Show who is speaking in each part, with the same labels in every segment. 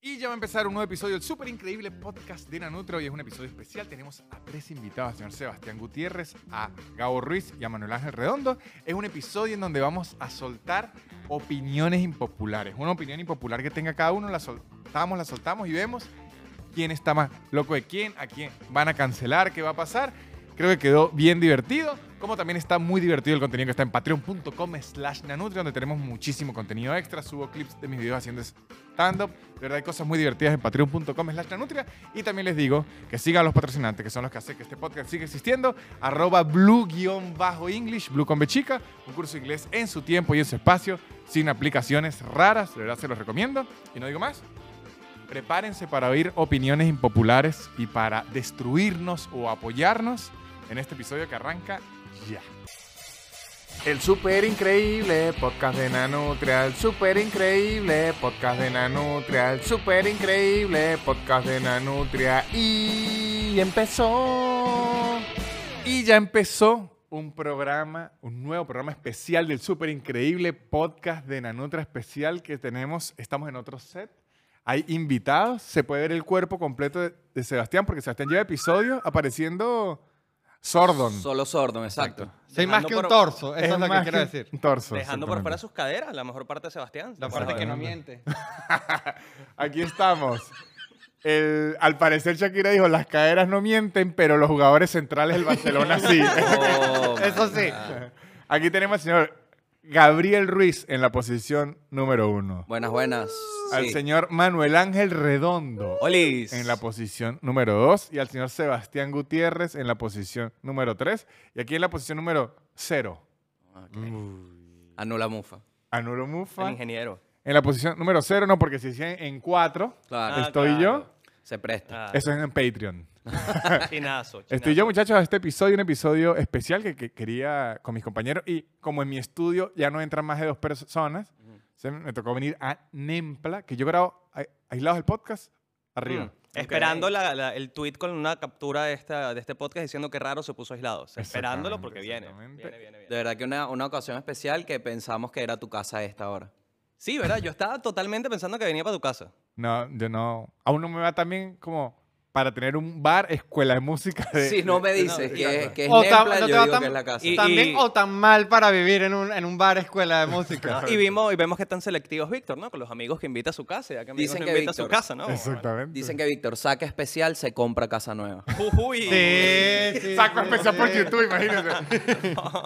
Speaker 1: Y ya va a empezar un nuevo episodio del súper increíble podcast de Nanutra. Hoy es un episodio especial. Tenemos a tres invitados, al señor Sebastián Gutiérrez, a Gabo Ruiz y a Manuel Ángel Redondo. Es un episodio en donde vamos a soltar opiniones impopulares. Una opinión impopular que tenga cada uno, la soltamos, la soltamos y vemos quién está más loco de quién, a quién van a cancelar, qué va a pasar. Creo que quedó bien divertido, como también está muy divertido el contenido que está en patreon.com slash nanutria, donde tenemos muchísimo contenido extra. Subo clips de mis videos haciendo stand-up. De verdad hay cosas muy divertidas en patreon.com slash nanutria. Y también les digo que sigan a los patrocinantes, que son los que hacen que este podcast siga existiendo. Arroba blue-english, blue con bechica, un curso de inglés en su tiempo y en su espacio, sin aplicaciones raras. De verdad se los recomiendo. Y no digo más, prepárense para oír opiniones impopulares y para destruirnos o apoyarnos en este episodio que arranca ya. El super increíble podcast de Nanutria, el super increíble podcast de Nanutria, el super increíble podcast de Nanutria y empezó. Y ya empezó un programa, un nuevo programa especial del super increíble podcast de Nanutria especial que tenemos, estamos en otro set, hay invitados, se puede ver el cuerpo completo de, de Sebastián, porque Sebastián lleva episodios apareciendo sordon.
Speaker 2: Solo Sordon, exacto.
Speaker 3: Soy más que un
Speaker 2: por-
Speaker 3: torso, eso es, lo que
Speaker 1: más
Speaker 3: quiero
Speaker 1: que
Speaker 3: decir.
Speaker 1: un torso.
Speaker 2: Dejando por fuera sus caderas, la mejor parte de Sebastián.
Speaker 3: La parte que no
Speaker 1: Exactamente.
Speaker 3: miente.
Speaker 1: Aquí estamos. El- al parecer Shakira dijo, las caderas no mienten, pero los jugadores centrales del Barcelona sí.
Speaker 2: Oh,
Speaker 3: Eso sí.
Speaker 1: Aquí tenemos al señor Gabriel Ruiz en la posición número uno.
Speaker 2: Buenas, buenas.
Speaker 1: Al
Speaker 3: Uh.
Speaker 2: Sí.
Speaker 1: señor Manuel Ángel Redondo
Speaker 2: Olis.
Speaker 1: en la posición número dos. Y al señor Sebastián Gutiérrez en la posición número tres. Y aquí en la posición número cero.
Speaker 2: Ok. Anula Mufa.
Speaker 1: Anulo
Speaker 2: El
Speaker 1: Mufa.
Speaker 2: ingeniero.
Speaker 1: En la posición número cero, no, porque si decían en cuatro,
Speaker 2: Claro.
Speaker 4: Ah,
Speaker 1: estoy yo.
Speaker 4: claro.
Speaker 2: Se presta.
Speaker 4: Ah,
Speaker 1: Eso es en Patreon.
Speaker 4: chinazo, chinazo.
Speaker 1: Estoy yo, muchachos, a este episodio, un episodio especial que, que quería con mis compañeros. Y como en mi estudio ya no entran más de dos personas, se me tocó venir a Nempla, que yo grabo a- aislados del podcast arriba.
Speaker 4: Mm. Esperando la- la- el tweet con una captura de, esta, de este podcast diciendo que raro se puso aislados. Esperándolo
Speaker 1: Exactamente,
Speaker 4: porque viene.
Speaker 1: exactamente.
Speaker 4: Viene, viene, viene.
Speaker 2: De verdad que una, una ocasión especial que pensamos que era tu casa a esta hora.
Speaker 4: Sí, ¿verdad? Yo estaba totalmente pensando que venía para tu casa.
Speaker 1: No, yo no. Aún no me va tan bien como para tener un bar, escuela de música. De,
Speaker 2: Si no me
Speaker 4: de-
Speaker 2: dices
Speaker 4: no,
Speaker 2: que, es-
Speaker 4: exacto.
Speaker 2: que es
Speaker 3: O tan-
Speaker 2: Nempla,
Speaker 3: no te
Speaker 2: yo
Speaker 3: va
Speaker 2: digo
Speaker 3: tan-
Speaker 2: que es la casa.
Speaker 4: y-
Speaker 3: También o tan mal para vivir en un, en un bar escuela de música.
Speaker 4: Y vimos y vemos que tan selectivos Víctor, ¿no? Con los amigos que invita a su casa, ya que amigos
Speaker 2: Dicen
Speaker 4: no
Speaker 2: que
Speaker 4: invita a su
Speaker 2: Víctor.
Speaker 4: casa, ¿no?
Speaker 1: Exactamente.
Speaker 2: Dicen que Víctor saca especial, se compra casa nueva.
Speaker 3: Ah,
Speaker 4: Jujuy.
Speaker 3: Sí, sí,
Speaker 1: Saco
Speaker 3: sí,
Speaker 1: especial por
Speaker 3: sí.
Speaker 1: YouTube, imagínense.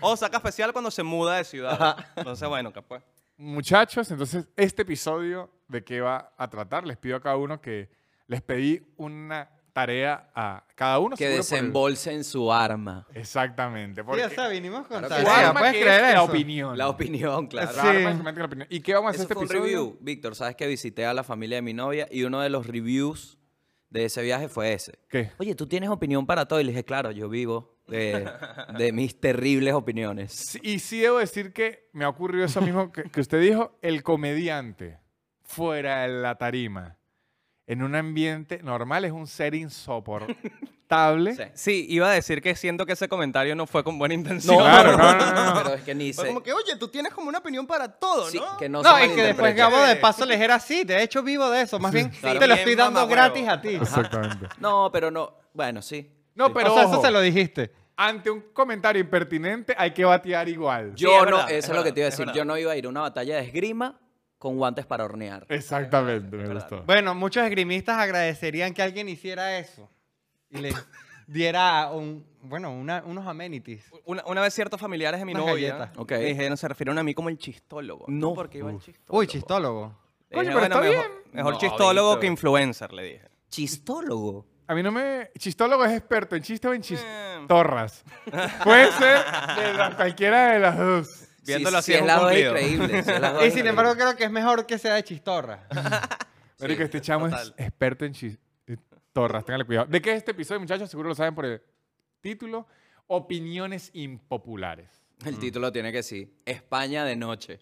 Speaker 4: O saca especial cuando se muda de ciudad. Entonces, bueno, capaz.
Speaker 1: Muchachos, entonces este episodio de qué va a tratar, les pido a cada uno que les pedí una tarea a cada uno.
Speaker 2: Que
Speaker 1: seguro por el-
Speaker 2: desembolsen su arma.
Speaker 1: Exactamente.
Speaker 3: Sí,
Speaker 1: Porque
Speaker 3: o sea, vinimos con
Speaker 2: Claro que
Speaker 1: su
Speaker 3: tarea,
Speaker 1: arma
Speaker 3: ¿puedes
Speaker 1: que
Speaker 3: creer
Speaker 1: es
Speaker 3: eso?
Speaker 1: la opinión.
Speaker 2: La opinión, claro.
Speaker 1: Su arma
Speaker 3: Sí.
Speaker 1: es básicamente la opinión. ¿Y qué vamos a hacer
Speaker 2: Eso
Speaker 1: este
Speaker 2: fue un
Speaker 1: episodio?
Speaker 2: review. Víctor, sabes que visité a la familia de mi novia y uno de los reviews de ese viaje fue ese.
Speaker 1: ¿Qué?
Speaker 2: Oye, ¿tú tienes opinión para todo? Y le dije, claro, yo vivo de, de mis terribles opiniones.
Speaker 1: Sí, Y sí debo decir que me ha ocurrido eso mismo que, que usted dijo, el comediante fuera de la tarima, en un ambiente normal, es un ser insoportable.
Speaker 2: Sí.
Speaker 4: Sí, iba a decir que siento que ese comentario no fue con buena intención.
Speaker 1: No, claro, no, no, no, no.
Speaker 2: Pero es que ni
Speaker 4: Fue
Speaker 2: se...
Speaker 4: como que, oye, tú tienes como una opinión para todo,
Speaker 2: sí,
Speaker 4: ¿no?
Speaker 2: que no,
Speaker 3: No,
Speaker 2: se
Speaker 3: es que después
Speaker 2: malinterprete.
Speaker 3: Gabo de paso les era así, de hecho vivo de eso, más bien
Speaker 2: Claro.
Speaker 3: te lo
Speaker 4: Bien,
Speaker 3: estoy dando
Speaker 4: mamá,
Speaker 3: gratis
Speaker 4: huevo.
Speaker 3: a ti.
Speaker 1: Exactamente.
Speaker 2: No, pero no... Bueno, sí.
Speaker 1: No,
Speaker 2: Sí.
Speaker 1: pero
Speaker 3: o sea,
Speaker 1: ojo,
Speaker 3: eso se lo dijiste.
Speaker 1: ante un comentario impertinente hay que batear igual.
Speaker 2: Yo
Speaker 4: Sí, es
Speaker 2: no...
Speaker 4: verdad,
Speaker 2: eso
Speaker 4: es
Speaker 2: es, lo que
Speaker 4: verdad,
Speaker 2: te iba a
Speaker 4: es
Speaker 2: decir.
Speaker 4: verdad.
Speaker 2: Yo no iba a ir a una batalla de esgrima con guantes para hornear.
Speaker 4: Eh,
Speaker 1: Exactamente, me gustó.
Speaker 3: Bueno, muchos esgrimistas agradecerían que alguien hiciera eso y les diera un, bueno, una- unos amenities.
Speaker 4: Una, una vez ciertos familiares de mi
Speaker 3: Unas
Speaker 4: novia
Speaker 3: galletas.
Speaker 2: Ok.
Speaker 4: me dijeron, se refirieron a mí como el chistólogo.
Speaker 2: No.
Speaker 4: porque iba el chistólogo.
Speaker 3: Uy, chistólogo.
Speaker 4: Le dije,
Speaker 1: Coño, pero está
Speaker 4: mejor,
Speaker 1: bien.
Speaker 4: mejor
Speaker 2: No,
Speaker 4: chistólogo
Speaker 2: Víctor.
Speaker 4: que influencer, le dije.
Speaker 2: Chistólogo.
Speaker 1: A mí no me... Chistólogo es experto en chiste o en chistorras. Puede ser de la- cualquiera de las dos.
Speaker 4: Viéndolo así
Speaker 2: sí,
Speaker 4: es un
Speaker 2: las dos
Speaker 4: cumplido.
Speaker 2: increíble. sí, es las dos
Speaker 3: Y sin
Speaker 2: increíble.
Speaker 3: embargo creo que es mejor que sea de chistorra.
Speaker 1: Marico, este chamo
Speaker 4: total.
Speaker 1: es experto en chistorras. Ténganle cuidado. ¿De qué es este episodio, muchachos? Seguro lo saben por el título. Opiniones impopulares.
Speaker 4: Mm.
Speaker 2: El título tiene que sí. España de noche.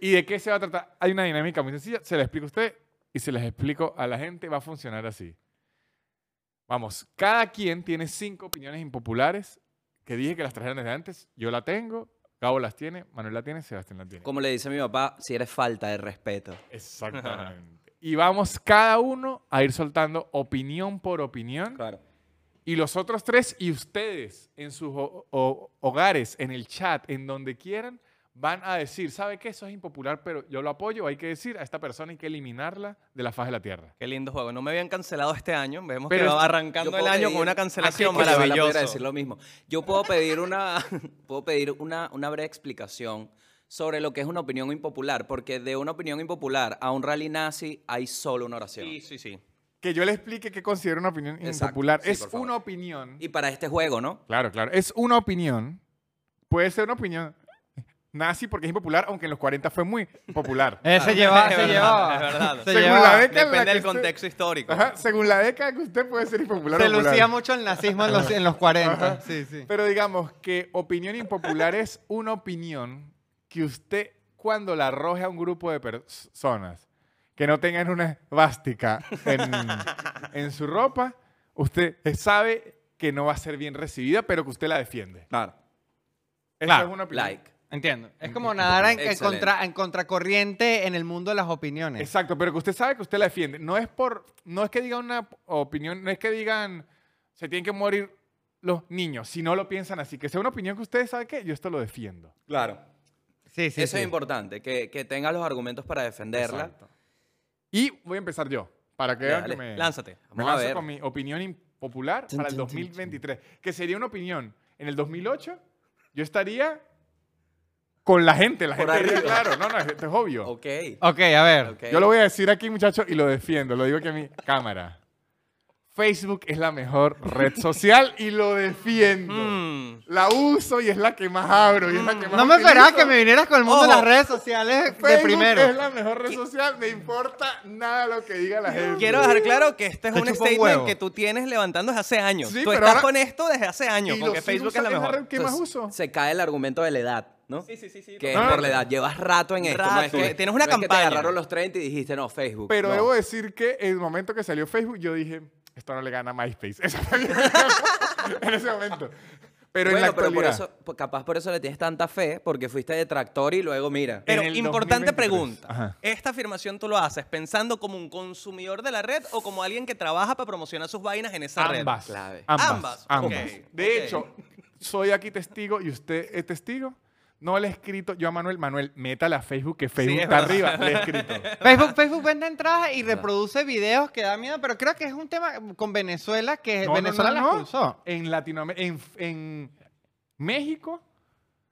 Speaker 1: ¿Y y de qué se va a tratar? Hay una dinámica muy sencilla. Se la explico a usted y se les explico a la gente. Va a funcionar así. Vamos, cada quien tiene cinco opiniones impopulares que dije que las trajeron desde antes. Yo la tengo. Gabo las tiene, Manuel la tiene, Sebastián la tiene.
Speaker 2: Como le dice mi papá, si eres falta de respeto.
Speaker 1: Exactamente. y vamos cada uno a ir soltando opinión por opinión.
Speaker 2: Claro.
Speaker 1: Y los otros tres y ustedes en sus ho- ho- hogares, en el chat, en donde quieran, van a decir, ¿sabe qué? Eso es impopular, pero yo lo apoyo. Hay que decir, a esta persona hay que eliminarla de la faz de la tierra.
Speaker 4: Qué lindo juego. No me habían cancelado este año. Vemos
Speaker 1: Pero
Speaker 4: que
Speaker 1: es-
Speaker 2: Yo
Speaker 4: va arrancando el
Speaker 2: puedo
Speaker 4: año
Speaker 2: pedir-
Speaker 4: con una
Speaker 2: aquí
Speaker 4: cancelación
Speaker 2: que se van a poner a
Speaker 4: maravillosa.
Speaker 2: decir lo mismo. Yo puedo pedir una, puedo pedir una, una breve explicación sobre lo que es una opinión impopular, porque de una opinión impopular a un rally nazi hay solo una oración.
Speaker 4: Sí, sí, sí.
Speaker 1: Que yo le explique que considero una opinión
Speaker 2: Exacto,
Speaker 1: impopular.
Speaker 2: sí,
Speaker 1: es
Speaker 2: por favor.
Speaker 1: una opinión.
Speaker 2: Y para este juego, ¿no?
Speaker 1: Claro, claro. Es una opinión. Puede ser una opinión nazi porque es impopular, aunque en los 40 fue muy popular.
Speaker 3: Eh, se
Speaker 4: Es
Speaker 3: llevaba, se
Speaker 4: verdad,
Speaker 3: llevaba.
Speaker 4: es verdad.
Speaker 3: Se
Speaker 1: Según
Speaker 3: llevaba.
Speaker 1: la beca en la
Speaker 4: Depende
Speaker 1: que
Speaker 4: del
Speaker 1: usted-
Speaker 4: contexto histórico.
Speaker 1: Ajá, según la década que usted puede ser impopular. o
Speaker 3: Se
Speaker 1: popular.
Speaker 3: lucía mucho el nazismo en los, en los 40. Sí, sí.
Speaker 1: Pero digamos que opinión impopular es una opinión que usted cuando la arroje a un grupo de personas que no tengan una vástica en, en su ropa, usted sabe que no va a ser bien recibida, pero que usted la defiende.
Speaker 2: Claro.
Speaker 1: Esa
Speaker 3: Claro.
Speaker 1: es una opinión.
Speaker 2: Like.
Speaker 3: Entiendo. Es como nadar en, en
Speaker 2: Excelente.
Speaker 3: contra, en contracorriente en el mundo de las opiniones.
Speaker 1: Exacto, pero que usted sabe que usted la defiende. No es por, no es que diga una opinión, no es que digan se tienen que morir los niños, si no lo piensan así. Que sea una opinión que ustedes saben que yo esto lo defiendo.
Speaker 2: Claro.
Speaker 3: Sí, sí,
Speaker 2: Eso
Speaker 3: sí.
Speaker 2: es importante, que, que tengas los argumentos para defenderla.
Speaker 1: Exacto. Y voy a empezar yo, para que vean que
Speaker 2: Dale,
Speaker 1: me...
Speaker 4: Lánzate.
Speaker 1: Me
Speaker 2: Vamos a
Speaker 1: lanzo
Speaker 2: ver.
Speaker 1: con mi opinión impopular
Speaker 2: Tun,
Speaker 1: para el
Speaker 2: tun, tun,
Speaker 1: 2023, que sería una opinión. En el 2008 yo estaría con la gente, la
Speaker 2: Por
Speaker 1: gente diría,
Speaker 2: arriba.
Speaker 1: claro, no, no, esto es obvio.
Speaker 2: Ok.
Speaker 3: Ok, a ver.
Speaker 2: ok.
Speaker 1: Yo lo voy a decir aquí, muchachos, y lo defiendo, lo digo aquí a mi cámara. Facebook es la mejor red social y lo defiendo.
Speaker 4: Mm.
Speaker 1: La uso y es la que más abro y es la que más
Speaker 3: Hmm. No me esperaba
Speaker 1: utilizo.
Speaker 3: que me vinieras con el mundo de
Speaker 4: Ojo.
Speaker 3: las redes sociales de
Speaker 1: Facebook es
Speaker 3: primero.
Speaker 1: la mejor red social, me importa nada lo que diga la gente.
Speaker 4: Quiero dejar claro que este es
Speaker 3: Te
Speaker 4: un
Speaker 3: chupa un
Speaker 4: statement
Speaker 3: huevo.
Speaker 4: que tú tienes levantando desde hace años.
Speaker 1: Sí,
Speaker 4: tú
Speaker 1: pero
Speaker 4: estás
Speaker 1: ahora-
Speaker 4: con esto desde hace años,
Speaker 1: Y
Speaker 4: con
Speaker 1: lo
Speaker 4: que
Speaker 1: sigo
Speaker 4: Facebook es la
Speaker 1: usando, la
Speaker 4: mejor.
Speaker 1: red que más
Speaker 2: Entonces,
Speaker 1: uso.
Speaker 2: Se cae el argumento de la edad, ¿no?
Speaker 4: sí, sí, sí.
Speaker 2: Que es
Speaker 1: total.
Speaker 2: por la edad. Llevas rato en esto.
Speaker 4: Rato.
Speaker 2: No es que,
Speaker 4: Tienes una
Speaker 2: no es que
Speaker 4: campaña.
Speaker 2: te agarraron los 30 y dijiste, no, Facebook.
Speaker 1: Pero
Speaker 2: no.
Speaker 1: debo decir que en el momento que salió Facebook, yo dije, esto no le gana a MySpace. Esa fue mi- en ese momento. Pero en la
Speaker 2: Bueno, pero por
Speaker 1: actualidad,
Speaker 2: eso, por- capaz por eso le tienes tanta fe, porque fuiste detractor y luego mira.
Speaker 4: Pero
Speaker 1: en el
Speaker 4: importante
Speaker 1: 2023.
Speaker 4: pregunta.
Speaker 1: Ajá.
Speaker 4: ¿Esta afirmación tú lo haces pensando como un consumidor de la red o como alguien que trabaja para promocionar sus vainas en esa
Speaker 1: ambas,
Speaker 2: clave.
Speaker 1: ambas.
Speaker 4: Ambas,
Speaker 1: ambas.
Speaker 4: ok,
Speaker 1: De
Speaker 4: ok.
Speaker 1: hecho, soy aquí testigo y usted es testigo. No le he escrito yo a Manuel. Manuel, métala a Facebook, que Facebook
Speaker 4: es
Speaker 1: está
Speaker 4: verdad.
Speaker 1: arriba. Le he escrito.
Speaker 3: Facebook, Facebook vende entradas y reproduce videos que da miedo, pero creo que es un tema con Venezuela que
Speaker 1: No, no,
Speaker 3: Venezuela
Speaker 1: no,
Speaker 3: la
Speaker 1: no.
Speaker 3: expulsó.
Speaker 1: En Latinoamérica, en, en México,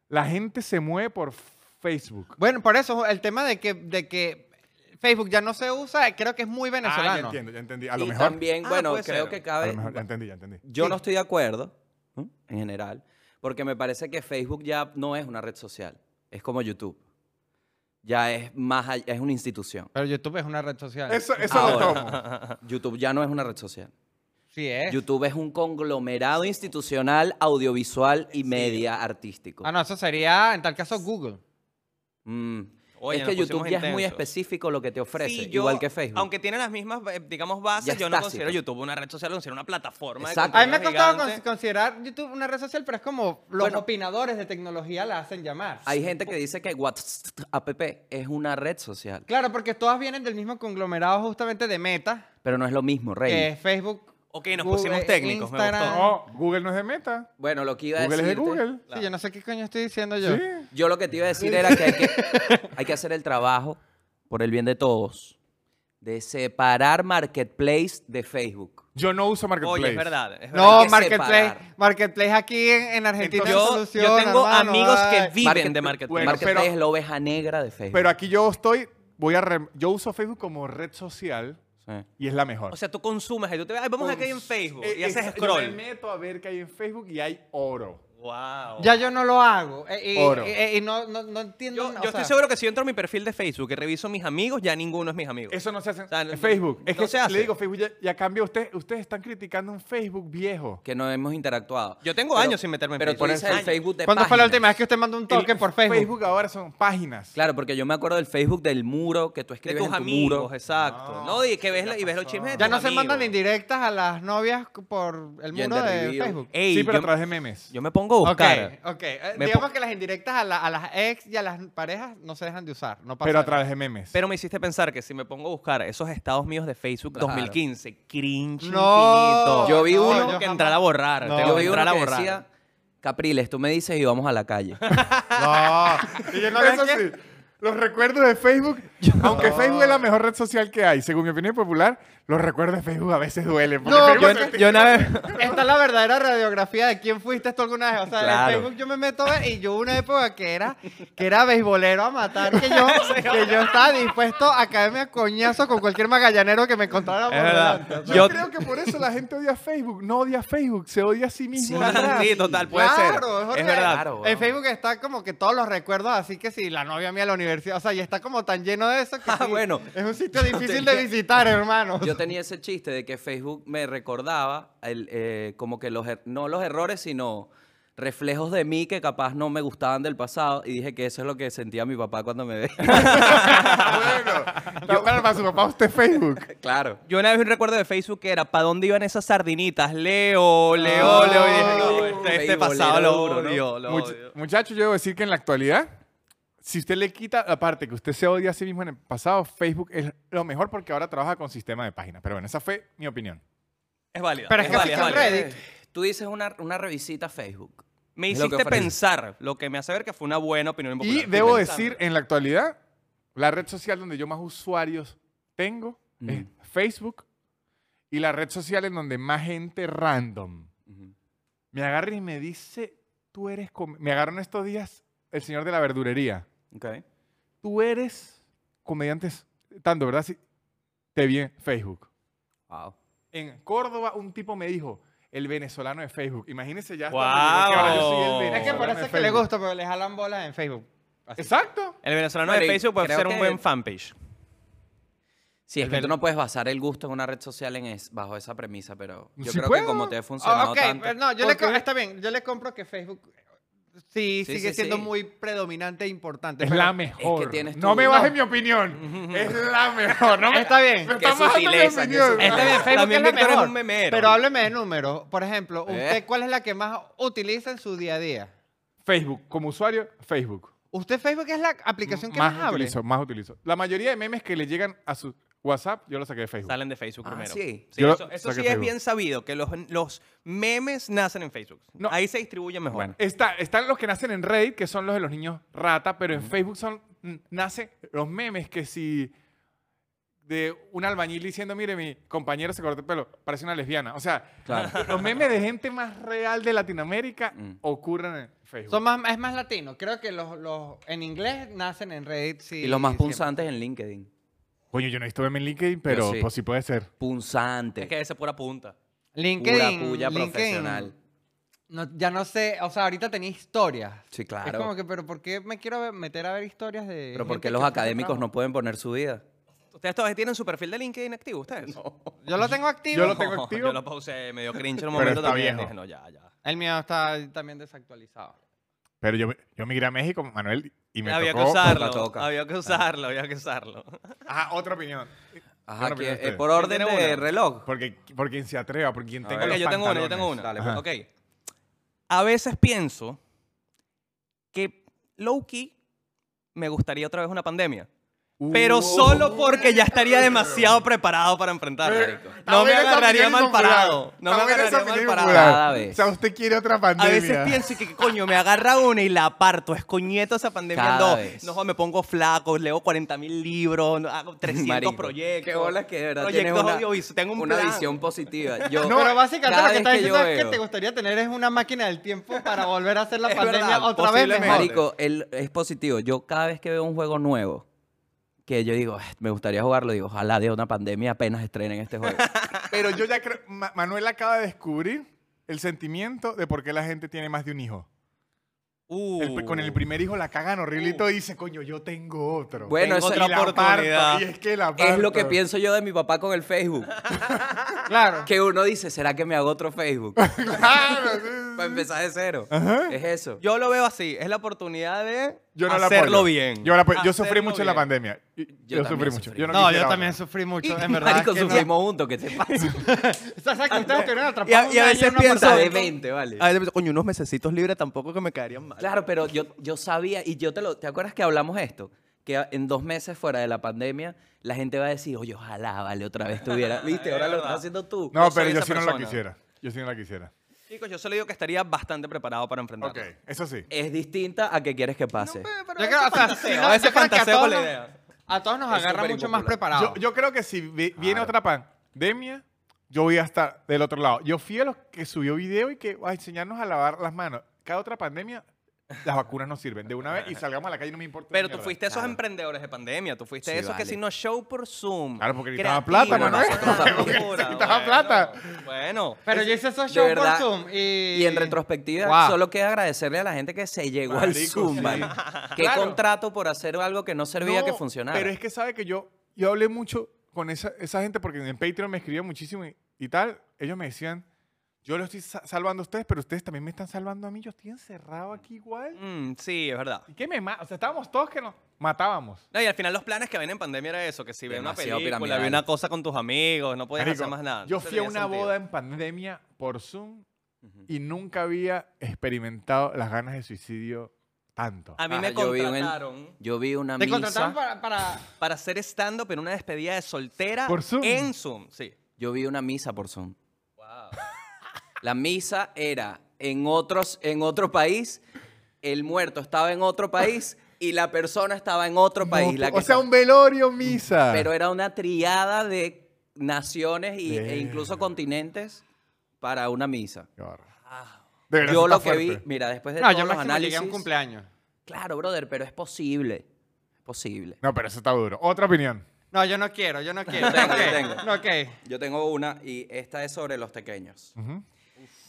Speaker 1: la gente se mueve por Facebook.
Speaker 3: Bueno, por eso el tema de que, de que Facebook ya no se usa, creo que es muy
Speaker 1: Ah, ya
Speaker 3: venezolano.
Speaker 1: entiendo, ya entendí. A lo
Speaker 2: y
Speaker 1: mejor.
Speaker 2: también,
Speaker 4: Ah,
Speaker 2: bueno,
Speaker 4: puede
Speaker 2: creo
Speaker 4: ser.
Speaker 2: que
Speaker 1: a
Speaker 2: cabe.
Speaker 1: lo mejor, ya entendí, ya entendí.
Speaker 2: Yo no estoy de acuerdo, ¿no? en general, porque me parece que Facebook ya no es una red social. Es como YouTube. Ya es más all- es una institución.
Speaker 3: Pero YouTube es una red social.
Speaker 1: Eso, eso lo
Speaker 2: Ahora.
Speaker 1: tomo.
Speaker 2: YouTube ya no es una red social.
Speaker 3: Sí ¿eh? es.
Speaker 2: YouTube es un conglomerado institucional, audiovisual y media artístico.
Speaker 3: Ah, no, eso sería, en tal caso, Google.
Speaker 2: Mm.
Speaker 4: Oye,
Speaker 2: es que
Speaker 4: nos
Speaker 2: YouTube
Speaker 4: pusimos
Speaker 2: ya es muy
Speaker 4: intensos.
Speaker 2: específico lo que te ofrece,
Speaker 4: Sí, yo,
Speaker 2: igual que Facebook.
Speaker 4: Aunque tiene las mismas, eh, digamos,
Speaker 2: Ya
Speaker 4: bases,
Speaker 2: es
Speaker 4: yo no
Speaker 2: tácito.
Speaker 4: considero YouTube una red social, considero una plataforma. de
Speaker 2: Exacto.
Speaker 3: A mí me ha
Speaker 4: contenido
Speaker 3: costado
Speaker 4: gigante.
Speaker 3: cons- considerar YouTube una red social, pero es como los
Speaker 2: Bueno.
Speaker 3: opinadores de tecnología la hacen llamar.
Speaker 2: Hay gente que dice que WhatsApp es una red social,
Speaker 3: Claro, porque todas vienen del mismo conglomerado justamente de Meta,
Speaker 2: pero no es lo mismo, Rey.
Speaker 3: que es Facebook.
Speaker 4: Ok, nos
Speaker 3: Google,
Speaker 4: pusimos técnicos, me
Speaker 3: Instagram.
Speaker 4: gustó. Oh,
Speaker 1: No, Google no es de meta.
Speaker 2: Bueno, lo que iba a
Speaker 1: Google es de
Speaker 2: decir.
Speaker 1: Google.
Speaker 3: Sí, yo no sé qué coño estoy diciendo yo.
Speaker 1: Sí.
Speaker 2: Yo lo que te iba a decir era que hay, que hay que hacer el trabajo por el bien de todos de separar Marketplace de Facebook.
Speaker 1: Yo no uso Marketplace.
Speaker 4: Oye, es verdad. es verdad.
Speaker 3: No,
Speaker 2: Hay que
Speaker 3: Marketplace,
Speaker 2: separar.
Speaker 3: Marketplace aquí en, en Argentina
Speaker 1: Entonces,
Speaker 3: no
Speaker 4: Yo,
Speaker 3: soluciona,
Speaker 4: yo tengo
Speaker 3: hermano,
Speaker 4: amigos que
Speaker 3: ay.
Speaker 4: viven de
Speaker 2: Market-
Speaker 4: marketplace.
Speaker 1: Bueno,
Speaker 2: Marketplace
Speaker 1: pero-
Speaker 2: es la oveja negra de Facebook.
Speaker 1: Pero aquí yo estoy, voy a rem- yo uso Facebook como red social
Speaker 2: Sí.
Speaker 1: y es la mejor.
Speaker 4: O sea, tú consumes, ahí, tú te vas, "Ay, vamos a ver qué hay en Facebook
Speaker 1: Eh,
Speaker 4: y haces
Speaker 1: es- Yo me
Speaker 4: scroll.
Speaker 1: meto a ver qué hay en Facebook y hay oro.
Speaker 4: Wow.
Speaker 3: Ya yo no lo hago. eh, y,
Speaker 1: Oro.
Speaker 3: eh, y no, no, no entiendo.
Speaker 4: Yo,
Speaker 3: o
Speaker 4: yo
Speaker 3: sea,
Speaker 4: estoy seguro que si yo entro a mi perfil de Facebook y reviso mis amigos, ya ninguno es mis amigos.
Speaker 1: Eso no se hace en
Speaker 4: O sea, no-
Speaker 1: Facebook. Es
Speaker 4: no
Speaker 1: que
Speaker 4: se hace.
Speaker 1: le digo, Facebook ya, ya cambió. Usted, ustedes están criticando un Facebook viejo.
Speaker 2: Que no hemos interactuado.
Speaker 4: Yo tengo
Speaker 2: Pero-
Speaker 4: años sin meterme en
Speaker 2: pero
Speaker 4: Facebook.
Speaker 2: tú dices el
Speaker 4: Años.
Speaker 2: Facebook de
Speaker 3: ¿Cuándo fue la
Speaker 2: páginas.
Speaker 3: última vez que usted mandó un toque
Speaker 1: El-
Speaker 3: por Facebook?
Speaker 1: Facebook ahora son páginas.
Speaker 2: Claro, porque yo me acuerdo del Facebook del muro que tú
Speaker 4: de
Speaker 2: escribes
Speaker 4: tus
Speaker 2: en tu
Speaker 4: amigos,
Speaker 2: muro.
Speaker 4: exacto.
Speaker 1: No,
Speaker 4: No, y que ves, la- y ves los chismes. de
Speaker 3: Ah, Ya
Speaker 4: tus
Speaker 3: no se
Speaker 4: amigos.
Speaker 3: mandan indirectas a las novias por el muro
Speaker 2: Gender
Speaker 3: de
Speaker 2: reveal.
Speaker 3: Facebook.
Speaker 4: Ey,
Speaker 1: sí, pero a
Speaker 4: yo,
Speaker 1: través de memes.
Speaker 4: yo me pongo pongo a
Speaker 3: Ok,
Speaker 4: buscar.
Speaker 3: ok. Eh,
Speaker 4: Me
Speaker 3: Digamos
Speaker 4: po-
Speaker 3: que las indirectas a, la- a las ex y a las parejas no se dejan de usar. No pasa
Speaker 1: Pero a
Speaker 3: nada.
Speaker 1: través de memes.
Speaker 4: Pero me hiciste pensar que si me pongo a buscar esos estados míos de Facebook
Speaker 2: Claro.
Speaker 4: 2015,
Speaker 3: No,
Speaker 4: cringe infinito.
Speaker 2: Yo vi uno
Speaker 4: Tengo
Speaker 3: yo
Speaker 4: que
Speaker 3: jamás-
Speaker 4: entrar a borrar.
Speaker 3: No.
Speaker 4: tengo
Speaker 2: Yo
Speaker 4: que
Speaker 2: vi
Speaker 4: entrar
Speaker 2: uno
Speaker 4: a
Speaker 2: que
Speaker 4: borrar.
Speaker 2: decía, Capriles, tú me dices y vamos a la calle.
Speaker 3: No. Y yo no
Speaker 1: Eso
Speaker 3: ves que-
Speaker 1: sí, los recuerdos de Facebook, aunque Facebook es la mejor red social que hay, según mi opinión popular, los recuerdos de Facebook a veces duelen. porque
Speaker 3: No,
Speaker 1: Facebook
Speaker 3: yo-
Speaker 1: es el
Speaker 4: Yo una vez...
Speaker 3: Esta es la verdadera radiografía de quién fuiste tú alguna vez. O sea,
Speaker 4: Claro.
Speaker 3: en Facebook yo me meto a ver, y yo una época que era, que era beisbolero a matar, que yo, que yo estaba dispuesto a caerme a coñazo con cualquier magallanero que me encontrara por
Speaker 4: Es verdad.
Speaker 3: delante. O sea,
Speaker 1: Yo,
Speaker 4: Yo-
Speaker 1: creo que por eso la gente odia Facebook. No odia Facebook, se odia a sí mismo. atrás.
Speaker 4: Sí, total, puede ser.
Speaker 3: Claro, es
Speaker 4: es
Speaker 3: horrible.
Speaker 4: verdad.
Speaker 2: Claro.
Speaker 3: En Facebook está como que todos los recuerdos, así que si la novia mía de la universidad, o sea, y está como tan lleno de eso que
Speaker 2: Ah,
Speaker 3: sí,
Speaker 2: bueno.
Speaker 3: es un sitio difícil
Speaker 2: tenía-
Speaker 3: de visitar, hermano.
Speaker 2: Yo tenía ese chiste de que Facebook me recordaba el, eh, como que los er- no los errores, sino reflejos de mí que capaz no me gustaban del pasado y dije que eso es lo que sentía mi papá cuando me veía.
Speaker 1: bueno, yo, para, para su papá usted es Facebook.
Speaker 2: claro.
Speaker 4: Yo una vez vi un recuerdo de Facebook que era ¿Para dónde iban esas sardinitas? Leo, Leo, Leo. Y dije, no, este, este
Speaker 2: Beisbolero
Speaker 4: pasado lo
Speaker 2: duro, ¿no?
Speaker 4: odio, lo
Speaker 1: Much-
Speaker 4: odio.
Speaker 1: muchacho, yo debo decir que en la actualidad, si usted le quita la parte que usted se odia a sí mismo en el pasado, Facebook es lo mejor porque ahora trabaja con sistema de páginas. Pero bueno, esa fue mi opinión.
Speaker 4: Es válido.
Speaker 3: Pero es
Speaker 4: es
Speaker 3: que
Speaker 4: válido,
Speaker 3: si
Speaker 4: es
Speaker 3: son
Speaker 4: válido.
Speaker 3: Reddit.
Speaker 2: Tú dices una, una revisita a Facebook.
Speaker 4: Me
Speaker 2: Es lo que
Speaker 4: hiciste
Speaker 2: ofrece.
Speaker 4: pensar, lo que me hace ver que fue una buena opinión
Speaker 1: Y
Speaker 4: popular.
Speaker 1: debo decir,
Speaker 2: eh,
Speaker 1: en la actualidad, la red social donde yo más usuarios tengo es Facebook y la red social en donde más gente random me agarra y me dice, tú eres... com-". Me agarraron estos días el señor de la verdurería.
Speaker 2: Ok.
Speaker 1: Tú eres comediantes tanto, ¿verdad? Sí. Te vi en Facebook.
Speaker 2: Wow.
Speaker 1: En Córdoba un tipo me dijo, el venezolano de Facebook. Imagínense ya. hasta
Speaker 4: Guau.
Speaker 1: donde llegó, que ahora yo soy el
Speaker 3: es que por
Speaker 1: venezolano
Speaker 3: eso
Speaker 1: de
Speaker 3: es que le
Speaker 1: Facebook.
Speaker 3: gusta, pero le jalan bolas en Facebook. Así.
Speaker 1: Exacto.
Speaker 4: El venezolano
Speaker 2: Bueno,
Speaker 4: de
Speaker 2: y
Speaker 4: Facebook puede
Speaker 2: creo
Speaker 4: ser un
Speaker 2: que-
Speaker 4: buen fanpage.
Speaker 2: Sí, es
Speaker 1: El
Speaker 2: que tú
Speaker 1: del-
Speaker 2: no puedes basar el gusto en una red social en es, bajo esa premisa, pero yo
Speaker 1: Sí
Speaker 2: creo
Speaker 1: puedo.
Speaker 2: que como te ha
Speaker 3: Ah,
Speaker 2: funcionado
Speaker 3: ok,
Speaker 2: tanto.
Speaker 3: pero no, yo le
Speaker 1: Porque-
Speaker 3: co- está bien, yo le compro que Facebook eh, sí,
Speaker 2: Sí,
Speaker 3: sigue
Speaker 2: sí,
Speaker 3: siendo
Speaker 2: sí.
Speaker 3: muy predominante e importante.
Speaker 1: Es
Speaker 3: pero-
Speaker 1: la mejor.
Speaker 2: es que tienes
Speaker 1: no
Speaker 2: tu-
Speaker 1: me
Speaker 2: No.
Speaker 1: bajes mi opinión. Es la mejor. No me,
Speaker 3: Está bien.
Speaker 1: me
Speaker 2: Qué
Speaker 1: está bajando mi
Speaker 2: sutileza, qué
Speaker 1: opinión.
Speaker 2: sutileza.
Speaker 3: Está bien, Facebook
Speaker 4: También
Speaker 3: Este es la
Speaker 4: Víctor es
Speaker 3: mejor,
Speaker 4: un memero.
Speaker 3: Pero hábleme de números. Por ejemplo,
Speaker 2: Eh.
Speaker 3: ¿usted cuál es la que más utiliza en su día a día?
Speaker 1: Facebook, como usuario, Facebook.
Speaker 3: ¿Usted Facebook es la aplicación que más,
Speaker 1: más
Speaker 3: abre?
Speaker 1: utilizo, más utilizo. La mayoría de memes que le llegan a su WhatsApp, yo los saqué de Facebook.
Speaker 4: Salen de Facebook
Speaker 2: Ah,
Speaker 4: primero.
Speaker 2: sí.
Speaker 1: Yo
Speaker 4: eso
Speaker 1: lo
Speaker 4: eso
Speaker 1: saqué
Speaker 4: sí
Speaker 1: de
Speaker 4: es
Speaker 1: Facebook.
Speaker 4: bien sabido, que los, los memes nacen en Facebook.
Speaker 1: No.
Speaker 4: Ahí se distribuyen mejor.
Speaker 1: Bueno, está- están los que nacen en Reddit, que son los de los niños rata, pero en Facebook son n- nacen los memes que si de un albañil diciendo, mire, mi compañero se cortó el pelo, parece una lesbiana. O sea,
Speaker 2: Claro.
Speaker 1: los memes de gente más real de Latinoamérica
Speaker 2: Mm.
Speaker 1: ocurren en Facebook.
Speaker 3: Son más, es más latino. Creo que los, los en inglés nacen en Reddit. Sí,
Speaker 2: y los más
Speaker 3: siempre.
Speaker 2: punzantes en LinkedIn.
Speaker 1: Coño, yo no he visto meme en LinkedIn, pero
Speaker 2: Yo sí.
Speaker 1: pues sí puede ser.
Speaker 2: Punzante.
Speaker 4: Es que ese es pura punta.
Speaker 3: LinkedIn.
Speaker 2: pura puya
Speaker 3: LinkedIn,
Speaker 2: profesional.
Speaker 3: no- ya no sé, o sea, ahorita tenía historias.
Speaker 2: Sí,
Speaker 3: Es
Speaker 2: claro.
Speaker 3: como que, pero ¿por qué me quiero ver- meter a ver historias de.
Speaker 2: Pero
Speaker 3: gente
Speaker 2: porque
Speaker 3: que
Speaker 2: los
Speaker 3: hace su
Speaker 2: académicos
Speaker 3: trabajo?
Speaker 2: no pueden poner su vida.
Speaker 4: ¿Ustedes todavía tienen su perfil de LinkedIn activo, ustedes?
Speaker 3: Yo lo tengo activo.
Speaker 1: Yo lo tengo
Speaker 4: No,
Speaker 1: activo.
Speaker 4: Yo lo pausé, me dio cringe en
Speaker 1: Pero
Speaker 4: un momento
Speaker 1: está
Speaker 4: también.
Speaker 1: viejo.
Speaker 4: Dije, no, ya, ya.
Speaker 3: El mío está también desactualizado.
Speaker 1: Pero yo, yo migré a México, Manuel, y me Ah.
Speaker 4: Había que
Speaker 1: tocó...
Speaker 4: usarlo,
Speaker 2: Toca, toca.
Speaker 4: había que usarlo, había que usarlo.
Speaker 1: Ajá, otra opinión.
Speaker 2: Ajá,
Speaker 1: Bueno,
Speaker 2: que-
Speaker 1: mira
Speaker 2: eh,
Speaker 3: este,
Speaker 1: ustedes.
Speaker 2: por orden
Speaker 4: ¿Quién tiene
Speaker 2: de
Speaker 4: una?
Speaker 2: reloj.
Speaker 1: Porque, por quien se atreva, por quien
Speaker 2: A
Speaker 1: tenga
Speaker 2: ver.
Speaker 1: los
Speaker 4: Ok, yo tengo una, yo tengo
Speaker 1: pantalones.
Speaker 4: una.
Speaker 2: Dale,
Speaker 1: pues.
Speaker 4: Ok. A veces pienso que low-key me gustaría otra vez una pandemia.
Speaker 2: Uh.
Speaker 4: Pero solo porque ya estaría demasiado preparado para
Speaker 2: Eh,
Speaker 4: enfrentarla. No me
Speaker 1: También esa
Speaker 4: agarraría
Speaker 1: opinión
Speaker 4: mal
Speaker 1: impopular.
Speaker 4: parado. No me
Speaker 1: También esa
Speaker 4: agarraría mal
Speaker 1: opinión
Speaker 4: parado.
Speaker 1: impopular.
Speaker 2: Cada vez.
Speaker 1: O sea, usted quiere otra
Speaker 4: A
Speaker 1: pandemia.
Speaker 4: veces pienso que, que coño, me agarra una y la aparto. Es coñeto esa pandemia en
Speaker 2: Cada
Speaker 4: dos.
Speaker 2: vez.
Speaker 4: No, me pongo flaco, leo 40 mil libros, no, hago 300
Speaker 2: Marico,
Speaker 4: proyectos.
Speaker 2: Qué bolas que de verdad tienes
Speaker 4: Proyectos
Speaker 2: una,
Speaker 4: audiovisuales. Tengo un
Speaker 2: una
Speaker 4: plan.
Speaker 2: visión positiva. Yo,
Speaker 3: No, pero básicamente
Speaker 2: cada
Speaker 3: lo que
Speaker 2: vez
Speaker 3: estás diciendo
Speaker 2: yo
Speaker 3: es que
Speaker 2: veo-
Speaker 3: te gustaría tener es una máquina del tiempo para volver a hacer la
Speaker 4: Es
Speaker 3: pandemia
Speaker 4: verdad,
Speaker 3: otra vez
Speaker 4: posiblemente.
Speaker 3: mejor.
Speaker 2: Marico, él es positivo. Yo cada vez que veo un juego nuevo, que yo digo, "Ah, me gustaría jugarlo, digo, ojalá de una pandemia apenas estrenen este juego.
Speaker 1: Pero yo ya creo... Ma- Manuel acaba de descubrir el sentimiento de por qué la gente tiene más de un hijo.
Speaker 4: Uh.
Speaker 1: El- con el primer hijo la cagan horriblito y dice, coño, yo tengo otro.
Speaker 2: Bueno,
Speaker 4: Tengo
Speaker 2: eso
Speaker 4: otra
Speaker 1: y la
Speaker 4: oportunidad.
Speaker 1: parto, y es que la
Speaker 2: es lo que
Speaker 1: parto.
Speaker 2: pienso yo de mi papá con el Facebook.
Speaker 3: Claro.
Speaker 2: Que uno dice, ¿será que me hago otro Facebook?
Speaker 1: Claro, Ah, sí, sí,
Speaker 2: Para empezar de cero. Es eso.
Speaker 4: Yo lo veo así, es la oportunidad de
Speaker 1: Yo no la
Speaker 4: hacerlo
Speaker 1: apoyo.
Speaker 4: bien.
Speaker 1: Yo, la apoyo. Yo
Speaker 4: Hacerlo
Speaker 1: sufrí mucho en la
Speaker 4: bien.
Speaker 1: pandemia. Y- Yo,
Speaker 2: Yo
Speaker 1: sufrí
Speaker 2: también
Speaker 1: mucho.
Speaker 2: sufrí.
Speaker 1: Yo no,
Speaker 3: No,
Speaker 1: quisiera
Speaker 3: yo
Speaker 1: ahora.
Speaker 3: también sufrí mucho, en verdad.
Speaker 2: Marico,
Speaker 3: que no-
Speaker 2: sufrimos juntos, ¿qué te pasa?
Speaker 3: O sea, ¿sabes que ustedes estuvieron atrapados
Speaker 4: Y a,
Speaker 3: un
Speaker 4: y a
Speaker 3: año
Speaker 4: veces
Speaker 3: en una
Speaker 4: pienso,
Speaker 2: puerta de
Speaker 3: pandemia?
Speaker 2: 20, vale.
Speaker 4: A veces pienso, coño, unos mesecitos libres tampoco que me caerían mal.
Speaker 2: Claro, pero yo, yo sabía, y yo te lo, ¿te acuerdas que hablamos esto? Que a- en dos meses fuera de la pandemia, la gente va a decir, oye, ojalá, vale, otra vez tuviera. Viste,
Speaker 4: Es
Speaker 2: ahora lo
Speaker 4: verdad.
Speaker 2: estás haciendo tú.
Speaker 4: Yo
Speaker 1: No,
Speaker 4: soy
Speaker 1: pero yo
Speaker 4: esa
Speaker 1: sí no la
Speaker 4: persona.
Speaker 1: quisiera. Yo sí no la quisiera.
Speaker 4: Chicos, yo solo digo que estaría bastante preparado para enfrentarlo.
Speaker 1: Ok, eso sí.
Speaker 2: Es distinta a que quieres que pase.
Speaker 3: Yo creo, o sea, sí, no,
Speaker 4: a veces
Speaker 3: yo creo que
Speaker 4: fantaseo
Speaker 3: todos
Speaker 4: con la
Speaker 3: nos-
Speaker 4: idea.
Speaker 3: A todos nos
Speaker 2: Es
Speaker 3: agarra
Speaker 2: súper
Speaker 3: mucho más
Speaker 2: impopular.
Speaker 1: Yo,
Speaker 3: preparados.
Speaker 1: yo creo que si vi- viene
Speaker 2: Claro.
Speaker 1: otra pandemia, yo voy a estar del otro lado. Yo fui a los que subió video y que va a enseñarnos a lavar las manos. Cada otra pandemia, las vacunas no sirven. De una vez y salgamos a la calle, no me importa.
Speaker 4: Pero tú
Speaker 1: mierda.
Speaker 4: fuiste esos
Speaker 2: Claro.
Speaker 4: emprendedores de pandemia, tú fuiste
Speaker 2: Sí,
Speaker 4: esos que
Speaker 2: vale.
Speaker 4: si no show por Zoom.
Speaker 1: Claro, porque quitaba
Speaker 4: creativo,
Speaker 1: plata,
Speaker 2: Bueno,
Speaker 1: Manuel.
Speaker 2: nosotros tampoco.
Speaker 1: Porque
Speaker 4: locura,
Speaker 1: quitaba
Speaker 4: bueno,
Speaker 1: plata.
Speaker 4: Bueno.
Speaker 3: Pero
Speaker 2: Es-
Speaker 3: yo hice esos
Speaker 2: de
Speaker 3: shows por
Speaker 2: verdad.
Speaker 3: Zoom y...
Speaker 2: Y en retrospectiva,
Speaker 3: Wow.
Speaker 2: solo queda agradecerle a la gente que se llegó al
Speaker 1: Marico,
Speaker 2: Zoom,
Speaker 1: sí.
Speaker 2: ¿vale? ¿Qué
Speaker 1: Claro.
Speaker 2: contrato por hacer algo que no servía que
Speaker 1: No,
Speaker 2: funcionara?
Speaker 1: Pero es que sabe que yo, yo hablé mucho con esa, esa gente porque en Patreon me escribían muchísimo y, y tal. Ellos me decían, yo lo estoy sa- salvando a ustedes, pero ustedes también me están salvando a mí. Yo estoy encerrado aquí igual.
Speaker 4: Mm, sí, es verdad.
Speaker 1: ¿Y qué me mata? O sea, estábamos todos que nos matábamos.
Speaker 4: No, y al final los planes que ven en pandemia era eso, que si ve una
Speaker 2: Demasiado
Speaker 4: película,
Speaker 2: piramidal.
Speaker 4: ve una cosa con tus amigos, no podías
Speaker 1: Marico,
Speaker 4: hacer más nada.
Speaker 1: Yo
Speaker 4: Entonces
Speaker 1: fui a
Speaker 4: tenía
Speaker 1: una
Speaker 4: sentido.
Speaker 1: boda en pandemia por Zoom y nunca había experimentado las ganas de suicidio tanto.
Speaker 4: A mí
Speaker 2: Ajá,
Speaker 4: me
Speaker 2: yo vi un-
Speaker 4: contrataron
Speaker 2: Yo vi una
Speaker 3: Te
Speaker 2: misa.
Speaker 3: contrataron para... para-
Speaker 4: para hacer stand-up en una despedida de soltera
Speaker 1: Por Zoom.
Speaker 4: en Zoom, sí.
Speaker 2: Yo vi una misa por Zoom. La misa era en, otros, en otro país, el muerto estaba en otro país y la persona estaba en otro
Speaker 1: No,
Speaker 2: país. la
Speaker 1: o
Speaker 2: que
Speaker 1: sea,
Speaker 2: estaba-
Speaker 1: un velorio misa.
Speaker 3: Ah.
Speaker 2: Pero era una triada de naciones y-
Speaker 1: Verga.
Speaker 2: e incluso continentes para una misa.
Speaker 1: Qué horror. De verdad,
Speaker 2: Ah. Yo
Speaker 1: está
Speaker 2: lo que vi,
Speaker 1: fuerte.
Speaker 2: mira, después de
Speaker 3: No, yo
Speaker 2: todos los
Speaker 3: máximo llegué a un
Speaker 2: análisis...
Speaker 3: cumpleaños.
Speaker 2: Claro, brother, pero es posible. Es posible.
Speaker 1: No, pero eso está duro. Otra opinión.
Speaker 3: No, yo no quiero, yo no quiero.
Speaker 2: Tengo,
Speaker 3: Ok,
Speaker 2: tengo.
Speaker 3: no, ok.
Speaker 2: Yo tengo una y esta es sobre los pequeños.
Speaker 1: Ujú.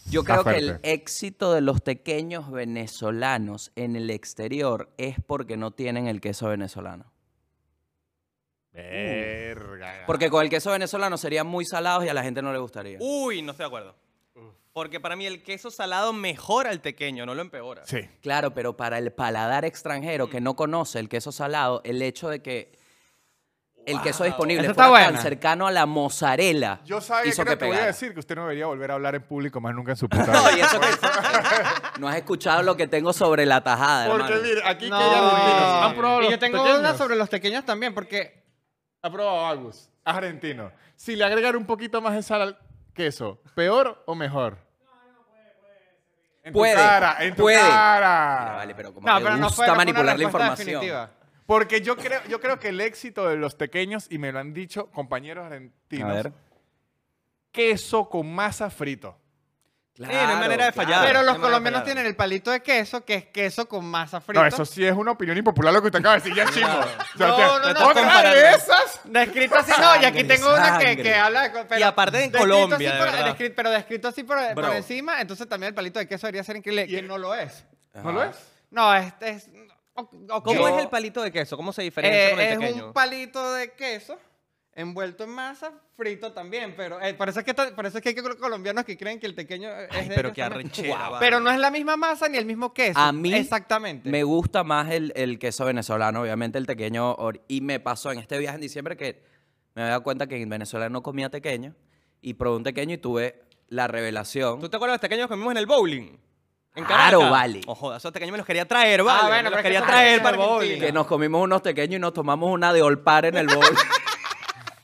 Speaker 2: Yo
Speaker 1: Está
Speaker 2: creo que el
Speaker 1: fuerte.
Speaker 2: éxito de los pequeños venezolanos en el exterior es porque no tienen el queso venezolano.
Speaker 1: Verga.
Speaker 2: Porque con el queso venezolano serían muy salados y a la gente no le gustaría.
Speaker 3: Uh.
Speaker 4: Uy, no estoy de acuerdo. Porque para mí el queso salado mejora al tequeño, no lo empeora.
Speaker 1: Sí.
Speaker 2: Claro, pero para el paladar extranjero
Speaker 3: Mm.
Speaker 2: que no conoce el queso salado, el hecho de que el queso disponible
Speaker 3: Esa
Speaker 2: fuera
Speaker 3: está
Speaker 2: tan
Speaker 3: buena.
Speaker 2: cercano a la mozzarella
Speaker 1: Yo sabía que
Speaker 2: hizo
Speaker 1: era
Speaker 2: que
Speaker 1: lo que voy a
Speaker 2: pegara.
Speaker 1: decir que usted no debería volver a hablar en público más nunca en su puta
Speaker 2: No,
Speaker 1: vida.
Speaker 2: y eso que- no has escuchado lo que tengo sobre la tajada,
Speaker 1: Porque
Speaker 2: hermano.
Speaker 1: mira, aquí
Speaker 3: No.
Speaker 1: que hay argentinos. ¿Han probado
Speaker 3: Y
Speaker 1: los
Speaker 3: yo tengo
Speaker 1: pequeños?
Speaker 3: una sobre los pequeños también, porque...
Speaker 1: ¿Han probado Agus? Argentino. Si le agregan un poquito más de sal al queso, ¿peor o mejor? En
Speaker 2: Puede,
Speaker 1: tu cara, en tu
Speaker 2: puede.
Speaker 1: cara.
Speaker 2: Mira, ah, vale, pero como
Speaker 3: No,
Speaker 2: te
Speaker 3: pero no fue
Speaker 2: gusta
Speaker 3: no fue una
Speaker 2: manipular la
Speaker 3: respuesta
Speaker 2: información.
Speaker 3: definitiva.
Speaker 1: Porque yo creo, yo creo que el éxito de los pequeños, y me lo han dicho compañeros argentinos,
Speaker 2: A ver.
Speaker 1: queso con masa frito.
Speaker 4: no hay manera de fallar.
Speaker 3: Pero
Speaker 4: Claro,
Speaker 3: los
Speaker 4: no me lo
Speaker 3: colombianos
Speaker 4: pelaron.
Speaker 3: tienen el palito de queso, que es queso con masa frita.
Speaker 1: No, eso sí es una opinión impopular lo que usted acaba de decir, ya chimo. O sea,
Speaker 3: No,
Speaker 1: te-
Speaker 3: no, no,
Speaker 1: te-
Speaker 3: no,
Speaker 1: ¿otra
Speaker 4: comparando.
Speaker 1: de esas?
Speaker 3: Descrito así, no, y aquí
Speaker 2: Sangre,
Speaker 3: tengo una que,
Speaker 2: sangre.
Speaker 3: que habla... de co- Pero,
Speaker 4: Y aparte en
Speaker 3: descrito así
Speaker 4: Colombia, de
Speaker 3: por-
Speaker 4: verdad.
Speaker 3: descri- pero descrito así por, por
Speaker 4: Bro.
Speaker 3: encima, entonces también el palito de queso debería ser increíble, que no lo es.
Speaker 1: ¿No lo es?
Speaker 3: No, este es... o- ok.
Speaker 4: ¿Cómo
Speaker 2: Yo-
Speaker 4: es el palito de queso? ¿Cómo se diferencia
Speaker 3: Eh,
Speaker 4: con el
Speaker 3: es
Speaker 4: tequeño?
Speaker 3: un palito de queso envuelto en masa, frito también, pero eh, por, eso es que ta- por eso es que hay que- colombianos que creen que el tequeño es
Speaker 4: Ay,
Speaker 3: de
Speaker 4: pero
Speaker 3: ellos
Speaker 4: qué
Speaker 3: también.
Speaker 4: arrechera. vale.
Speaker 3: Pero no es la misma masa ni el mismo queso.
Speaker 2: A mí
Speaker 3: Exactamente.
Speaker 2: Me gusta más el, el queso venezolano, obviamente el tequeño. or- Y me pasó en este viaje en diciembre que me había dado cuenta que en Venezuela no comía tequeño. Y probé un tequeño y tuve la revelación.
Speaker 4: ¿Tú te acuerdas de los tequeños que comimos en el bowling? En
Speaker 2: Claro,
Speaker 4: Caracas.
Speaker 2: vale.
Speaker 4: Ojo, esos tequeños me los quería traer, vale.
Speaker 3: Ah, bueno, pero
Speaker 4: me los
Speaker 3: es que
Speaker 4: quería
Speaker 3: eso
Speaker 4: traer
Speaker 3: también
Speaker 4: para el
Speaker 3: es
Speaker 4: bowling.
Speaker 3: Argentina.
Speaker 2: Que nos comimos unos tequeños y nos tomamos una de olpar en el bol.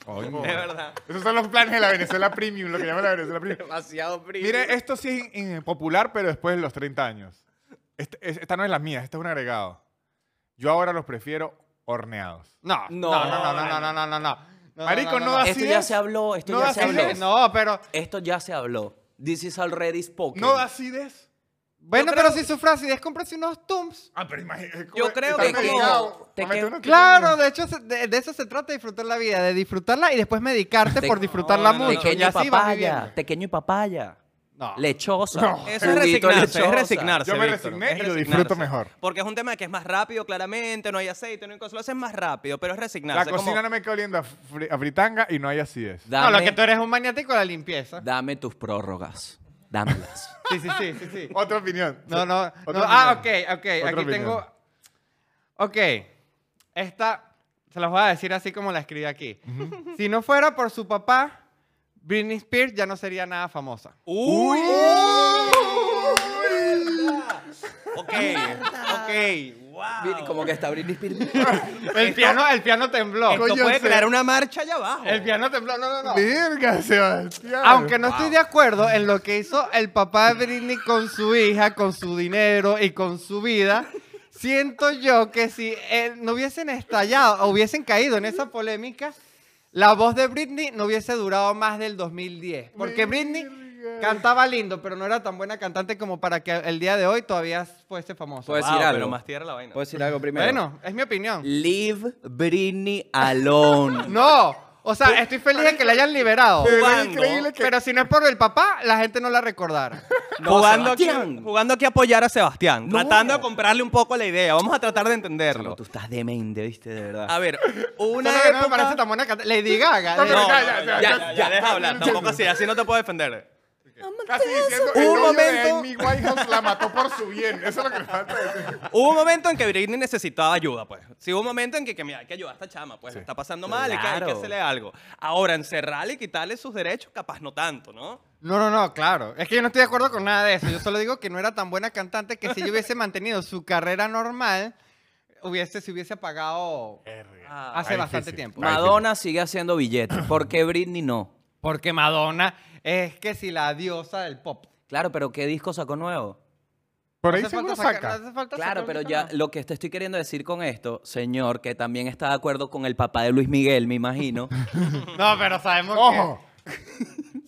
Speaker 1: De
Speaker 4: verdad.
Speaker 1: Esos son los planes de la Venezuela Premium, lo que llaman la Venezuela Premium.
Speaker 2: Demasiado frío.
Speaker 1: Mire, esto sí es in- popular, pero después de los 30 años. Este- es- esta no es la mía, este es un agregado. Yo ahora los prefiero horneados.
Speaker 3: No, no,
Speaker 2: No.
Speaker 3: no, no, no, no, no, no, no. no.
Speaker 1: Marico, no das-
Speaker 2: esto
Speaker 1: así
Speaker 2: ya
Speaker 1: es.
Speaker 2: se habló, esto
Speaker 1: No
Speaker 2: ya
Speaker 1: das
Speaker 2: se
Speaker 1: así
Speaker 2: habló.
Speaker 1: es.
Speaker 3: No, pero.
Speaker 2: Esto ya se habló. This is already spoken.
Speaker 1: ¿No acides?
Speaker 3: Bueno,
Speaker 4: Yo creo-
Speaker 3: pero si su frase es comprarse unos Tums.
Speaker 1: Ah, pero imagínate.
Speaker 4: Yo creo
Speaker 1: estás
Speaker 2: que-
Speaker 1: medicado,
Speaker 2: te
Speaker 1: pa' meter
Speaker 2: que-
Speaker 1: unos
Speaker 3: Claro,
Speaker 1: pequeños.
Speaker 3: de hecho, se- de, de eso se trata, disfrutar la vida, de disfrutarla y después medicarte
Speaker 2: Te-
Speaker 3: por disfrutarla
Speaker 4: no, no, no.
Speaker 3: mucho.
Speaker 2: Tequeño
Speaker 3: y
Speaker 2: y
Speaker 3: así vas
Speaker 2: papaya.
Speaker 3: viviendo.
Speaker 2: Tequeño y papaya.
Speaker 3: No.
Speaker 2: Lechosa.
Speaker 1: No.
Speaker 4: Eso es
Speaker 2: Juguito de
Speaker 4: resignarse, es
Speaker 2: lechosa.
Speaker 4: resignarse.
Speaker 1: Yo me
Speaker 4: Víctor,
Speaker 1: resigné
Speaker 4: es
Speaker 1: y lo
Speaker 4: resignarse.
Speaker 1: disfruto mejor.
Speaker 4: Porque es un tema de que es más rápido, claramente, no hay aceite, no hay cosa, lo haces más rápido, pero es resignarse.
Speaker 1: La
Speaker 4: es como-
Speaker 1: cocina no me queda oliendo a, fri- a fritanga y no hay acidez.
Speaker 3: No,
Speaker 2: Dame,
Speaker 3: lo que tú eres es un maniático de la limpieza.
Speaker 2: dame tus prórrogas. Dámelas.
Speaker 3: Sí, sí, sí, sí, sí.
Speaker 1: Otra opinión.
Speaker 3: No, no.
Speaker 1: Otra
Speaker 3: no. Ah, ok,
Speaker 1: opinión.
Speaker 3: ok. Aquí
Speaker 1: opinión.
Speaker 3: tengo. Ok, esta se las voy a decir así como la escribí aquí. Si no fuera por su papá, Britney Spears ya no sería nada famosa.
Speaker 4: ¡Uy! Ok, ok.
Speaker 2: Vi-
Speaker 4: Wow.
Speaker 2: Como que está Britney Spears.
Speaker 3: El piano, el piano tembló.
Speaker 4: Esto
Speaker 1: Coño,
Speaker 4: puede
Speaker 1: se-
Speaker 4: crear una marcha allá abajo.
Speaker 3: El piano tembló, no, no, no.
Speaker 1: Verga, Sebastián.
Speaker 3: Aunque no estoy de acuerdo en lo que hizo el papá de Britney con su hija, con su dinero y con su vida, siento yo que si eh, no hubiesen estallado o hubiesen caído en esa polémica, la voz de Britney no hubiese durado más del 2010. Porque Britney cantaba lindo, pero no era tan buena cantante como para que el día de hoy todavía fuese famosa.
Speaker 2: Pues-
Speaker 4: Wow,
Speaker 2: decir algo.
Speaker 4: pero más tierra la vaina.
Speaker 1: Pues,
Speaker 2: ¿Puedo decir algo primero?
Speaker 3: bueno, es mi opinión.
Speaker 2: Leave Britney alone.
Speaker 3: No, o sea, esto estoy feliz de que la hayan liberado.
Speaker 1: Pero es
Speaker 4: jugando,
Speaker 1: increíble que
Speaker 3: Pero si no es por el papá, la gente no la recordara.
Speaker 2: No,
Speaker 4: jugando, aquí,
Speaker 2: Sebastián.
Speaker 4: jugando aquí a apoyar a Sebastián.
Speaker 2: No.
Speaker 4: Tratando de comprarle un poco la idea. Vamos a tratar de entenderlo.
Speaker 2: Chamo, tú estás demente, viste, de verdad.
Speaker 4: A ver,
Speaker 3: Una
Speaker 4: una
Speaker 3: no, no me
Speaker 4: época...
Speaker 3: parece tan buena cantante. Lady Gaga.
Speaker 1: No,
Speaker 3: de-
Speaker 1: pero
Speaker 4: No,
Speaker 1: ya,
Speaker 4: ya,
Speaker 1: ya,
Speaker 4: ya,
Speaker 1: ya,
Speaker 4: ya,
Speaker 1: ya,
Speaker 4: deja hablar. Tampoco así, así no te puedo defender.
Speaker 1: casi diciendo el
Speaker 4: Un
Speaker 1: novio de
Speaker 4: momento.
Speaker 1: Amy Winehouse la mató por su bien. Eso es lo que le falta decir.
Speaker 4: Hubo un momento en que Britney necesitaba ayuda, pues. Sí, hubo un momento en que, que mira, hay que ayudar a esta chama, pues.
Speaker 1: Sí.
Speaker 4: Está pasando mal, hay que- hay, que,
Speaker 2: Claro.
Speaker 4: hacerle algo. Ahora, encerrarle y quitarle sus derechos, capaz no tanto, ¿no?
Speaker 3: No, no, no, claro. Es que yo no estoy de acuerdo con nada de eso. Yo solo digo que no era tan buena cantante que si ella hubiese mantenido su carrera normal, hubiese, se hubiese apagado hace
Speaker 1: Está
Speaker 3: bastante
Speaker 1: difícil.
Speaker 3: tiempo.
Speaker 2: Madonna sigue haciendo billetes. ¿Por qué Britney no?
Speaker 3: Porque Madonna es que si la diosa del pop.
Speaker 2: Claro, pero ¿qué disco sacó nuevo?
Speaker 1: Por
Speaker 3: No
Speaker 1: ahí
Speaker 3: hace
Speaker 1: seguro
Speaker 3: falta sacar-
Speaker 1: saca.
Speaker 3: no hace falta
Speaker 2: Claro,
Speaker 3: sacar
Speaker 2: pero
Speaker 3: ahorita
Speaker 2: ya
Speaker 3: nada.
Speaker 2: lo que te estoy queriendo decir con esto, señor, que también está de acuerdo con el papá de Luis Miguel, me imagino.
Speaker 3: No, pero sabemos
Speaker 1: Ojo.
Speaker 3: que...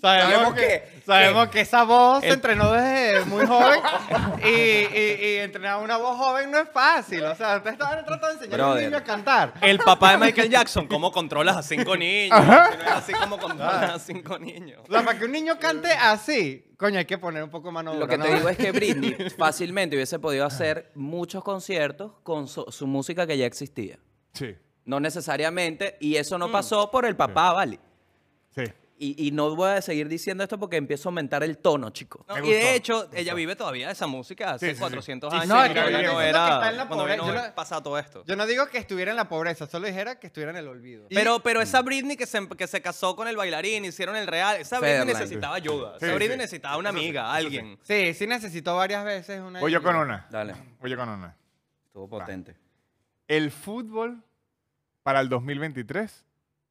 Speaker 3: Sabemos,
Speaker 1: Sabemos
Speaker 3: que,
Speaker 1: que-
Speaker 3: sabemos que esa voz se
Speaker 4: El-
Speaker 3: entrenó desde muy joven y, y, y entrenar una voz joven no es fácil. O sea, ustedes estaban tratando de enseñar a un
Speaker 2: Brother.
Speaker 3: niño a cantar.
Speaker 4: El papá de Michael Jackson, ¿cómo controlas a cinco niños?
Speaker 1: Ah.
Speaker 4: Si no es así como controlas a cinco niños.
Speaker 3: O sea, para que un niño cante así, coño, hay que poner un poco mano
Speaker 2: Lo
Speaker 3: dura,
Speaker 2: que te
Speaker 3: ¿no?
Speaker 2: digo es que Britney fácilmente hubiese podido hacer muchos conciertos con su, su música que ya existía.
Speaker 1: Sí,
Speaker 2: No necesariamente, y eso
Speaker 4: Mm.
Speaker 2: no pasó por el papá, ¿vale?
Speaker 1: sí.
Speaker 2: Y, y no voy a seguir diciendo esto porque empiezo a aumentar el tono, chico.
Speaker 4: No,
Speaker 1: Me
Speaker 4: y de
Speaker 1: gustó,
Speaker 4: hecho, ella vive todavía de esa música hace
Speaker 1: Sí, sí, sí.
Speaker 4: 400
Speaker 1: Y
Speaker 4: años.
Speaker 1: sí,
Speaker 4: cuando
Speaker 1: claro,
Speaker 4: ella
Speaker 1: yo
Speaker 4: no
Speaker 1: siento
Speaker 4: era,
Speaker 3: que está en la
Speaker 4: cuando
Speaker 3: pobre-
Speaker 4: no
Speaker 3: yo
Speaker 4: era-
Speaker 3: no-
Speaker 4: pasaba todo esto.
Speaker 3: Yo no digo que estuviera en la pobreza, solo dijera que estuviera en el olvido.
Speaker 4: Pero, pero esa Britney que se, que se casó con el bailarín, hicieron el real, esa
Speaker 2: Federline.
Speaker 4: Britney necesitaba ayuda.
Speaker 1: Sí,
Speaker 4: esa Britney
Speaker 1: sí.
Speaker 4: necesitaba una amiga, alguien.
Speaker 3: Sí, sí necesitó varias veces una...
Speaker 1: Voy yo con una.
Speaker 2: Dale,
Speaker 1: Voy yo con una.
Speaker 2: estuvo potente.
Speaker 1: El fútbol para el 2023 es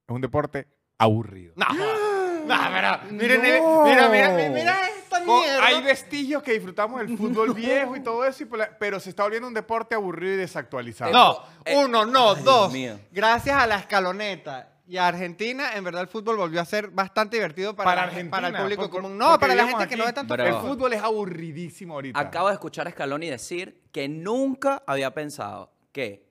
Speaker 1: un deporte aburrido.
Speaker 3: No, joder. no, pero... Mira,
Speaker 1: No.
Speaker 3: mira, mira, mira, mira esta
Speaker 1: Co-
Speaker 3: mierda.
Speaker 1: Hay vestigios que disfrutamos del fútbol viejo y todo eso, y por la- pero se está volviendo un deporte aburrido y desactualizado.
Speaker 3: No,
Speaker 2: Eh,
Speaker 3: uno, no,
Speaker 2: ay, Dios
Speaker 3: dos.
Speaker 2: mío.
Speaker 3: Gracias a la escaloneta y a Argentina, en verdad el fútbol volvió a ser bastante divertido para,
Speaker 1: para
Speaker 3: la-
Speaker 1: Argentina.
Speaker 3: para el público
Speaker 1: porque-
Speaker 3: común. No,
Speaker 1: porque
Speaker 3: para la
Speaker 1: digamos
Speaker 3: gente que
Speaker 1: aquí,
Speaker 3: no ve tanto
Speaker 1: El
Speaker 2: Bravo.
Speaker 3: fútbol.
Speaker 1: fútbol es aburridísimo ahorita.
Speaker 2: Acabo de escuchar a Scaloni decir que nunca había pensado que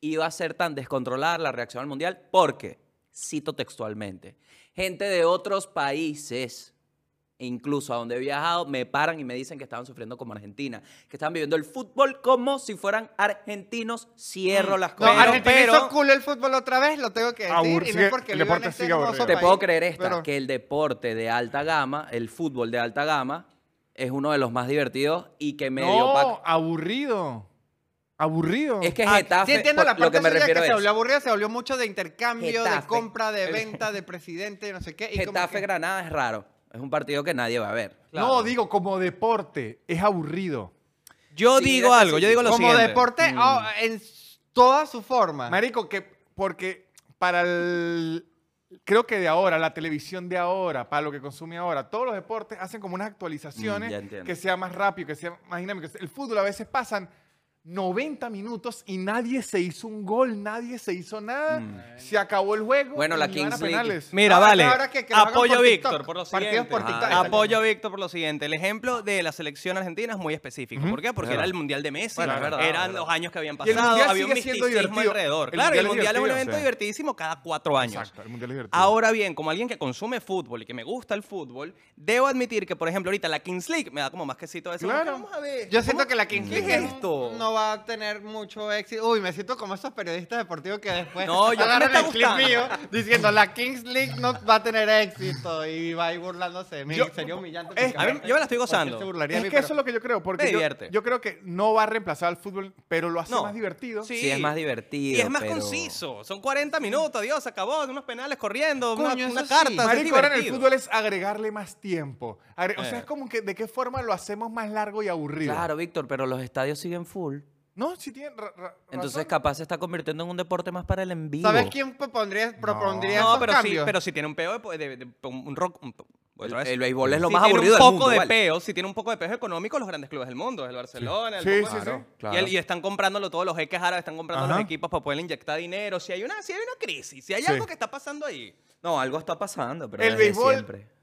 Speaker 2: iba a ser tan descontrolada la reacción al Mundial porque, cito textualmente, gente de otros países, incluso a donde he viajado, me paran y me dicen que estaban sufriendo como Argentina, que estaban viviendo el fútbol como si fueran argentinos, cierro las
Speaker 3: Mm. No,
Speaker 2: cosas.
Speaker 3: Argentina
Speaker 4: pero-
Speaker 3: hizo cool el fútbol otra vez, lo tengo que decir. y no
Speaker 1: Aburrido,
Speaker 3: es porque
Speaker 1: el
Speaker 3: vivo en
Speaker 1: deporte
Speaker 3: este
Speaker 1: sigue
Speaker 3: hermoso
Speaker 1: aburrido.
Speaker 2: Te
Speaker 3: país,
Speaker 2: puedo creer esta,
Speaker 3: pero-
Speaker 2: que el deporte de alta gama, el fútbol de alta gama, es uno de los más divertidos y que me dio
Speaker 1: No,
Speaker 2: pa-
Speaker 1: aburrido. Aburrido.
Speaker 2: Es que
Speaker 4: Ah,
Speaker 2: Getafe,
Speaker 3: Sí entiendo la
Speaker 2: por- lo
Speaker 3: parte
Speaker 2: que me
Speaker 3: suya
Speaker 2: refiero
Speaker 3: que
Speaker 2: es...
Speaker 3: se volvió aburrida, se volvió mucho de intercambio, de
Speaker 2: Getafe.
Speaker 3: compra, de venta, de presidente, no sé qué. y como
Speaker 2: Getafe
Speaker 3: que-
Speaker 2: Granada es raro. Es un partido que nadie va a ver.
Speaker 1: No, digo, como deporte, es aburrido.
Speaker 4: Yo
Speaker 2: Sí,
Speaker 4: digo
Speaker 2: es
Speaker 4: algo, yo digo lo
Speaker 3: como
Speaker 4: siguiente.
Speaker 3: deporte ah, en s- toda su
Speaker 2: Ah.
Speaker 3: forma.
Speaker 1: Marico, que porque para el... Creo que de ahora, la televisión de ahora, para lo que consume ahora, todos los deportes hacen como unas
Speaker 2: Mm, ya
Speaker 1: actualizaciones
Speaker 2: entiendo.
Speaker 1: que sea más rápido, que sea más dinámico. El fútbol a veces pasan 90 minutos y nadie se hizo un gol, nadie se hizo nada, se acabó el juego.
Speaker 2: Mm. Bueno,
Speaker 1: y
Speaker 2: la
Speaker 1: van
Speaker 2: Kings
Speaker 1: a
Speaker 2: League.
Speaker 1: penales.
Speaker 4: Mira,
Speaker 3: Ahora-
Speaker 4: vale.
Speaker 3: ahora que- que lo hagan
Speaker 4: apoyo
Speaker 3: por
Speaker 4: a
Speaker 3: TikTok,
Speaker 4: Víctor por lo
Speaker 3: partidos
Speaker 4: siguiente.
Speaker 3: por TikTok,
Speaker 4: Ah,
Speaker 3: exacto.
Speaker 4: apoyo a Víctor por lo siguiente. El ejemplo de la selección argentina es muy específico. ¿Por qué? Porque
Speaker 2: Claro.
Speaker 4: era el mundial de Messi.
Speaker 2: Bueno, es verdad,
Speaker 4: eran
Speaker 2: es verdad.
Speaker 4: los años que habían
Speaker 1: Y el
Speaker 4: pasado.
Speaker 1: mundial
Speaker 4: Había un
Speaker 1: sigue siendo
Speaker 4: misticismo
Speaker 1: divertido.
Speaker 4: alrededor.
Speaker 1: El
Speaker 4: claro, y
Speaker 1: mundial
Speaker 4: el
Speaker 1: es
Speaker 4: mundial es un
Speaker 1: divertido,
Speaker 4: evento
Speaker 1: sí.
Speaker 4: divertidísimo cada cuatro años.
Speaker 1: Exacto, el mundial es divertido.
Speaker 4: Ahora bien, como alguien que consume fútbol y que me gusta el fútbol, debo admitir que, por ejemplo, ahorita la Kings League me da como más quesito de eso.
Speaker 1: Claro.
Speaker 4: Vamos a ver.
Speaker 3: Yo siento que la Kings
Speaker 4: ¿Qué
Speaker 3: League
Speaker 4: es esto?
Speaker 3: No, no va a tener mucho éxito. Uy, me siento como esos periodistas deportivos que después
Speaker 4: No, yo- me
Speaker 3: agarran
Speaker 4: está
Speaker 3: el clip
Speaker 4: gustando.
Speaker 3: mío diciendo la Kings League no va a tener éxito y va a ir burlándose de mí.
Speaker 1: Yo-
Speaker 3: Sería humillante.
Speaker 1: es-
Speaker 3: porque
Speaker 4: a mí- yo me la estoy
Speaker 3: cualquiera
Speaker 4: gozando.
Speaker 3: Se burlaría
Speaker 1: Es
Speaker 3: de mí,
Speaker 1: que eso es
Speaker 3: pero-
Speaker 1: lo que yo creo, porque
Speaker 4: Me
Speaker 1: yo,
Speaker 4: divierte.
Speaker 1: yo creo que no va a reemplazar al fútbol, pero lo hace
Speaker 4: No.
Speaker 1: más divertido.
Speaker 4: Sí.
Speaker 2: Sí, es más divertido.
Speaker 4: Y es más
Speaker 2: pero-
Speaker 4: conciso. Son 40 minutos, Dios, se acabó. Unos penales corriendo,
Speaker 3: Coño,
Speaker 4: una,
Speaker 3: eso
Speaker 4: una
Speaker 3: sí.
Speaker 4: carta. es
Speaker 1: Marico, ahora en el
Speaker 4: divertido.
Speaker 1: fútbol es agregarle más tiempo. Agre- O sea,
Speaker 4: Eh.
Speaker 1: es como que de qué forma lo hacemos más largo y aburrido.
Speaker 2: Claro, Víctor, pero los estadios siguen full.
Speaker 1: No, sí tiene ra- ra-
Speaker 2: Entonces,
Speaker 1: razón.
Speaker 2: capaz se está convirtiendo en un deporte más para el en vivo.
Speaker 3: ¿Sabes quién propondría, propondría
Speaker 4: No,
Speaker 3: esos
Speaker 4: pero sí,
Speaker 3: cambios?
Speaker 4: pero si tiene un peo de, de- de- un rock. un-
Speaker 2: El,
Speaker 4: otra vez.
Speaker 2: el béisbol es lo
Speaker 4: Si
Speaker 2: más
Speaker 4: tiene
Speaker 2: aburrido
Speaker 4: un
Speaker 2: del
Speaker 4: poco
Speaker 2: mundo.
Speaker 4: de
Speaker 2: vale.
Speaker 4: peo, si tiene un poco de peo económico, los grandes clubes del mundo, el Barcelona, el
Speaker 1: Sí,
Speaker 4: poco-
Speaker 1: sí, sí.
Speaker 2: Claro,
Speaker 4: Y, el-
Speaker 2: claro.
Speaker 4: y están comprándolo todos los jeques árabes, están comprando
Speaker 1: Ajá.
Speaker 4: los equipos para poder inyectar dinero. Si hay una, si hay una crisis, si hay
Speaker 1: Sí.
Speaker 4: algo que está pasando ahí.
Speaker 2: No, algo está pasando, pero
Speaker 1: El
Speaker 2: desde
Speaker 1: béisbol-
Speaker 2: siempre.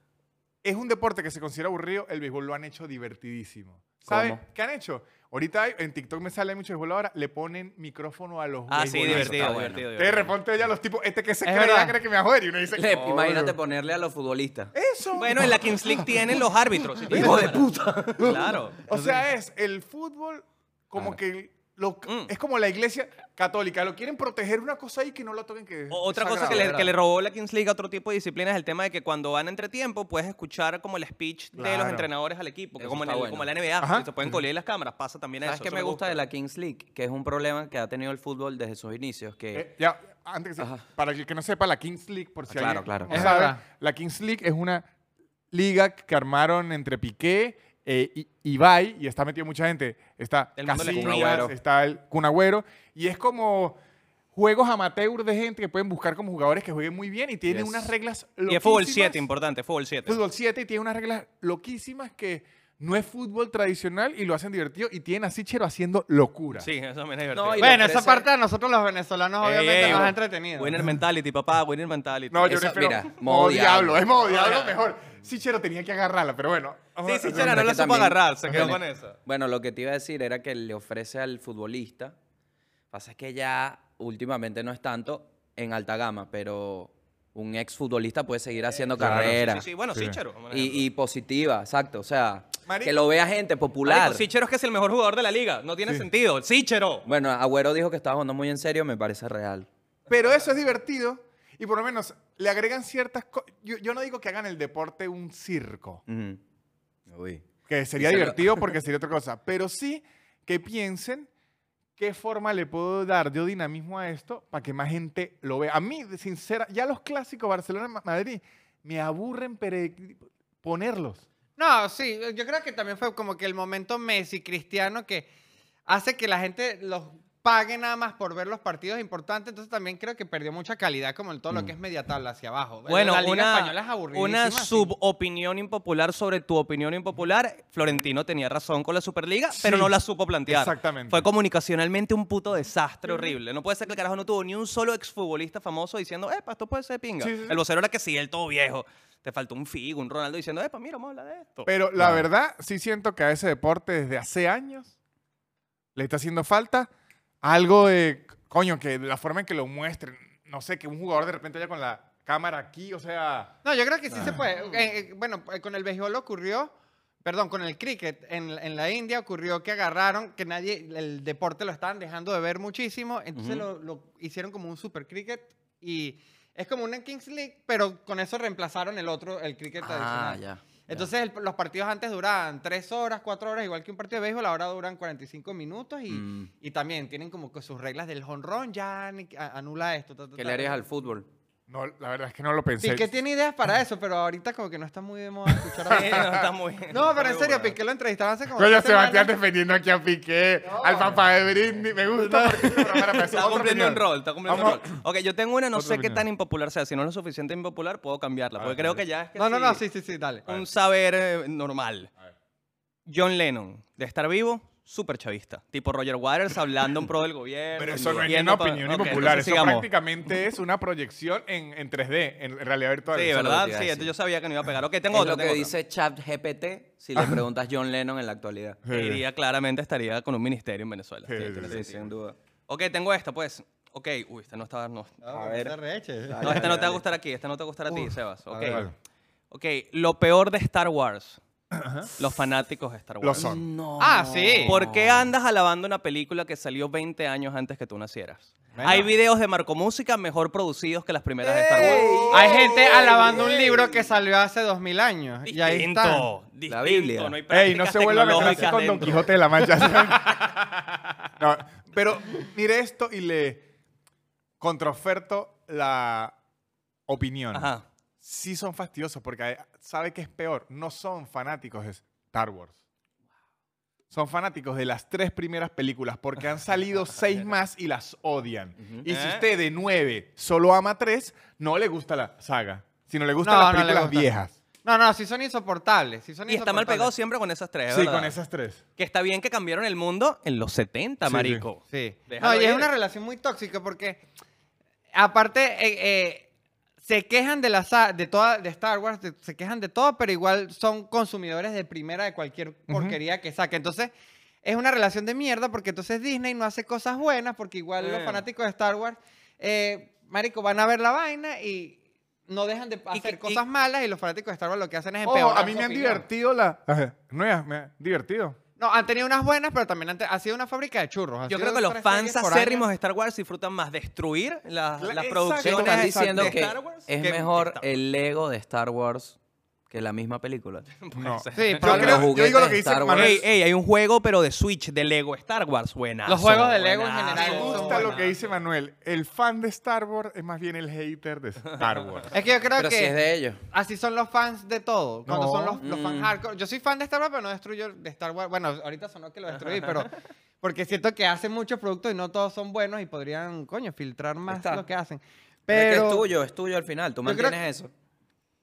Speaker 1: Es un deporte que se considera aburrido, el béisbol lo han hecho divertidísimo. ¿Sabes
Speaker 2: ¿Cómo?
Speaker 1: qué han hecho? Ahorita hay- en TikTok me sale mucho béisbol ahora, le ponen micrófono a los
Speaker 4: Ah, sí,
Speaker 1: beisbolistas.
Speaker 4: divertido,
Speaker 2: bueno.
Speaker 4: divertido,
Speaker 1: De
Speaker 4: divertido.
Speaker 1: repente ya los tipos, este que se
Speaker 3: Es
Speaker 1: cree, ya
Speaker 3: verdad.
Speaker 1: cree que me va a joder. Y uno dice,
Speaker 2: Le-
Speaker 1: "Coño".
Speaker 2: Eh, imagínate ponerle a los futbolistas.
Speaker 1: Eso.
Speaker 4: Bueno, en la Kings League tienen los árbitros. si tienen
Speaker 2: ¡Hijo de
Speaker 4: cámara.
Speaker 2: puta!
Speaker 4: Claro.
Speaker 1: O sea, es el fútbol como que lo-
Speaker 4: Mm.
Speaker 1: es como la iglesia católica, lo quieren proteger una cosa ahí que no lo toquen que es
Speaker 4: O- Otra cosa
Speaker 1: sagrado.
Speaker 4: que le,
Speaker 2: ¿verdad?
Speaker 4: que le robó la Kings League a otro tipo de disciplina es el tema de que cuando van a entretiempo puedes escuchar como el speech de los
Speaker 1: Claro.
Speaker 4: entrenadores al equipo, que
Speaker 2: Eso
Speaker 4: como en,
Speaker 2: está
Speaker 4: el-
Speaker 2: bueno.
Speaker 4: como en la NBA,
Speaker 1: Ajá.
Speaker 4: que se pueden colear las cámaras, pasa también
Speaker 2: ¿Sabes
Speaker 4: eso.
Speaker 2: qué
Speaker 4: eso
Speaker 2: me gusta de la Kings League? Que es un problema que ha tenido el fútbol desde sus inicios. Que
Speaker 1: Eh, ya, antes que se-
Speaker 2: Ajá.
Speaker 1: para el que no sepa, la Kings League, por si
Speaker 2: Ah, claro,
Speaker 1: alguien
Speaker 2: claro,
Speaker 1: no
Speaker 2: claro.
Speaker 3: Es
Speaker 1: sabe,
Speaker 3: verdad.
Speaker 1: la Kings League es una liga que armaron entre Piqué eh, y Ibai, y está metido mucha gente. Está
Speaker 4: El mundo del Kun
Speaker 1: Casillas,
Speaker 4: Agüero.
Speaker 1: está el Kun Agüero, y es como juegos amateur de gente que pueden buscar como jugadores que jueguen muy bien y tienen
Speaker 2: Yes.
Speaker 1: unas reglas
Speaker 4: Y es fútbol 7,
Speaker 1: loquísimas.
Speaker 4: importante, fútbol 7.
Speaker 1: Fútbol 7 y tiene unas reglas loquísimas que no es fútbol tradicional y lo hacen divertido y tienen a Sichero haciendo locura.
Speaker 4: Sí, eso también es divertido.
Speaker 2: No, y le
Speaker 3: Bueno, esa
Speaker 2: ofrece-
Speaker 3: parte a nosotros los venezolanos
Speaker 4: Ey,
Speaker 3: obviamente
Speaker 4: ey,
Speaker 3: nos ha
Speaker 4: bu-
Speaker 3: entretenido.
Speaker 4: Winner mentality, papá, winner mentality.
Speaker 1: No, yo
Speaker 2: Eso,
Speaker 1: prefiero
Speaker 2: mira,
Speaker 1: modo,
Speaker 2: modo
Speaker 1: diablo,
Speaker 2: diablo.
Speaker 1: es modo diablo
Speaker 4: diablo.
Speaker 1: mejor. Sichero tenía que agarrarla, pero bueno. vamos
Speaker 4: Sí,
Speaker 1: a-
Speaker 4: sí, Chera, no
Speaker 2: es
Speaker 4: la
Speaker 2: que
Speaker 4: supo
Speaker 2: también-
Speaker 4: agarrar, se quedó
Speaker 2: Bueno,
Speaker 4: con eso.
Speaker 2: Bueno, lo que te iba a decir era que le ofrece al futbolista. Pasa es que ya últimamente no es tanto en alta gama, pero un ex futbolista puede seguir haciendo
Speaker 1: claro,
Speaker 2: carrera.
Speaker 4: Sí, sí, bueno,
Speaker 1: Sí.
Speaker 4: Sichero. como un ejemplo.
Speaker 2: Y, y positiva, exacto. O sea,
Speaker 1: Marico.
Speaker 2: que lo vea gente popular.
Speaker 4: Marico, Sichero es que es el mejor jugador de la liga, no tiene sentido. Sichero.
Speaker 2: Bueno, Agüero dijo que estaba jugando muy en serio, me parece real.
Speaker 1: Pero eso es divertido y por lo menos le agregan ciertas cosas. Yo, yo no digo que hagan el deporte un circo,
Speaker 2: Ujú. Uy.
Speaker 1: que sería
Speaker 2: Y se lo-
Speaker 1: divertido porque sería otra cosa, pero sí que piensen qué forma le puedo dar yo dinamismo a esto para que más gente lo vea. A mí, de sincera, ya los clásicos Barcelona-Madrid me aburren pere- ponerlos.
Speaker 3: No, sí, yo creo que también fue como que el momento Messi Cristiano que hace que la gente los pague nada más por ver los partidos importantes, entonces también creo que perdió mucha calidad como en todo lo que es media tabla hacia abajo.
Speaker 4: Mm. Bueno,
Speaker 3: la liga española es
Speaker 4: una,
Speaker 3: aburridísima,
Speaker 4: una
Speaker 3: sí.
Speaker 4: subopinión impopular sobre tu opinión impopular. Florentino tenía razón con la Superliga, pero
Speaker 1: Sí,
Speaker 4: no la supo plantear.
Speaker 1: exactamente.
Speaker 4: Fue comunicacionalmente un puto desastre horrible. No puede ser que el carajo no tuvo ni un solo exfutbolista famoso diciendo, epa, esto puede ser pinga.
Speaker 1: Sí, sí, sí.
Speaker 4: El vocero era que sí, él todo viejo. Te faltó un Figo, un Ronaldo diciendo, epa, mira, vamos a hablar de esto.
Speaker 1: Pero la verdad, sí siento que a ese deporte desde hace años le está haciendo falta algo de, coño, que la forma en que lo muestren, no sé, que un jugador de repente haya con la cámara aquí, o sea...
Speaker 3: No, yo creo que sí
Speaker 2: Ah.
Speaker 3: se puede. Eh, eh, bueno, eh, con el béisbol ocurrió, perdón, con el cricket en, en la India ocurrió que agarraron, que nadie, el deporte lo estaban dejando de ver muchísimo, entonces lo, lo hicieron como un super cricket y es como una Kings League, pero con eso reemplazaron el otro, el cricket
Speaker 2: Ah,
Speaker 3: tradicional.
Speaker 2: ya.
Speaker 3: Entonces el- los partidos antes duraban 3 horas, 4 horas, igual que un partido de béisbol, ahora duran 45 minutos y,
Speaker 2: Mm.
Speaker 3: y también tienen como que sus reglas del honrón, ya ni- a- anula esto. ta, ta,
Speaker 2: ¿Qué
Speaker 3: ta,
Speaker 2: le harías
Speaker 3: ta,
Speaker 2: al
Speaker 3: ta.
Speaker 2: fútbol?
Speaker 1: No, la verdad es que no lo pensé.
Speaker 3: Piqué tiene ideas para eso, pero ahorita como que no está muy de moda escuchar
Speaker 4: Sí,
Speaker 3: a
Speaker 4: no, Ah, está muy-
Speaker 3: No,
Speaker 4: está
Speaker 3: pero en
Speaker 4: muy
Speaker 3: serio,
Speaker 4: bueno.
Speaker 3: Piqué lo entrevistaron hace como.
Speaker 1: Coño,
Speaker 3: tres
Speaker 1: Sebastián
Speaker 3: semanas.
Speaker 1: defendiendo aquí a Piqué, al papá de Britney, me gusta. porque este programa me hace
Speaker 4: Está
Speaker 1: otra
Speaker 4: cumpliendo un
Speaker 1: opinión.
Speaker 4: rol, está cumpliendo
Speaker 1: Vamos.
Speaker 4: un rol. Ok, yo tengo una, no
Speaker 1: Otra
Speaker 4: sé
Speaker 1: opinión.
Speaker 4: qué tan impopular sea. Si no es lo suficiente impopular, puedo cambiarla.
Speaker 1: A ver,
Speaker 4: Porque
Speaker 1: a
Speaker 4: creo
Speaker 1: ver.
Speaker 4: que ya es que
Speaker 3: No, no,
Speaker 4: sí.
Speaker 3: no, sí, sí, sí, dale.
Speaker 4: un saber eh, normal. John Lennon, de estar vivo, súper chavista. Tipo Roger Waters hablando en pro del gobierno.
Speaker 1: Pero eso no es ni
Speaker 4: yendo
Speaker 1: una
Speaker 4: pa-
Speaker 1: opinión
Speaker 4: Ok,
Speaker 1: impopular,
Speaker 4: entonces
Speaker 1: eso
Speaker 4: sigamos.
Speaker 1: prácticamente es una proyección en, en 3D, en realidad virtual.
Speaker 4: Sí,
Speaker 2: Eso es lo que
Speaker 4: ¿verdad?
Speaker 2: te iba a
Speaker 4: Sí,
Speaker 2: decir.
Speaker 4: entonces yo sabía que no iba a pegar. Ok, tengo
Speaker 2: Es
Speaker 4: otra,
Speaker 2: lo que
Speaker 4: tengo otra.
Speaker 2: dice ChatGPT si le preguntas John Lennon en la actualidad.
Speaker 1: Sí.
Speaker 4: Diría claramente estaría con un ministerio en Venezuela.
Speaker 1: Sí,
Speaker 4: Sí,
Speaker 1: sí,
Speaker 4: tiene
Speaker 1: sí.
Speaker 4: sentido. Ok, tengo esta, pues. Ok, uy, esta no estaba... No,
Speaker 3: A
Speaker 2: ver.
Speaker 4: No, esta no te va a
Speaker 2: dale.
Speaker 4: gustar aquí, esta no te va a gustar a ti, Sebas. Ok.
Speaker 1: ver.
Speaker 4: Ok, lo peor de Star Wars. Los fanáticos de Star Wars.
Speaker 1: Lo son.
Speaker 2: No.
Speaker 3: Ah, sí.
Speaker 4: ¿Por qué andas alabando una película que salió 20 años antes que tú nacieras? Hay videos de Marco Música mejor producidos que las primeras de Star Wars.
Speaker 3: Hay gente alabando un libro que salió hace dos mil años. Y ahí está.
Speaker 4: Distinto, distinto,
Speaker 2: La Biblia.
Speaker 4: No hay
Speaker 1: Ey, no
Speaker 4: prácticas
Speaker 1: se vuelva a meter así
Speaker 4: tecnológicas
Speaker 1: con Don
Speaker 4: dentro.
Speaker 1: Quijote de la Mancha. No, pero mire esto y le contraoferto la opinión.
Speaker 4: Ajá.
Speaker 1: Sí son fastidiosos porque hay- sabe que es peor. No son fanáticos de Star Wars. Son fanáticos de las tres primeras películas porque han salido seis más y las odian.
Speaker 2: Ujú.
Speaker 1: Y si
Speaker 4: ¿Eh?
Speaker 1: usted de nueve solo ama tres, no le gusta la saga, sino le gustan
Speaker 3: No,
Speaker 1: las
Speaker 3: no le
Speaker 1: películas
Speaker 3: gusta.
Speaker 1: viejas.
Speaker 3: No, no, sí son insoportables. Sí son
Speaker 4: Y está mal
Speaker 3: insoportables.
Speaker 4: pegado siempre con esas tres,
Speaker 1: Sí,
Speaker 4: ¿verdad?
Speaker 1: con esas tres.
Speaker 4: Que está bien que cambiaron el mundo en los 70,
Speaker 1: Sí,
Speaker 4: marico.
Speaker 3: Sí.
Speaker 4: Déjalo
Speaker 3: No, y es
Speaker 4: ir.
Speaker 3: una relación muy tóxica porque, aparte, eh, eh, se quejan de, la, sa- de, toda, de Star Wars, de- se quejan de todo, pero igual son consumidores de primera de cualquier porquería que saque. Entonces, es una relación de mierda porque entonces Disney no hace cosas buenas porque igual los
Speaker 4: Eh.
Speaker 3: fanáticos de Star Wars, eh, marico, van a ver la vaina y no dejan de hacer
Speaker 4: que- y-
Speaker 3: cosas malas y los fanáticos de Star Wars lo que hacen es
Speaker 1: Ojo,
Speaker 3: empeorar
Speaker 1: Oh, a mí
Speaker 3: su
Speaker 1: me han
Speaker 3: opinión.
Speaker 1: divertido la... Ajá, Nuevas, me han divertido.
Speaker 3: No, han tenido unas buenas, pero también han, te- ha sido una fárbrica de churros. Han
Speaker 4: Yo
Speaker 3: sido
Speaker 4: creo que los
Speaker 3: tres
Speaker 4: fans
Speaker 3: series por año.
Speaker 4: acérrimos de Star Wars disfrutan más destruir
Speaker 1: Cla-
Speaker 4: las, las
Speaker 1: exacto.
Speaker 4: producciones
Speaker 2: Están
Speaker 4: de
Speaker 2: diciendo
Speaker 4: Star- de
Speaker 2: que
Speaker 4: Star Wars
Speaker 2: es
Speaker 4: que-
Speaker 2: mejor
Speaker 4: Star-
Speaker 2: el Lego de Star Wars que la misma película.
Speaker 1: No.
Speaker 4: ser.
Speaker 3: Sí,
Speaker 1: Yo
Speaker 3: pero-
Speaker 1: creo- yo digo lo que
Speaker 2: de
Speaker 1: dice
Speaker 2: Star Wars.
Speaker 1: Manuel.
Speaker 4: Ey, ey, hay un juego, pero de Switch, de Lego Star Wars. Buenazo.
Speaker 3: Los juegos de Lego en
Speaker 2: Ah,
Speaker 4: buenazo,
Speaker 3: general
Speaker 1: Me
Speaker 3: son
Speaker 1: gusta lo
Speaker 3: buenas.
Speaker 1: que dice Manuel. El fan de Star Wars es más bien el hater de Star Wars.
Speaker 3: Es que yo creo
Speaker 2: Pero
Speaker 3: que
Speaker 2: si es de ellos.
Speaker 3: así son los fans de todo. Cuando
Speaker 1: No.
Speaker 3: son los, los fans
Speaker 2: Mm.
Speaker 3: hardcore. Yo soy fan de Star Wars, pero no destruyo de Star Wars. Bueno, ahorita sonó que lo destruí, pero. Porque siento que hacen muchos productos y no todos son buenos y podrían, coño, filtrar más
Speaker 2: Está.
Speaker 3: lo que hacen.
Speaker 2: Pero es
Speaker 3: Pero,
Speaker 2: que es tuyo, es tuyo al final. Tú
Speaker 3: Yo creo
Speaker 2: mantienes eso.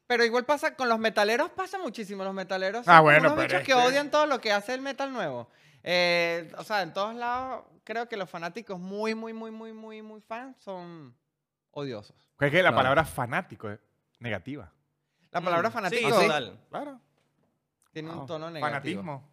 Speaker 3: pero igual pasa con los metaleros, pasa muchísimo. Los metaleros
Speaker 1: Ah, bueno,
Speaker 3: unos
Speaker 1: pero
Speaker 3: bichos
Speaker 1: es
Speaker 3: que
Speaker 1: que-
Speaker 3: odian todo lo que hace el metal nuevo. Eh, o sea, en todos lados, creo que los fanáticos muy, muy, muy, muy, muy, muy fans son odiosos.
Speaker 1: Es que la
Speaker 2: Claro.
Speaker 1: palabra fanático es negativa.
Speaker 3: La palabra
Speaker 4: Mm,
Speaker 3: fanático
Speaker 4: Sí, total.
Speaker 1: Claro.
Speaker 3: tiene un
Speaker 1: Ah,
Speaker 3: tono negativo.
Speaker 1: Fanatismo.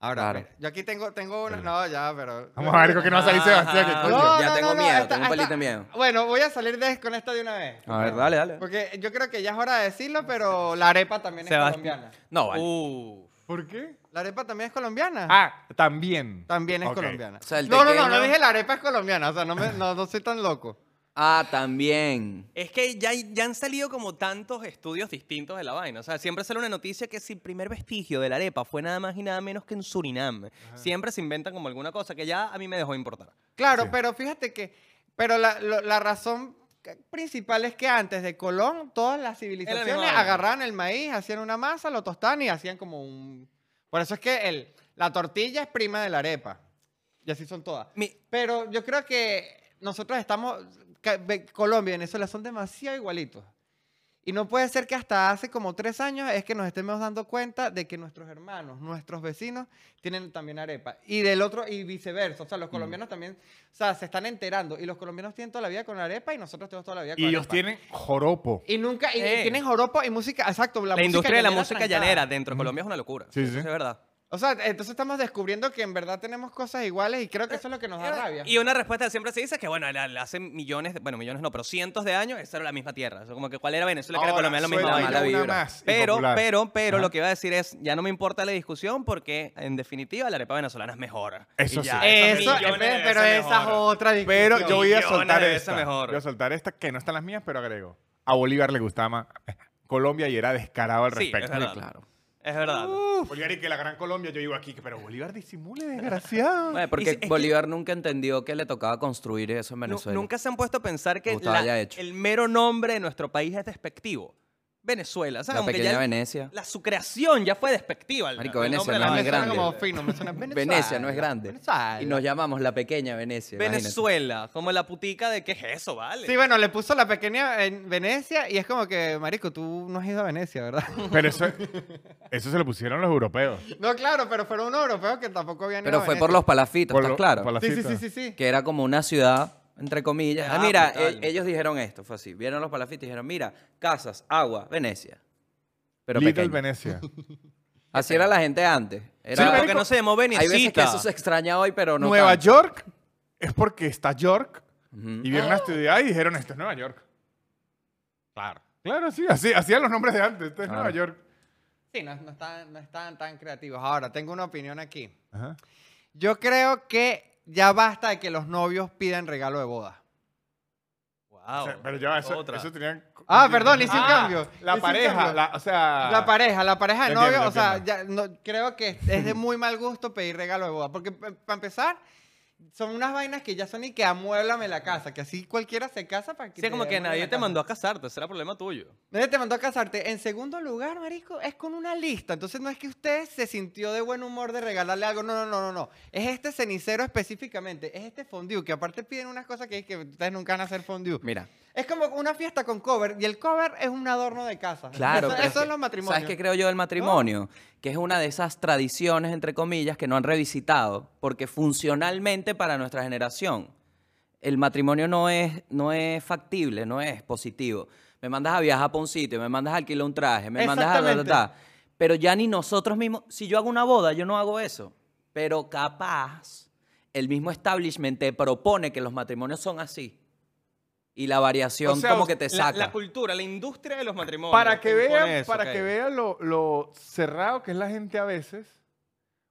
Speaker 3: Ahora,
Speaker 2: Claro.
Speaker 3: mira, yo aquí tengo, tengo una. No, ya, pero.
Speaker 1: Vamos a ver con qué nos va a salir Sebastián. que
Speaker 4: Ajá.
Speaker 1: coño.
Speaker 3: No,
Speaker 2: ya
Speaker 3: no,
Speaker 2: tengo
Speaker 3: no, no,
Speaker 2: miedo,
Speaker 3: esta-
Speaker 2: tengo un pelito
Speaker 3: esta-
Speaker 2: de miedo.
Speaker 3: Bueno, voy a salir de, con esta de una vez.
Speaker 2: A ver, dale, dale.
Speaker 3: Porque yo creo que ya es hora de decirlo, pero la arepa también es
Speaker 4: Sebastián.
Speaker 3: colombiana.
Speaker 2: No, vale.
Speaker 4: Uh,
Speaker 1: ¿Por qué?
Speaker 3: La arepa también es colombiana.
Speaker 1: Ah, también.
Speaker 3: También es
Speaker 1: Ok.
Speaker 3: colombiana.
Speaker 2: O sea, el
Speaker 3: no, no, no,
Speaker 2: tequeño-
Speaker 3: no dije la arepa es colombiana. O sea, no, me- no, no soy tan loco.
Speaker 2: Ah, también.
Speaker 4: es que ya, hay- ya han salido como tantos estudios distintos de la vaina. O sea, siempre sale una noticia que si el primer vestigio de la arepa fue nada más y nada menos que en Surinam. Siempre se inventan como alguna cosa que ya a mí me dejó importar.
Speaker 3: Claro,
Speaker 1: Sí.
Speaker 3: pero fíjate que. Pero la, lo- la razón que- principal es que antes de Colón, todas las civilizaciones
Speaker 4: vaina.
Speaker 3: agarraban el maíz, hacían una masa, lo tostaban y hacían como un. Por eso es que el, la tortilla es prima de la arepa. Y así son todas.
Speaker 4: Mi-
Speaker 3: Pero yo creo que nosotros estamos. ca- ve- Colombia y Venezuela son demasiado igualitos. Y no puede ser que hasta hace como tres años es que nos estemos dando cuenta de que nuestros hermanos, nuestros vecinos, tienen también arepa. Y del otro, y viceversa. O sea, los
Speaker 4: Mm.
Speaker 3: colombianos también, o sea, se están enterando. Y los colombianos tienen toda la vida con arepa y nosotros tenemos toda la vida con
Speaker 1: Y ellos
Speaker 3: arepa.
Speaker 1: tienen joropo.
Speaker 3: Y nunca, y
Speaker 4: Eh.
Speaker 3: tienen joropo y música, exacto. La,
Speaker 4: La,
Speaker 3: música
Speaker 4: industria de la
Speaker 3: llanera
Speaker 4: música
Speaker 3: trancada.
Speaker 4: llanera dentro de Colombia es una locura.
Speaker 1: Sí,
Speaker 4: Eso
Speaker 1: sí.
Speaker 4: Es verdad.
Speaker 3: O sea, entonces estamos descubriendo que en verdad tenemos cosas iguales y creo que eso es lo que nos da rabia.
Speaker 4: Eh, Y una respuesta que siempre se dice que, bueno, la- la hace millones, de- bueno, millones no, pero cientos de años, esa era la misma tierra. O sea, como que cuál era Venezuela, que era
Speaker 1: Ahora,
Speaker 4: Colombia, lo mismo.
Speaker 1: suelta
Speaker 2: mala
Speaker 1: una
Speaker 2: vibra.
Speaker 1: más
Speaker 4: Pero,
Speaker 1: impopular.
Speaker 4: pero, pero,
Speaker 1: Ajá.
Speaker 4: lo que iba a decir es, ya no me importa la discusión porque, en definitiva, la arepa venezolana es mejor.
Speaker 1: Eso
Speaker 4: Y ya,
Speaker 1: sí.
Speaker 4: esas
Speaker 3: Eso,
Speaker 4: millones de
Speaker 3: eh,
Speaker 4: veces
Speaker 3: pero esa es
Speaker 4: mejor.
Speaker 3: otra
Speaker 1: Pero
Speaker 3: discusión.
Speaker 1: yo voy a
Speaker 4: Millones
Speaker 1: soltar
Speaker 4: de veces
Speaker 1: esta.
Speaker 4: mejor.
Speaker 1: Voy a soltar esta, que no están las mías, pero agrego. A Bolívar le gustaba más Colombia y era descarado al
Speaker 4: Sí, es
Speaker 1: respecto.
Speaker 4: verdad.
Speaker 2: Claro.
Speaker 4: Es verdad.
Speaker 1: Bolívar y que la Gran Colombia, yo digo aquí, que, pero Bolívar disimule, desgraciado.
Speaker 2: Bueno,
Speaker 4: Y si- es
Speaker 2: porque
Speaker 4: que-
Speaker 2: Bolívar nunca entendió que le tocaba construir eso en
Speaker 4: Nu-
Speaker 2: Venezuela.
Speaker 4: Nunca se han puesto a pensar que
Speaker 2: Me gustaba
Speaker 4: la-
Speaker 2: ya hecho.
Speaker 4: el mero nombre de nuestro país es despectivo. Venezuela. O sea,
Speaker 2: La
Speaker 4: como que
Speaker 2: pequeña
Speaker 4: ya-
Speaker 2: Venecia.
Speaker 4: La su creación ya fue despectiva. el-
Speaker 2: Marico,
Speaker 4: el
Speaker 2: Venecia
Speaker 4: nombre de la
Speaker 2: no es
Speaker 3: Me
Speaker 4: vaina.
Speaker 3: suena
Speaker 2: grande.
Speaker 3: como fino, me suena
Speaker 2: Venecia no es grande.
Speaker 3: Venezuela.
Speaker 2: Y nos llamamos la pequeña Venecia. imagínate.
Speaker 4: Venezuela, como la putica de qué es eso, ¿vale?
Speaker 3: Sí, bueno, le puso la pequeña en Venecia y es como que, marico, tú no has ido a Venecia, ¿verdad?
Speaker 1: Pero eso, eso se lo pusieron los europeos.
Speaker 3: No, claro, pero fueron unos europeos que tampoco habían ido
Speaker 2: Pero
Speaker 3: a
Speaker 2: fue
Speaker 3: Venecia.
Speaker 2: por los palafitos,
Speaker 1: Por
Speaker 2: ¿estás
Speaker 1: lo-
Speaker 2: claro?
Speaker 1: por la
Speaker 3: Sí, sí,
Speaker 1: cita.
Speaker 3: sí, sí, sí.
Speaker 2: que era como una ciudad, entre comillas. Ah,
Speaker 4: Ah,
Speaker 2: mira,
Speaker 4: brutal,
Speaker 2: e-
Speaker 4: brutal.
Speaker 2: ellos dijeron esto, fue así. Vieron los palafitos y dijeron, mira, casas, agua, Venecia. Pero
Speaker 1: Little
Speaker 2: pequeña.
Speaker 1: Venecia.
Speaker 2: Así era la gente antes. Era
Speaker 4: Era
Speaker 1: Sí,
Speaker 4: porque
Speaker 1: marico,
Speaker 4: no se llamó
Speaker 2: Hay veces que
Speaker 4: Venecita.
Speaker 2: eso se extraña hoy, pero no
Speaker 1: Nueva
Speaker 2: tanto.
Speaker 1: York es porque está York
Speaker 2: Ujú.
Speaker 1: y vieron
Speaker 4: Ah.
Speaker 1: a estudiar y dijeron esto es Nueva York. Claro. Claro, sí, así hacían los nombres de antes, esto es
Speaker 2: Claro.
Speaker 1: Nueva York.
Speaker 3: Sí, no, no están, no están tan creativos. Ahora, tengo una opinión aquí.
Speaker 1: Ajá.
Speaker 3: Yo creo que ya basta de que los novios pidan regalo de boda.
Speaker 1: O
Speaker 4: Wow.
Speaker 1: sea, pero ya, eso,
Speaker 4: Oh, Otra.
Speaker 1: eso tenían.
Speaker 3: Ah, perdón, le hice un
Speaker 1: Ah,
Speaker 3: cambio.
Speaker 1: La
Speaker 3: le hice un
Speaker 1: pareja,
Speaker 3: cambio.
Speaker 1: la, o sea.
Speaker 3: La pareja, la pareja de
Speaker 1: Ya Ah. entiendo,
Speaker 3: novio, o
Speaker 1: ya
Speaker 3: sea, ya, no, creo que es de muy mal gusto pedir regalo de boda. Porque para empezar, son unas vainas que ya son y que amuéblame la casa, que así cualquiera se casa para que.
Speaker 4: Sí, es como que
Speaker 3: amueblen
Speaker 4: nadie
Speaker 3: la
Speaker 4: te
Speaker 3: casa.
Speaker 4: mandó a casarte, será problema tuyo.
Speaker 3: Nadie te mandó a casarte. En segundo lugar, marico, es con una lista. Entonces no es que usted se sintió de buen humor de regalarle algo. No, no, no, no, no. Es este cenicero específicamente. Es este fondue, que aparte piden unas cosas que, que ustedes nunca van a hacer fondue.
Speaker 2: Mira,
Speaker 3: Es como una fiesta con cover y el cover es un adorno de casa.
Speaker 2: claro.
Speaker 3: Eso,
Speaker 2: pero
Speaker 3: eso
Speaker 2: que-
Speaker 3: es los matrimonios.
Speaker 2: ¿Sabes qué creo yo del matrimonio?
Speaker 4: Oh.
Speaker 2: Que es una de esas tradiciones, entre comillas, que no han revisitado, porque funcionalmente para nuestra generación el matrimonio no es, no es factible, no es positivo. Me mandas a viajar para un sitio, me mandas a alquilar un traje, me mandas a... ta, ta, ta. Pero ya ni nosotros mismos, si yo hago una boda, yo no hago eso. Pero capaz el mismo establishment te propone que los matrimonios son así. Y la variación
Speaker 1: O sea,
Speaker 2: como que te
Speaker 4: La,
Speaker 2: saca.
Speaker 4: la cultura, la industria de los matrimonios.
Speaker 1: Para que
Speaker 4: impone
Speaker 1: vean,
Speaker 4: eso,
Speaker 1: para
Speaker 4: ok.
Speaker 1: que vean lo, lo cerrado que es la gente a veces,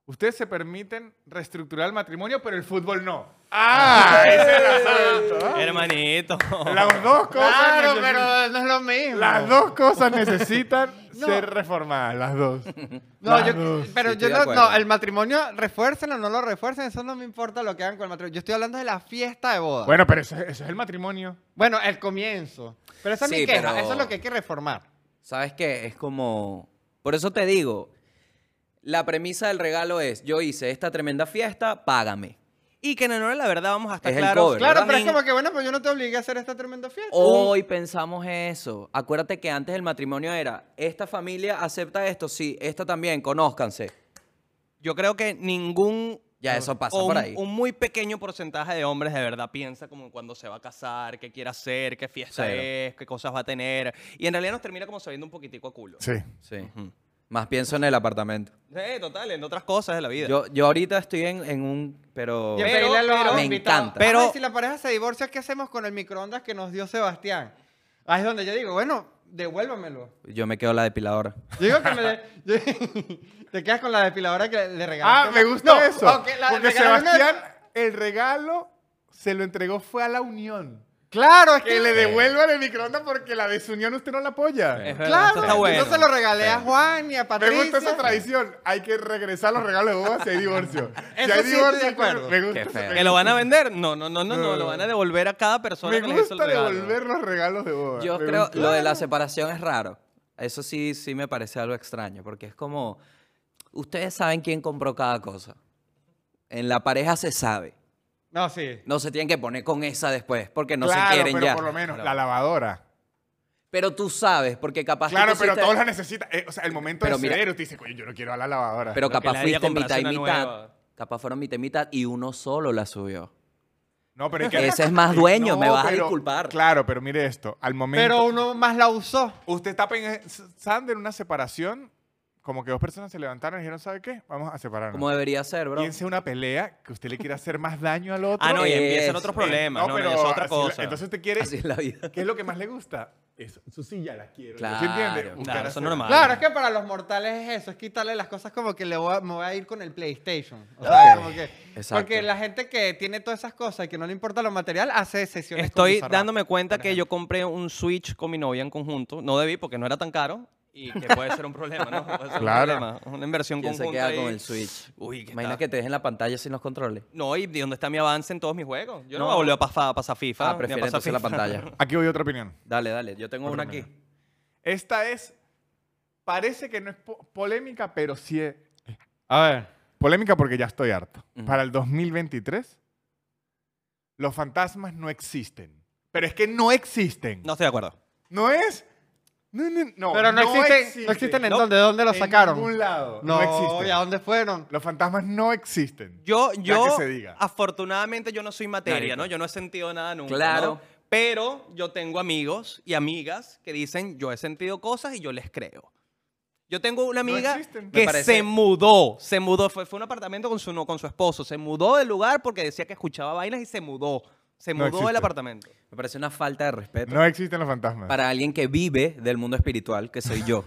Speaker 1: ustedes se permiten reestructurar el matrimonio, pero el fútbol no. ¡Ah! Ese es el asunto. ¿ah?
Speaker 4: Hermanito.
Speaker 1: Las dos cosas.
Speaker 3: Claro,
Speaker 1: necesitan-
Speaker 3: pero no es lo mismo.
Speaker 1: Las dos cosas necesitan
Speaker 3: No.
Speaker 1: ser reformadas, las dos.
Speaker 3: No,
Speaker 1: Las
Speaker 3: yo,
Speaker 1: dos.
Speaker 3: pero
Speaker 2: Sí, estoy
Speaker 3: yo
Speaker 2: de
Speaker 3: no,
Speaker 2: acuerdo.
Speaker 3: no, el matrimonio, refuércenlo o no lo refuercen, eso no me importa lo que hagan con el matrimonio. Yo estoy hablando de la fiesta de boda. Bueno,
Speaker 1: Bueno, pero eso, eso es el matrimonio.
Speaker 3: el comienzo. Pero esa es
Speaker 2: Sí,
Speaker 3: mi queja,
Speaker 2: pero-
Speaker 3: eso es lo que hay que reformar.
Speaker 2: ¿Sabes qué? Es como... Por eso te digo, la premisa del regalo es, yo hice esta tremenda fiesta, págame.
Speaker 4: Y que en honor a la verdad vamos a estar
Speaker 2: Es el
Speaker 4: claros.
Speaker 2: cover,
Speaker 3: Claro,
Speaker 2: ¿verdad?
Speaker 3: pero es
Speaker 2: También-
Speaker 3: como que, bueno, pues yo no te obligué a hacer esta tremenda fiesta.
Speaker 2: Hoy pensamos eso. Acuérdate que antes el matrimonio era, esta familia acepta esto, sí, esta también, conózcanse.
Speaker 4: Yo creo que ningún...
Speaker 2: Ya, eso pasa
Speaker 4: o
Speaker 2: por
Speaker 4: un-
Speaker 2: ahí.
Speaker 4: Un muy pequeño porcentaje de hombres de verdad piensa como en cuándo se va a casar, qué quiere hacer, qué fiesta
Speaker 2: Cero.
Speaker 4: es, qué cosas va a tener. Y en realidad nos termina como sabiendo un poquitico a culo.
Speaker 1: Sí.
Speaker 2: Sí. Más pienso en el apartamento.
Speaker 4: Eh, total, en otras cosas de la vida.
Speaker 2: Yo, yo ahorita estoy en, en un... Pero...
Speaker 3: Y
Speaker 4: Pero-
Speaker 3: pedirle a los
Speaker 4: pero-
Speaker 2: me
Speaker 3: invitados,
Speaker 2: encanta.
Speaker 3: "Ay,
Speaker 4: Pero-
Speaker 3: si la pareja se divorcia, ¿qué hacemos con el microondas que nos dio Sebastián? Ahí es donde yo digo, bueno, devuélvamelo.
Speaker 2: Yo me quedo la depiladora.
Speaker 3: Yo digo que me de- yo- te quedas con la depiladora que le regalaste.
Speaker 1: Ah, me gusta
Speaker 3: No,
Speaker 1: eso.
Speaker 3: aunque la-
Speaker 1: porque
Speaker 3: regalaron una-
Speaker 1: Sebastián, el regalo se lo entregó fue a la unión.
Speaker 3: Claro, es que,
Speaker 1: Que le devuelvan el microondas porque la desunión usted no la apoya.
Speaker 4: Es verdad,
Speaker 3: Claro,
Speaker 4: eso está bueno.
Speaker 3: yo se lo regalé a Juan y a
Speaker 1: Me
Speaker 3: Patricia.
Speaker 1: gusta esa tradición. Hay que regresar los regalos de boda si hay divorcio. Si
Speaker 3: Eso
Speaker 1: hay
Speaker 3: sí estoy de
Speaker 1: divorcio,
Speaker 3: acuerdo.
Speaker 1: Me gusta,
Speaker 2: Qué feo.
Speaker 1: esa-
Speaker 4: ¿Que lo van a vender? No, no, no, no,
Speaker 1: No,
Speaker 4: no,
Speaker 1: no.
Speaker 4: lo van a devolver a cada persona
Speaker 1: me
Speaker 4: que les hizo el
Speaker 1: gusta
Speaker 4: regalo.
Speaker 1: devolver los regalos de boda.
Speaker 2: Yo
Speaker 1: Me
Speaker 2: creo
Speaker 1: gusta.
Speaker 2: lo de la separación es raro. Eso sí, sí me parece algo extraño, porque es como, ustedes saben quién compró cada cosa. En la pareja se sabe.
Speaker 3: No, sí.
Speaker 2: No se tienen que poner con esa después, porque no
Speaker 1: Claro,
Speaker 2: se quieren
Speaker 1: pero
Speaker 2: ya.
Speaker 1: por lo menos
Speaker 2: Claro.
Speaker 1: la lavadora.
Speaker 2: Pero tú sabes, porque capaz tú
Speaker 1: Claro, pero
Speaker 2: pusiste-
Speaker 1: todos la necesitan. Eh, o sea, el momento
Speaker 2: Pero
Speaker 1: de
Speaker 2: mira-
Speaker 1: ceder, usted dice, coño, yo no quiero a la lavadora.
Speaker 2: Pero
Speaker 4: Lo que
Speaker 2: capaz
Speaker 4: la ella
Speaker 2: fuiste mitad
Speaker 4: comprase
Speaker 2: y
Speaker 4: una
Speaker 2: mitad.
Speaker 4: nueva.
Speaker 2: Capaz fueron mitad y mitad y uno solo la subió.
Speaker 1: no, pero es que...
Speaker 2: Ese es más dueño,
Speaker 1: No,
Speaker 2: me vas a
Speaker 1: pero-
Speaker 2: disculpar.
Speaker 1: Claro, pero mire esto. Al momento...
Speaker 3: Pero uno más la usó.
Speaker 1: Usted está pensando en una separación, como que dos personas se levantaron y dijeron, ¿sabe qué? Vamos a separarnos.
Speaker 2: Como debería ser, bro.
Speaker 1: Piense una pelea que usted le quiera hacer más daño al otro.
Speaker 4: Ah, no, y
Speaker 2: Eso.
Speaker 4: empiezan otros problemas. No, no, ya es otra
Speaker 1: así la-
Speaker 4: cosa.
Speaker 1: entonces usted quiere...
Speaker 2: Así es la vida.
Speaker 1: ¿Qué es lo que más le gusta? Eso, su silla la quiero.
Speaker 2: Claro,
Speaker 1: ¿Sí entiende?
Speaker 2: claro,
Speaker 1: Buscar
Speaker 4: eso
Speaker 1: hacer-
Speaker 4: es normal.
Speaker 3: Claro, es que para los mortales es eso, es quitarle las cosas como que le voy a, me voy a ir con el PlayStation. O sea, como que,
Speaker 2: Exacto.
Speaker 3: porque la gente que tiene todas esas cosas y que no le importa lo material hace sesiones. con
Speaker 4: Estoy
Speaker 3: Bizarrap,
Speaker 4: dándome cuenta
Speaker 3: por
Speaker 4: que yo compré un Switch con mi novia en conjunto. No debí porque no era tan caro. Y que puede ser un problema, ¿no? Puede ser un
Speaker 1: Claro.
Speaker 4: problema. Una inversión
Speaker 2: ¿Quién se queda
Speaker 4: conjunta. ahí.
Speaker 2: con el Switch?
Speaker 4: Uy, qué
Speaker 2: Imagina
Speaker 4: tal.
Speaker 2: que te dejen la pantalla sin los controles.
Speaker 4: No, ¿y dónde está mi avance en todos mis juegos? Yo
Speaker 2: No.
Speaker 4: no, voy a volver a pasar, a pasar FIFA.
Speaker 2: Ah,
Speaker 4: ni a
Speaker 2: prefiero
Speaker 4: pasar
Speaker 2: entonces la
Speaker 4: FIFA.
Speaker 2: pantalla.
Speaker 1: Aquí voy a otra opinión.
Speaker 2: Dale, dale. Yo tengo una aquí.
Speaker 1: Esta es... Parece que no es po- polémica, pero sí es...
Speaker 3: A ver.
Speaker 1: Polémica porque ya estoy harto.
Speaker 2: Ujú.
Speaker 1: Para el 2023, los fantasmas no existen. Pero es que no existen.
Speaker 4: No estoy de acuerdo.
Speaker 1: ¿No es? No, no, no.
Speaker 3: Pero no, existen, no existen en dónde, ¿de dónde lo
Speaker 1: En
Speaker 3: sacaron?
Speaker 1: ningún lado. No,
Speaker 3: No,
Speaker 1: existen.
Speaker 3: ¿y a dónde fueron?
Speaker 1: Los fantasmas no existen.
Speaker 4: Yo,
Speaker 1: Ya
Speaker 4: yo,
Speaker 1: que se diga.
Speaker 4: afortunadamente yo no soy materia,
Speaker 2: Marico.
Speaker 4: ¿no? Yo no he sentido nada nunca.
Speaker 2: Claro.
Speaker 4: ¿no? Pero yo tengo amigos y amigas que dicen, yo he sentido cosas y yo les creo. Yo tengo una
Speaker 1: No
Speaker 4: amiga
Speaker 1: existen. Me
Speaker 4: que
Speaker 2: parece-
Speaker 4: se mudó, se mudó, fue, fue a un apartamento con su, no- con su esposo, se mudó del lugar porque decía que escuchaba vainas y se mudó. Se
Speaker 1: No
Speaker 4: mudó del
Speaker 1: existe.
Speaker 4: apartamento.
Speaker 2: Me parece una falta de respeto
Speaker 1: No existen los fantasmas.
Speaker 2: para alguien que vive del mundo espiritual, que soy yo.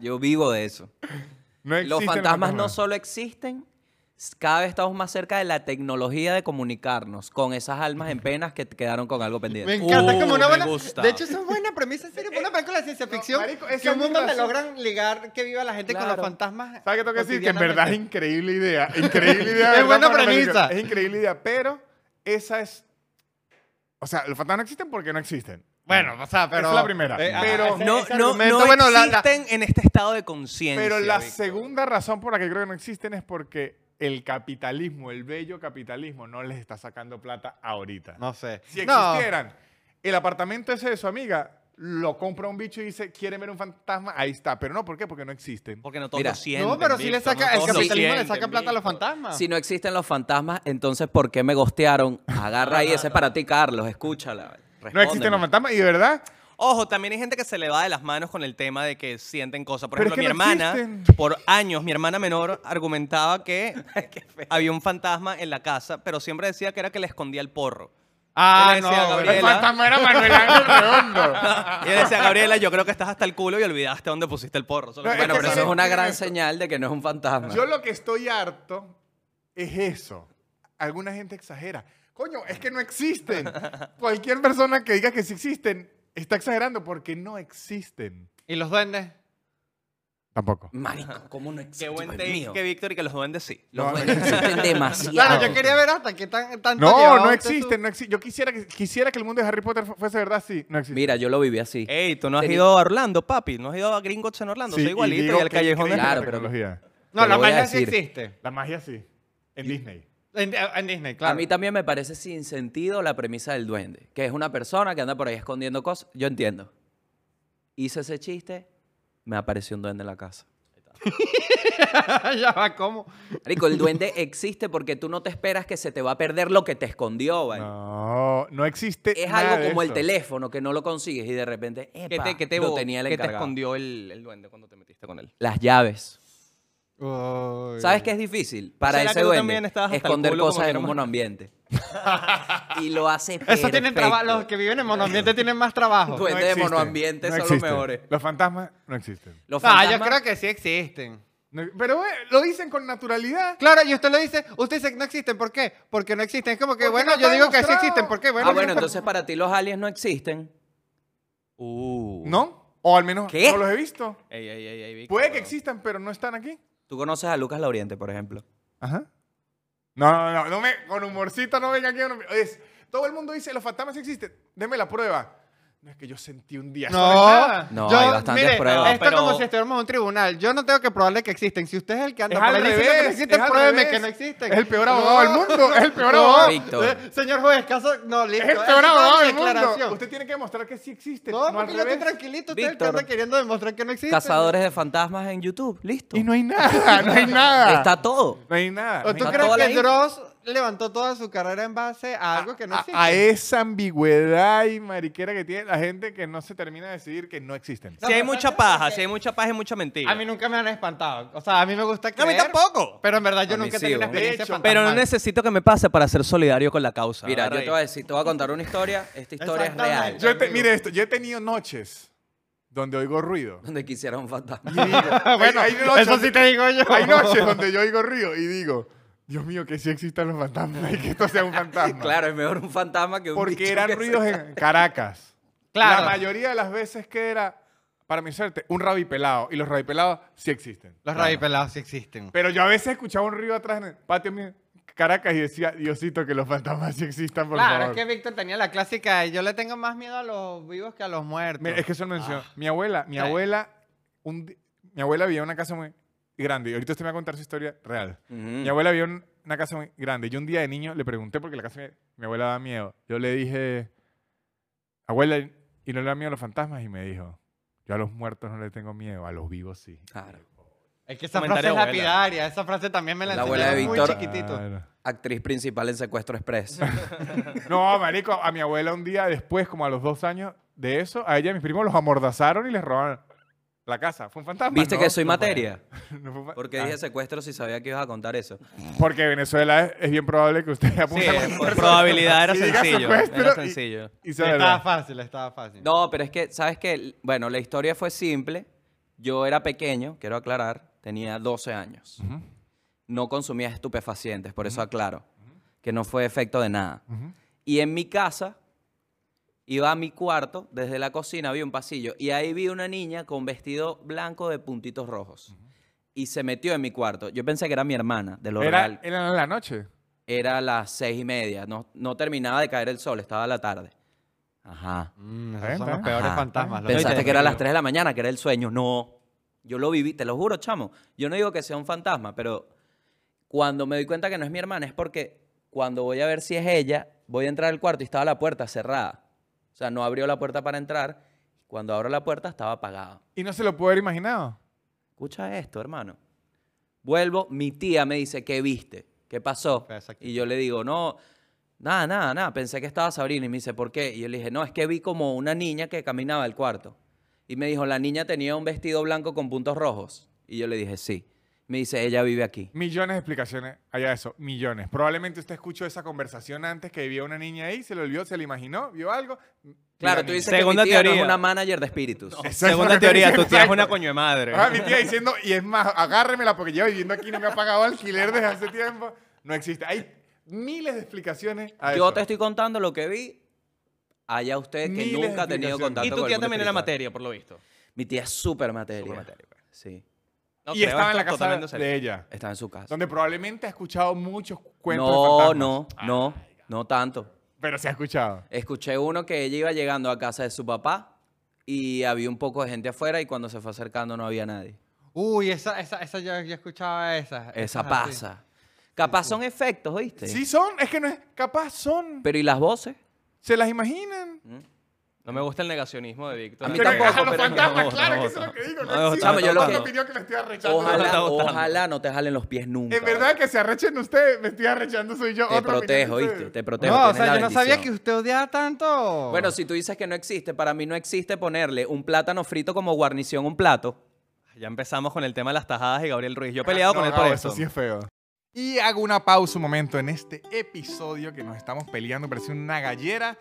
Speaker 2: Yo vivo de eso.
Speaker 1: No
Speaker 2: Los
Speaker 1: existen
Speaker 2: fantasmas no solo existen, s- cada vez estamos más cerca de la tecnología de comunicarnos con esas almas en penas que t- quedaron con algo
Speaker 3: Me
Speaker 2: pendiente.
Speaker 3: encanta, es como una
Speaker 4: Uh, me
Speaker 3: buena.
Speaker 4: gusta.
Speaker 3: De hecho, eso es buena premisa en serio. para Una película de ciencia ficción.
Speaker 1: Eh, marico, esa
Speaker 3: que un
Speaker 1: es mi
Speaker 3: mundo donde
Speaker 1: razón.
Speaker 3: logran ligar que viva la gente con
Speaker 2: Claro.
Speaker 3: los fantasmas.
Speaker 1: ¿Sabes qué tengo que decir? Que en verdad es
Speaker 3: cotidianamente.
Speaker 1: increíble idea. Increíble idea.
Speaker 3: Es
Speaker 1: ¿verdad?
Speaker 3: buena
Speaker 1: Para una película.
Speaker 3: premisa.
Speaker 1: Es increíble idea, pero esa es... O sea, los fantasmas no existen porque no existen.
Speaker 3: Bueno, o sea, pero.
Speaker 1: es la primera.
Speaker 3: Eh, ah,
Speaker 1: pero
Speaker 3: ese-
Speaker 4: No,
Speaker 3: ese
Speaker 4: no,
Speaker 3: argumento,
Speaker 4: no
Speaker 3: bueno, la- la-
Speaker 4: existen en este estado de conciencia.
Speaker 1: pero la
Speaker 4: Víctor.
Speaker 1: segunda razón por la que creo que no existen es porque el capitalismo, el bello capitalismo, no les está sacando plata ahorita.
Speaker 3: No sé.
Speaker 1: Si
Speaker 3: No.
Speaker 1: existieran, el apartamento ese de su amiga lo compra un bicho y dice, ¿quieren ver un fantasma? Ahí está. Pero no, ¿por qué? Porque no existen.
Speaker 4: Porque no todos
Speaker 2: Mira.
Speaker 4: lo sienten.
Speaker 3: No, pero si le
Speaker 4: Víctor,
Speaker 3: saca.
Speaker 4: no
Speaker 3: el
Speaker 4: todos lo
Speaker 3: capitalismo le
Speaker 4: sienten,
Speaker 3: saca plata a los
Speaker 4: Víctor.
Speaker 3: fantasmas.
Speaker 2: Si no existen los fantasmas, entonces ¿por qué me gostearon? Agarra ahí, ese es para ti, Carlos, escúchala.
Speaker 1: No existen los
Speaker 2: respóndeme.
Speaker 1: fantasmas y de verdad...
Speaker 4: Ojo, también hay gente que se le va de las manos con el tema de que sienten cosas. Por
Speaker 1: Pero
Speaker 4: ejemplo,
Speaker 1: es que
Speaker 4: mi
Speaker 1: no
Speaker 4: hermana,
Speaker 1: existen.
Speaker 4: por años, mi hermana menor argumentaba que había un fantasma en la casa, pero siempre decía que era que le escondía el porro.
Speaker 3: Ah,
Speaker 4: Yo le
Speaker 3: no,
Speaker 4: decía a
Speaker 3: bueno.
Speaker 1: El
Speaker 4: Gabriela.
Speaker 1: fantasma era Manuel Ángel Redondo.
Speaker 4: Y ella decía, Gabriela, yo creo que estás hasta el culo y olvidaste dónde pusiste el porro. Solo
Speaker 1: No,
Speaker 4: que-
Speaker 2: Bueno,
Speaker 1: Es que
Speaker 2: pero eso
Speaker 1: ¿sabes
Speaker 2: es una
Speaker 1: qué
Speaker 2: gran
Speaker 1: es esto?
Speaker 2: señal de que no es un fantasma.
Speaker 1: Yo lo que estoy harto es eso. Alguna gente exagera. Coño, es que no existen. Cualquier persona que diga que sí existen está exagerando porque no existen.
Speaker 3: ¿Y los duendes?
Speaker 1: Tampoco.
Speaker 2: Marico, ¿cómo no existen?
Speaker 4: Qué buen
Speaker 2: Dios
Speaker 4: take
Speaker 2: mío.
Speaker 4: que Víctor y que los duendes sí.
Speaker 2: Los
Speaker 1: No,
Speaker 2: duendes existen demasiado.
Speaker 3: Claro, yo quería ver hasta qué tan, tanto
Speaker 1: No,
Speaker 3: llevaba
Speaker 1: no
Speaker 3: usted
Speaker 1: existen. No exi- Yo quisiera que, quisiera que el mundo de Harry Potter fu- fuese verdad, sí. No existe.
Speaker 2: Mira, yo lo viví así.
Speaker 4: Ey, tú no has
Speaker 2: Teni-
Speaker 4: ido a Orlando, papi. No has ido a Gringotts en Orlando.
Speaker 1: Sí,
Speaker 4: Soy igualito y,
Speaker 1: digo
Speaker 4: al
Speaker 1: que
Speaker 4: callejón
Speaker 1: increíble
Speaker 4: de...
Speaker 1: la
Speaker 2: Claro, pero-
Speaker 1: tecnología.
Speaker 3: su- No,
Speaker 2: Te
Speaker 3: la
Speaker 2: lo voy a
Speaker 3: magia sí
Speaker 2: decir.
Speaker 3: existe.
Speaker 1: La magia sí. En Disney.
Speaker 3: En, en Disney, claro.
Speaker 2: A mí también me parece sin sentido la premisa del duende, que es una persona que anda por ahí escondiendo cosas. Yo entiendo. Hice ese chiste, me apareció un duende en la casa.
Speaker 3: ya va, ¿cómo?
Speaker 2: Rico, el duende existe porque tú no te esperas que se te va a perder lo que te escondió, ¿vale?
Speaker 1: No, no existe.
Speaker 2: Es
Speaker 1: nada
Speaker 2: algo
Speaker 1: de
Speaker 2: como el
Speaker 1: eso.
Speaker 2: teléfono que no lo consigues y de repente,
Speaker 4: ¿Qué
Speaker 2: epa,
Speaker 4: te, qué te,
Speaker 2: lo
Speaker 4: bo-
Speaker 2: tenía el
Speaker 4: qué te
Speaker 2: encargado.
Speaker 4: escondió el, el duende cuando te metiste con él?
Speaker 2: Las llaves.
Speaker 3: Uy.
Speaker 2: ¿Sabes qué es difícil? Para
Speaker 4: ¿Será
Speaker 2: ese
Speaker 4: que tú también
Speaker 2: duende,
Speaker 4: estabas hasta el
Speaker 2: esconder
Speaker 4: culo como
Speaker 2: cosas en un
Speaker 4: queremos?
Speaker 2: monoambiente. y lo hace perfecto.
Speaker 3: Eso tienen trabajo. Los que viven en monoambiente tienen más trabajo.
Speaker 2: Duende de
Speaker 1: existen.
Speaker 2: monoambiente son los
Speaker 1: existen.
Speaker 2: mejores.
Speaker 1: Los fantasmas no existen.
Speaker 2: Los
Speaker 3: Ah, yo
Speaker 2: fantasmas-
Speaker 3: creo que sí existen.
Speaker 1: No- pero eh, lo dicen con naturalidad.
Speaker 3: Claro, y usted lo dice, usted dice que no existen, ¿por qué? Porque no existen. Es como que,
Speaker 1: Porque
Speaker 3: bueno,
Speaker 1: no
Speaker 3: yo
Speaker 1: está
Speaker 3: digo que sí
Speaker 1: demostrado.
Speaker 3: existen, ¿por qué? Bueno,
Speaker 2: ah, bueno,
Speaker 3: no-
Speaker 2: entonces para ti los aliens no existen. Uh.
Speaker 1: ¿No? O al menos
Speaker 2: ¿Qué?
Speaker 1: no los he visto.
Speaker 4: Ey, ey, ey, ey, Víctor,
Speaker 1: Puede que
Speaker 4: weón.
Speaker 1: existan, pero no están aquí.
Speaker 2: Tú conoces a Lucas Lauriente, por ejemplo.
Speaker 1: Ajá. No, no, no, no me, con humorcito no venga aquí. no me- es- todo el mundo dice, los fantasmas sí existen. Deme la prueba. No es que yo sentí un día. eso es
Speaker 3: No,
Speaker 1: nada.
Speaker 2: No, hay bastantes pruebas,
Speaker 3: Esto es
Speaker 4: pero-
Speaker 3: como si estuviéramos en un tribunal. Yo no tengo que probarle que existen. Si usted es el que anda
Speaker 1: Es al
Speaker 3: por ahí diciendo que no
Speaker 1: revés,
Speaker 3: existen,
Speaker 1: es al
Speaker 3: pruébeme
Speaker 1: revés.
Speaker 3: que no existen.
Speaker 1: Es el peor abogado del mundo, es el peor
Speaker 3: No.
Speaker 1: abogado.
Speaker 2: Víctor.
Speaker 3: Eh, Señor juez, caso. No, listo.
Speaker 1: Es el
Speaker 3: esa
Speaker 1: peor
Speaker 3: fue
Speaker 1: abogado
Speaker 3: mi
Speaker 1: del mundo.
Speaker 3: declaración.
Speaker 1: Usted tiene que demostrar que sí existen.
Speaker 3: No,
Speaker 1: no al
Speaker 3: porque yo estoy
Speaker 1: revés.
Speaker 3: tranquilito. Usted es el que
Speaker 2: Víctor.
Speaker 3: anda queriendo demostrar que no existen.
Speaker 2: Cazadores de fantasmas en YouTube, listo.
Speaker 1: Y no hay nada, no hay nada.
Speaker 2: Está todo.
Speaker 1: No hay nada.
Speaker 3: ¿O
Speaker 1: no
Speaker 3: tú
Speaker 1: hay
Speaker 2: Está
Speaker 3: crees
Speaker 2: toda la
Speaker 3: que
Speaker 2: info.
Speaker 3: Dross levantó toda su carrera en base a algo que no
Speaker 1: Ah, a,
Speaker 3: existe?
Speaker 1: a esa ambigüedad y mariquera que tiene la gente que no se termina de decidir que no existen.
Speaker 4: Si
Speaker 3: No,
Speaker 4: hay
Speaker 3: pero
Speaker 4: mucha
Speaker 3: ¿sabes por
Speaker 4: paja,
Speaker 3: qué?
Speaker 4: si hay mucha paja y mucha mentira.
Speaker 3: A mí nunca me han espantado. O sea, a mí me gusta
Speaker 4: No, a
Speaker 3: creer.
Speaker 4: mí tampoco.
Speaker 3: Pero en verdad yo
Speaker 2: A mí
Speaker 3: nunca he
Speaker 2: sí,
Speaker 3: tenido una
Speaker 2: bueno.
Speaker 3: experiencia
Speaker 1: De hecho,
Speaker 4: Pero no
Speaker 3: fantasmal.
Speaker 4: necesito que me pase para ser solidario con la causa.
Speaker 2: Mira, yo
Speaker 4: Agarra
Speaker 2: te voy a decir, te voy a contar una historia. Esta historia es real.
Speaker 3: Exactamente.
Speaker 1: Yo te- mire esto, yo he tenido noches donde oigo ruido.
Speaker 2: Donde quisiera un fantasma.
Speaker 1: Y digo,
Speaker 3: Ah, bueno,
Speaker 1: hay, hay noches,
Speaker 3: eso sí te digo yo.
Speaker 1: hay noches donde yo oigo ruido y digo, Dios mío, que sí existan los fantasmas y que esto sea un fantasma.
Speaker 2: Claro, es mejor un fantasma que un bicho
Speaker 1: Porque eran
Speaker 2: que se-
Speaker 1: ruidos en Caracas.
Speaker 3: Claro.
Speaker 1: La mayoría de las veces que era, para mi suerte, un rabipelado. Y los rabipelados sí existen.
Speaker 3: Los rabipelados sí existen.
Speaker 1: Pero yo a veces escuchaba un ruido atrás en el patio mío, Caracas, y decía, Diosito, que los fantasmas sí existan, por
Speaker 3: Claro,
Speaker 1: favor.
Speaker 3: es que Víctor tenía la clásica, yo le tengo más miedo a los vivos que a los muertos.
Speaker 1: Mira, es que eso lo mencionó. Mi abuela, mi abuela, un di- mi abuela vivía en una casa muy grande. Y ahorita usted me va a contar su historia real.
Speaker 3: Mm.
Speaker 1: Mi
Speaker 2: Ujú.
Speaker 1: abuela vivía en una casa muy grande. Yo un día de niño le pregunté porque la casa de mi, mi abuela daba miedo. Yo le dije, abuela, ¿y no le da miedo a los fantasmas? Y me dijo, yo a los muertos no le tengo miedo, a los vivos sí.
Speaker 2: Claro.
Speaker 3: Es que esa frase
Speaker 4: Comentario
Speaker 3: es
Speaker 4: abuela.
Speaker 3: lapidaria, esa frase también me la,
Speaker 2: La
Speaker 3: enseñaron
Speaker 2: abuela de Víctor.
Speaker 3: muy chiquitito.
Speaker 1: Claro.
Speaker 2: Actriz principal en Secuestro Express.
Speaker 1: No, marico, a mi abuela un día después, como a los dos años de eso, a ella y mis primos los amordazaron y les robaron la casa. Fue un fantasma.
Speaker 2: ¿Viste
Speaker 1: ¿no?
Speaker 2: que soy
Speaker 1: No fue-
Speaker 2: materia?
Speaker 1: no fue un fa-
Speaker 2: Porque
Speaker 1: Ah.
Speaker 2: dije secuestro si sabía que ibas a contar eso.
Speaker 1: Porque Venezuela es, es bien probable que usted
Speaker 4: Sí,
Speaker 1: apunte a cualquier
Speaker 4: por
Speaker 1: persona
Speaker 4: probabilidad era
Speaker 1: y diga
Speaker 4: sencillo.
Speaker 1: secuestro
Speaker 4: Era
Speaker 1: y-
Speaker 4: sencillo.
Speaker 1: y sea
Speaker 3: Estaba
Speaker 1: verdad.
Speaker 3: fácil, estaba fácil.
Speaker 2: No, pero es que, ¿sabes qué? Bueno, la historia fue simple. Yo era pequeño, quiero aclarar, tenía 12 años.
Speaker 1: Ujú,
Speaker 2: No consumía estupefacientes, por eso aclaro, que no fue efecto de nada.
Speaker 1: ujú.
Speaker 2: Y en mi casa, iba a mi cuarto, desde la cocina había un pasillo, y ahí vi una niña con vestido blanco de puntitos rojos. Y se metió en mi cuarto. Yo pensé que era mi hermana, de lo
Speaker 1: Era,
Speaker 2: real.
Speaker 1: era en la noche.
Speaker 2: Era las seis y media. No, no terminaba de caer el sol, estaba la tarde. Ajá.
Speaker 1: esos
Speaker 3: Mm, son
Speaker 1: son los
Speaker 3: los peores
Speaker 2: Ajá.
Speaker 3: fantasmas.
Speaker 4: Pensé-
Speaker 2: Pensaste
Speaker 4: te
Speaker 2: que era a las
Speaker 4: creo.
Speaker 2: 3 de la mañana, que era el sueño. No. Yo lo viví, te lo juro, chamo. Yo no digo que sea un fantasma, pero cuando me doy cuenta que no es mi hermana es porque cuando voy a ver si es ella, voy a entrar al cuarto y estaba la puerta cerrada. O sea, no abrió la puerta para entrar. Cuando abro la puerta estaba apagada.
Speaker 1: Y no se lo pudo haber imaginado.
Speaker 2: Escucha esto, hermano. Vuelvo, mi tía me dice, ¿qué viste? ¿Qué pasó?
Speaker 3: Fue esa actitud.
Speaker 2: Y yo le digo, no, nada, nada, nada. Pensé que estaba Sabrina y me dice, ¿por qué? Y yo le dije, no, es que vi como una niña que caminaba al cuarto. Y me dijo, la niña tenía un vestido blanco con puntos rojos. Y yo le dije, sí. Me dice, ella vive aquí.
Speaker 1: Millones de explicaciones allá eso, millones. Probablemente usted escuchó esa conversación antes que vio una niña ahí, se lo olvidó, se le imaginó, vio algo. y
Speaker 2: Claro,
Speaker 1: la
Speaker 2: tú
Speaker 1: niña.
Speaker 2: dices
Speaker 4: Segunda
Speaker 2: que mi tía no
Speaker 4: teoría.
Speaker 2: es una manager de espíritus.
Speaker 1: Eso es lo
Speaker 4: Segunda
Speaker 1: que
Speaker 4: teoría,
Speaker 1: dice,
Speaker 4: tu tía es
Speaker 1: exacto.
Speaker 4: una coño de madre.
Speaker 1: Ah, mi tía diciendo, y es más, agárremela porque llevo viviendo aquí y no me ha pagado alquiler desde hace tiempo. No existe. Hay miles de explicaciones a
Speaker 2: Yo
Speaker 1: eso.
Speaker 2: te estoy contando lo que vi. Allá usted que
Speaker 1: Miles de
Speaker 2: nunca ha tenido
Speaker 1: explicaciones.
Speaker 2: contacto
Speaker 4: Y
Speaker 2: con
Speaker 4: tu
Speaker 2: el
Speaker 4: tía
Speaker 2: mundo
Speaker 4: también era
Speaker 2: espiritual.
Speaker 4: materia, por lo visto.
Speaker 2: Mi tía es súper materia.
Speaker 4: Súper materia,
Speaker 3: pues.
Speaker 4: güey.
Speaker 2: Sí.
Speaker 4: No
Speaker 1: y
Speaker 4: creo,
Speaker 1: estaba en la
Speaker 4: esto
Speaker 1: casa
Speaker 4: totalmente serio.
Speaker 1: de ella,
Speaker 2: Estaba en su casa.
Speaker 1: donde probablemente ha escuchado muchos cuentos de
Speaker 2: No,
Speaker 1: fantasmas. Ah,
Speaker 2: no, no, no tanto.
Speaker 1: Pero se ha escuchado.
Speaker 2: Escuché uno que ella iba llegando a casa de su papá y había un poco de gente afuera y cuando se fue acercando no había nadie.
Speaker 3: Uy, esa, esa, esa yo, yo escuchaba esa.
Speaker 2: Esa pasa. Capaz son efectos, ¿oíste?
Speaker 1: Ah, Sí. son, es que no es, capaz son.
Speaker 2: Pero ¿y las voces?
Speaker 1: Se las imaginan.
Speaker 4: No me gusta el negacionismo de Víctor.
Speaker 2: A mí
Speaker 1: Pero
Speaker 2: tampoco,
Speaker 1: a los
Speaker 2: pero-
Speaker 1: fantasmas,
Speaker 4: no,
Speaker 1: claro,
Speaker 4: no,
Speaker 1: que eso es lo
Speaker 4: no.
Speaker 1: que digo.
Speaker 4: No,
Speaker 1: No,
Speaker 2: chamo,
Speaker 1: existe.
Speaker 2: yo lo
Speaker 1: Es
Speaker 2: que-
Speaker 1: una opinión que me estoy arrechando.
Speaker 2: Ojalá,
Speaker 4: votando.
Speaker 2: ojalá no te jalen los pies nunca.
Speaker 1: En verdad que se arrechen ustedes, me estoy arrechando, soy yo.
Speaker 2: Te
Speaker 1: Otra opinión
Speaker 2: protejo,
Speaker 1: de
Speaker 2: ¿oíste?
Speaker 1: ustedes.
Speaker 2: Te protejo.
Speaker 3: No, o
Speaker 2: tienes
Speaker 3: sea,
Speaker 2: la
Speaker 3: yo no sabía que
Speaker 2: bendición.
Speaker 3: usted odiaba tanto.
Speaker 2: Bueno, si tú dices que no existe, para mí no existe ponerle un plátano frito como guarnición a un plato.
Speaker 4: Ya empezamos con el tema de las tajadas y Gabriel Ruiz. Yo he peleado
Speaker 1: Ah,
Speaker 4: con
Speaker 1: no,
Speaker 4: él por
Speaker 1: Gabo,
Speaker 4: eso.
Speaker 1: sí es feo. Y hago una pausa un momento en este episodio que nos estamos peleando, parece una gallera,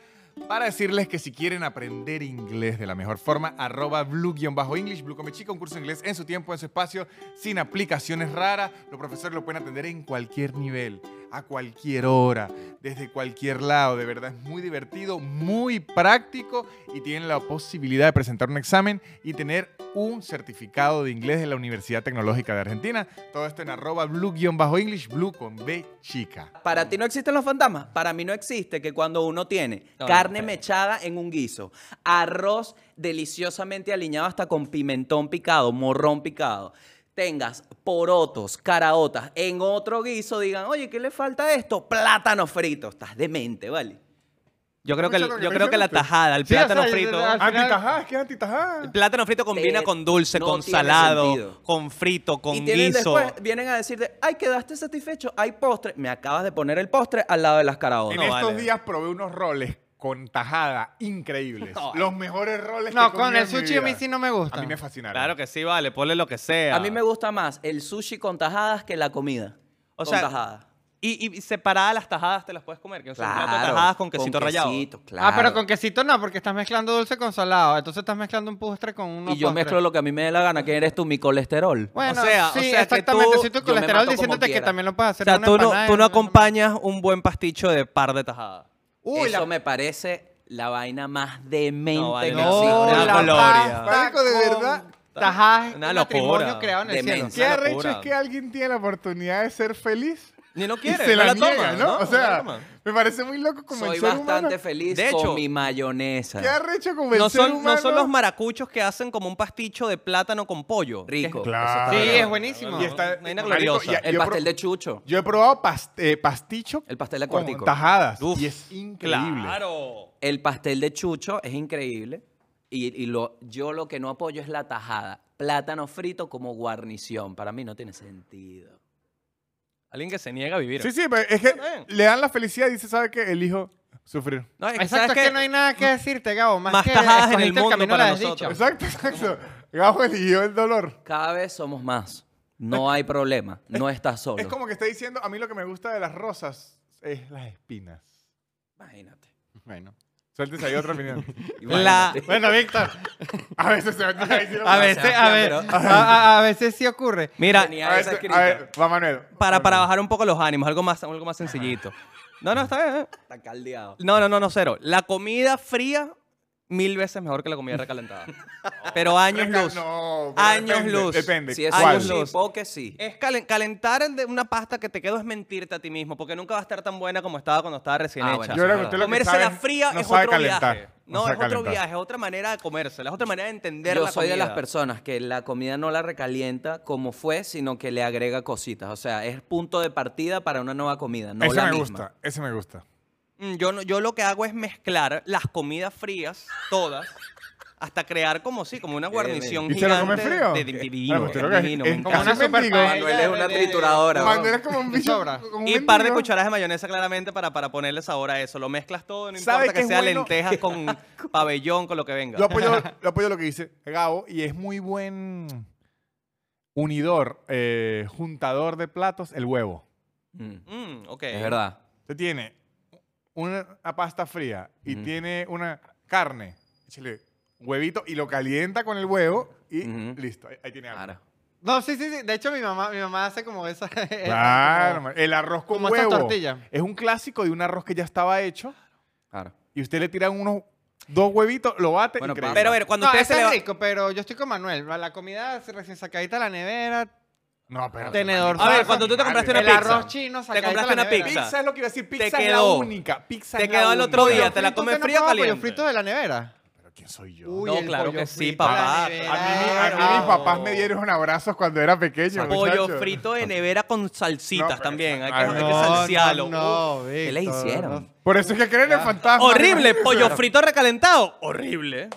Speaker 1: para decirles que si quieren aprender inglés de la mejor forma, arroba blue-english, blue come chica, un curso de inglés en su tiempo, en su espacio, sin aplicaciones raras. Los profesores lo pueden atender en cualquier nivel, a cualquier hora, desde cualquier lado. De verdad es muy divertido, muy práctico y tienen la posibilidad de presentar un examen y tener un certificado de inglés de la Universidad Tecnológica de Argentina. Todo esto en arroba blue-english, blue con B chica.
Speaker 2: Para ti no existen los fantasmas. Para mí no existe que cuando uno tiene
Speaker 4: No, no,
Speaker 2: carne
Speaker 4: feo.
Speaker 2: mechada en un guiso, arroz deliciosamente aliñado hasta con pimentón picado, morrón picado, tengas porotos, caraotas en otro guiso, digan, oye, ¿qué le falta a esto? Plátano frito. Estás demente, ¿vale?
Speaker 4: Yo creo que, el-
Speaker 1: Escucha lo que
Speaker 4: yo
Speaker 1: me
Speaker 4: creo que la
Speaker 1: dijiste.
Speaker 4: tajada, el
Speaker 3: Sí, o sea,
Speaker 4: plátano
Speaker 3: yo-
Speaker 4: frito.
Speaker 3: yo- al-
Speaker 1: Antitajada, ¿qué es antitajada?
Speaker 4: El plátano frito combina
Speaker 2: Te-
Speaker 4: con dulce,
Speaker 2: no
Speaker 4: con
Speaker 2: tiene
Speaker 4: salado,
Speaker 2: sentido.
Speaker 4: con frito, con
Speaker 2: y tienen
Speaker 4: guiso.
Speaker 2: después, vienen a decirte, ay, quedaste satisfecho, hay postre. Me acabas de poner el postre al lado de las caraotas.
Speaker 1: En
Speaker 4: No
Speaker 1: estos
Speaker 4: vale.
Speaker 1: días probé unos roles con tajada increíbles.
Speaker 4: No vale.
Speaker 1: Los mejores roles
Speaker 3: No,
Speaker 1: que comí
Speaker 3: con
Speaker 1: en
Speaker 3: el
Speaker 1: mi
Speaker 3: sushi a mí
Speaker 1: vida.
Speaker 3: sí no me gusta.
Speaker 1: A mí me fascinaron.
Speaker 4: Claro que sí, vale, ponle lo que sea.
Speaker 2: A mí me gusta más el sushi con tajadas que la comida. con
Speaker 4: O sea,
Speaker 2: tajadas.
Speaker 4: Y, y separadas las tajadas te las puedes comer. Que no sea un plato de tajadas con quesito rallado.
Speaker 2: quesito,
Speaker 3: Ah, pero
Speaker 2: claro.
Speaker 3: con quesito no, porque estás mezclando dulce con salado. Entonces estás mezclando un postre con uno
Speaker 2: Y yo mezclo lo que a mí me dé la gana, que eres tú, mi colesterol.
Speaker 3: Bueno,
Speaker 4: O sea, o
Speaker 3: sí,
Speaker 4: sea que
Speaker 3: exactamente.
Speaker 4: tú-
Speaker 3: Si
Speaker 2: yo
Speaker 3: tu
Speaker 2: me mato
Speaker 3: colesterol
Speaker 2: como
Speaker 3: diciéndote que
Speaker 2: quiera.
Speaker 3: también lo puedes
Speaker 4: O
Speaker 3: hacer
Speaker 4: sea,
Speaker 3: en una
Speaker 4: tú no,
Speaker 3: empanada,
Speaker 4: tú no
Speaker 3: en una-
Speaker 4: acompañas un buen pasticho de par de tajadas.
Speaker 3: Uy,
Speaker 2: Eso
Speaker 3: la
Speaker 2: me parece la vaina más demente
Speaker 4: No, vale,
Speaker 2: que
Speaker 4: no,
Speaker 2: existe.
Speaker 4: una
Speaker 3: la
Speaker 4: gloria.
Speaker 3: pasta
Speaker 1: Marico, de
Speaker 3: con
Speaker 1: verdad.
Speaker 3: Tajadas,
Speaker 4: Una
Speaker 3: un
Speaker 4: locura.
Speaker 3: matrimonio creado en el cielo.
Speaker 2: Demencia.
Speaker 1: ¿Qué
Speaker 4: Esa
Speaker 1: arrecho
Speaker 4: locura.
Speaker 1: es que alguien tiene la oportunidad de ser feliz?
Speaker 4: Ni no
Speaker 1: Y
Speaker 4: quiere,
Speaker 1: se
Speaker 4: no
Speaker 1: la,
Speaker 4: la,
Speaker 1: niega,
Speaker 4: toma,
Speaker 1: ¿no? O
Speaker 4: No la
Speaker 1: sea,
Speaker 4: toma.
Speaker 1: me parece muy loco como
Speaker 2: Soy
Speaker 1: el ser
Speaker 2: bastante
Speaker 1: humano.
Speaker 2: feliz
Speaker 4: De
Speaker 2: con
Speaker 4: hecho,
Speaker 2: mi mayonesa.
Speaker 1: ¿Qué arrecho como el
Speaker 4: No
Speaker 1: ser
Speaker 4: son,
Speaker 1: humano?
Speaker 4: no son los maracuchos que hacen como un pasticho de plátano con pollo. que es
Speaker 2: Rico.
Speaker 1: Claro.
Speaker 3: Sí,
Speaker 2: Eso está
Speaker 3: es
Speaker 2: rico.
Speaker 3: buenísimo.
Speaker 1: Y está-
Speaker 4: Una vaina
Speaker 1: marico,
Speaker 4: gloriosa.
Speaker 1: ya-
Speaker 2: El
Speaker 1: yo
Speaker 2: pastel
Speaker 1: pro-
Speaker 2: de chucho.
Speaker 1: Yo he probado pas- eh, pasticho
Speaker 2: El pastel de
Speaker 1: con
Speaker 2: cuartico.
Speaker 1: tajadas
Speaker 4: Uf,
Speaker 1: y es increíble.
Speaker 4: Claro.
Speaker 2: El pastel de chucho es increíble. Y, y lo, yo lo que no apoyo es la tajada. Plátano frito como guarnición. Para mí no tiene sentido.
Speaker 4: Alguien que se niega a vivir.
Speaker 1: Sí, sí, pero es que
Speaker 4: Está bien.
Speaker 1: le dan la felicidad y dice, ¿sabe qué? Elijo sufrir.
Speaker 4: No, es que,
Speaker 3: Exacto,
Speaker 4: ¿sabes
Speaker 3: es que
Speaker 4: qué?
Speaker 3: no hay nada que decirte, Gabo. Más,
Speaker 4: Más
Speaker 3: que
Speaker 4: tajadas en
Speaker 3: escogiste
Speaker 4: el mundo
Speaker 3: camino
Speaker 4: para
Speaker 3: de las
Speaker 4: nosotros.
Speaker 3: dichas.
Speaker 1: Exacto, exacto. Gabo eligió el dolor.
Speaker 2: Cada vez somos más. No hay problema. No estás solo.
Speaker 1: Es como que está diciendo, a mí lo que me gusta de las rosas es las espinas.
Speaker 2: Imagínate.
Speaker 1: Bueno. Suéltese ahí otra opinión.
Speaker 4: La-
Speaker 2: Imagínate.
Speaker 3: Bueno, Víctor.
Speaker 1: A veces se va a ahí sí lo-
Speaker 3: A veces, a, ver,
Speaker 2: Sebastián, pero-
Speaker 3: a, a- a veces sí ocurre.
Speaker 4: Mira,
Speaker 2: Tenía
Speaker 1: A
Speaker 2: esa
Speaker 1: veces-
Speaker 2: escrita.
Speaker 1: a ver, va Manuel.
Speaker 4: para, para bajar un poco los ánimos, algo más, algo más sencillito. No, no, está bien. ¿eh?
Speaker 2: Está caldeado.
Speaker 4: No, no, no, no, cero. La comida fría, mil veces mejor que la comida recalentada. Pero años
Speaker 1: Venga,
Speaker 4: luz.
Speaker 1: no, pero
Speaker 4: Años
Speaker 1: depende,
Speaker 4: luz.
Speaker 1: Depende.
Speaker 2: Si es
Speaker 1: ¿Cuál?
Speaker 4: años luz.
Speaker 2: sushi, poke, sí.
Speaker 4: Es calen- calentar en de- una pasta que te quedó es mentirte a ti mismo, porque nunca va a estar tan buena como estaba cuando estaba recién
Speaker 2: Ah,
Speaker 4: hecha.
Speaker 2: bueno,
Speaker 1: Yo creo que usted lo que
Speaker 4: Comérsela
Speaker 1: sabe
Speaker 4: fría
Speaker 1: no
Speaker 4: es
Speaker 1: sabe
Speaker 4: otro
Speaker 1: calentar,
Speaker 4: viaje.
Speaker 1: no
Speaker 4: No,
Speaker 1: sabe
Speaker 4: es otro
Speaker 1: calentar.
Speaker 4: viaje, es otra manera de comérsela, es otra manera de entender
Speaker 2: Yo
Speaker 4: la
Speaker 2: soy de las
Speaker 4: comida.
Speaker 2: personas que la comida no la recalienta como fue, sino que le agrega cositas. O sea, es punto de partida para una nueva comida, no
Speaker 1: ese
Speaker 2: la
Speaker 1: me
Speaker 2: misma.
Speaker 1: gusta, ese me gusta.
Speaker 4: Mm, Yo, no- yo lo que hago es mezclar las comidas frías, todas, hasta crear como sí, como una
Speaker 1: ¿Y
Speaker 4: guarnición
Speaker 1: se
Speaker 4: gigante.
Speaker 1: lo come frío?
Speaker 4: de- de-
Speaker 1: Eh,
Speaker 4: divino,
Speaker 1: bueno, pues creo que
Speaker 4: es divino,
Speaker 1: es
Speaker 4: me
Speaker 1: como
Speaker 4: encanta.
Speaker 1: una mendigo.
Speaker 2: Manuel es una trituradora.
Speaker 1: Manuel
Speaker 2: bro.
Speaker 1: es como un
Speaker 3: De
Speaker 1: bicho.
Speaker 3: sobra.
Speaker 1: como un
Speaker 4: Y par de
Speaker 1: mendigo.
Speaker 4: cucharadas de mayonesa claramente para, para ponerle sabor a eso. Lo mezclas todo, no
Speaker 1: ¿Sabe
Speaker 4: importa
Speaker 1: qué
Speaker 4: que
Speaker 1: es
Speaker 4: sea
Speaker 1: bueno?
Speaker 4: lentejas con pabellón, con lo que venga.
Speaker 1: Yo apoyo, yo apoyo lo que dice Gabo y es muy buen unidor, eh, juntador de platos, el huevo.
Speaker 2: Mm,
Speaker 4: Mm, ok.
Speaker 2: Es verdad.
Speaker 1: Usted tiene una pasta fría y
Speaker 2: Ujú.
Speaker 1: tiene una carne. Échale huevito y lo calienta con el huevo y
Speaker 2: Ujú.
Speaker 1: listo. Ahí, ahí tiene algo.
Speaker 2: Claro.
Speaker 3: No, sí, sí, sí. De hecho, mi mamá, mi mamá hace como esa.
Speaker 1: Claro, man. el arroz con
Speaker 3: Eh, como esas
Speaker 1: huevo.
Speaker 3: tortillas.
Speaker 1: Es un clásico de un arroz que ya estaba hecho
Speaker 2: claro.
Speaker 1: y usted le tira unos dos huevitos, lo bate
Speaker 2: Bueno,
Speaker 1: increíble.
Speaker 4: Pero a ver,
Speaker 3: Cuando
Speaker 4: cuando
Speaker 3: no,
Speaker 4: ustedes se
Speaker 3: está
Speaker 4: leva-
Speaker 3: rico, pero yo estoy con Manuel. La comida recién sacadita de la nevera,
Speaker 1: no, pero
Speaker 3: tenedor.
Speaker 4: A ver,
Speaker 3: falso,
Speaker 4: cuando tú te compraste una
Speaker 3: el
Speaker 4: pizza.
Speaker 3: arroz chino, sacadita de
Speaker 4: compraste
Speaker 3: la
Speaker 4: una
Speaker 3: nevera.
Speaker 4: pizza.
Speaker 1: Pizza es lo que iba a decir. Pizza
Speaker 4: Te
Speaker 1: es la
Speaker 4: quedó.
Speaker 1: única. Pizza
Speaker 4: Te
Speaker 1: es la
Speaker 4: quedó el
Speaker 1: única.
Speaker 4: otro día, te la
Speaker 3: ¿Tú
Speaker 4: comes
Speaker 3: no
Speaker 4: fría o
Speaker 3: comes pollo
Speaker 4: caliente.
Speaker 3: frito de la nevera?
Speaker 1: Pero ¿quién soy yo?
Speaker 3: Uy,
Speaker 4: No,
Speaker 3: el
Speaker 4: claro
Speaker 3: pollo
Speaker 4: que sí,
Speaker 3: frito de la
Speaker 4: papá. A mí-
Speaker 1: A mí,
Speaker 3: nevera.
Speaker 1: a mí mis papás me dieron abrazos cuando era pequeño.
Speaker 4: Pollo
Speaker 1: muchacho.
Speaker 4: frito de nevera con salsitas
Speaker 1: No, pero-
Speaker 4: también. Hay que,
Speaker 1: Ay,
Speaker 4: hay que
Speaker 1: no,
Speaker 4: salsearlo.
Speaker 3: No, no,
Speaker 2: ¿Qué le
Speaker 3: Víctor,
Speaker 2: hicieron?
Speaker 3: no.
Speaker 1: Por eso es que creen en fantasmas.
Speaker 4: Horrible, pollo frito recalentado. Horrible.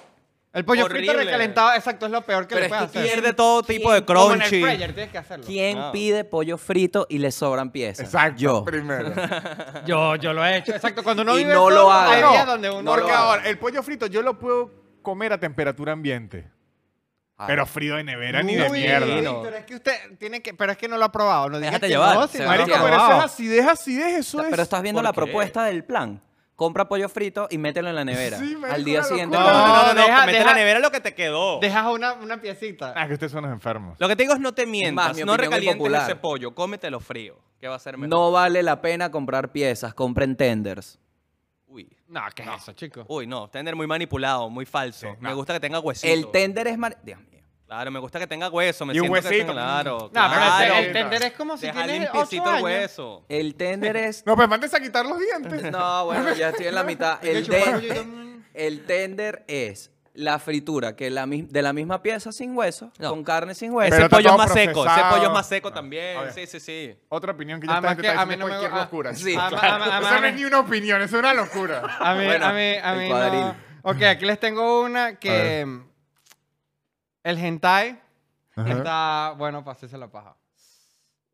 Speaker 3: El pollo frito
Speaker 4: Horrible.
Speaker 3: recalentado, exacto, es lo peor que
Speaker 2: Pero
Speaker 3: le
Speaker 2: es
Speaker 3: puedes
Speaker 2: que
Speaker 3: hacer.
Speaker 4: Pierde todo tipo de
Speaker 3: Como en el
Speaker 4: crunchy.
Speaker 3: Freyer, tienes que hacerlo.
Speaker 2: ¿Quién
Speaker 4: Wow.
Speaker 2: pide pollo frito y le sobran piezas?
Speaker 1: Exacto.
Speaker 2: Yo.
Speaker 1: Primero.
Speaker 3: Yo, yo lo he hecho. Exacto, cuando uno
Speaker 2: Y
Speaker 3: vive
Speaker 2: no
Speaker 3: solo,
Speaker 2: lo haga.
Speaker 3: hay
Speaker 1: No,
Speaker 3: días donde uno...
Speaker 2: no lo
Speaker 1: Porque
Speaker 2: haga.
Speaker 1: ahora, el pollo frito yo lo puedo comer a temperatura ambiente.
Speaker 2: Ah,
Speaker 1: Pero frío de nevera ni
Speaker 3: Uy,
Speaker 1: de
Speaker 4: divino.
Speaker 1: mierda.
Speaker 3: Víctor, es que usted tiene que... Pero es que no lo ha probado. No diga
Speaker 4: Déjate
Speaker 3: que
Speaker 4: llevar,
Speaker 3: no, si no lo ha
Speaker 1: Marico, pero
Speaker 2: Sebastián.
Speaker 1: eso
Speaker 3: probado.
Speaker 1: es acidez, acidez, eso es.
Speaker 2: Pero estás viendo
Speaker 4: ¿Por
Speaker 2: la
Speaker 4: qué?
Speaker 2: propuesta del plan. Compra pollo frito y mételo en la nevera.
Speaker 1: Sí, marico,
Speaker 2: Al día
Speaker 1: una
Speaker 2: siguiente.
Speaker 1: locura.
Speaker 4: No, no, no, no,
Speaker 3: deja-
Speaker 4: comete
Speaker 3: deja-
Speaker 4: la nevera lo que te quedó.
Speaker 3: Dejas una, una piecita.
Speaker 1: Ah, que ustedes son los enfermos.
Speaker 4: Lo que te digo es no te mientas,
Speaker 2: mi
Speaker 4: no
Speaker 2: opinión
Speaker 4: recalientes
Speaker 2: impopular.
Speaker 4: ese pollo, cómetelo frío, que va a ser mejor.
Speaker 2: No vale la pena comprar piezas, compren tenders.
Speaker 4: Uy,
Speaker 3: No, ¿qué es eso, chico?
Speaker 4: uy, no, tender muy manipulado, muy falso.
Speaker 1: Sí,
Speaker 4: Me
Speaker 1: no.
Speaker 4: gusta que tenga huesito.
Speaker 2: El tender es. mar- Dios mío.
Speaker 4: Claro, me gusta que tenga hueso, me
Speaker 1: Y un
Speaker 4: siento que
Speaker 1: huesito.
Speaker 4: tenga- claro,
Speaker 1: No,
Speaker 3: No, pero
Speaker 4: claro.
Speaker 3: el tender es como si
Speaker 4: Deja
Speaker 3: tienes
Speaker 4: limpiecito
Speaker 3: 8
Speaker 4: el
Speaker 3: años.
Speaker 4: hueso.
Speaker 2: El tender es.
Speaker 1: No, pues mandes a quitar los dientes.
Speaker 2: No, bueno, ya estoy en la mitad. El,
Speaker 3: Yo chupo
Speaker 2: ten-
Speaker 3: algo y yo- mm.
Speaker 2: el tender es la fritura que la mis- de la misma pieza sin hueso,
Speaker 4: No.
Speaker 2: con carne sin hueso.
Speaker 1: Pero
Speaker 4: Ese
Speaker 1: está
Speaker 4: pollo es
Speaker 1: todo
Speaker 4: más seco, ese
Speaker 1: procesado.
Speaker 4: pollo es más seco
Speaker 1: No, a ver.
Speaker 4: también. Sí, sí, sí.
Speaker 1: Otra opinión que ya está
Speaker 3: Además
Speaker 1: gente
Speaker 3: que
Speaker 1: está
Speaker 3: a mí
Speaker 1: diciendo
Speaker 3: no me
Speaker 1: cualquier
Speaker 3: gu- ah,
Speaker 1: locura.
Speaker 2: sí.
Speaker 3: Ama- ama- ama-
Speaker 1: Eso no es ni una opinión, eso es una locura.
Speaker 3: A mí,
Speaker 2: Bueno,
Speaker 3: a mí, a
Speaker 2: el
Speaker 3: mí
Speaker 2: cuadril.
Speaker 3: no. Ok, aquí les tengo una
Speaker 1: A
Speaker 3: que...
Speaker 1: ver.
Speaker 3: mm, El hentai
Speaker 1: Ajá.
Speaker 3: está... Bueno, pasese la paja.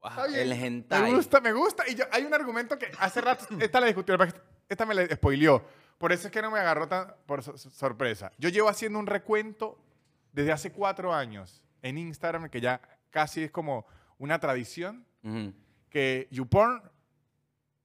Speaker 1: Está bien.
Speaker 2: El
Speaker 1: Me
Speaker 2: hentai.
Speaker 1: gusta, me gusta. Y yo- hay un argumento que hace rato, esta la discutí, lo que pasa es que esta me la spoileó. Por eso es que no me agarró tan por so- so- sorpresa. Yo llevo haciendo un recuento desde hace cuatro años en Instagram, que ya casi es como una tradición,
Speaker 2: Ujú.
Speaker 1: que YouPorn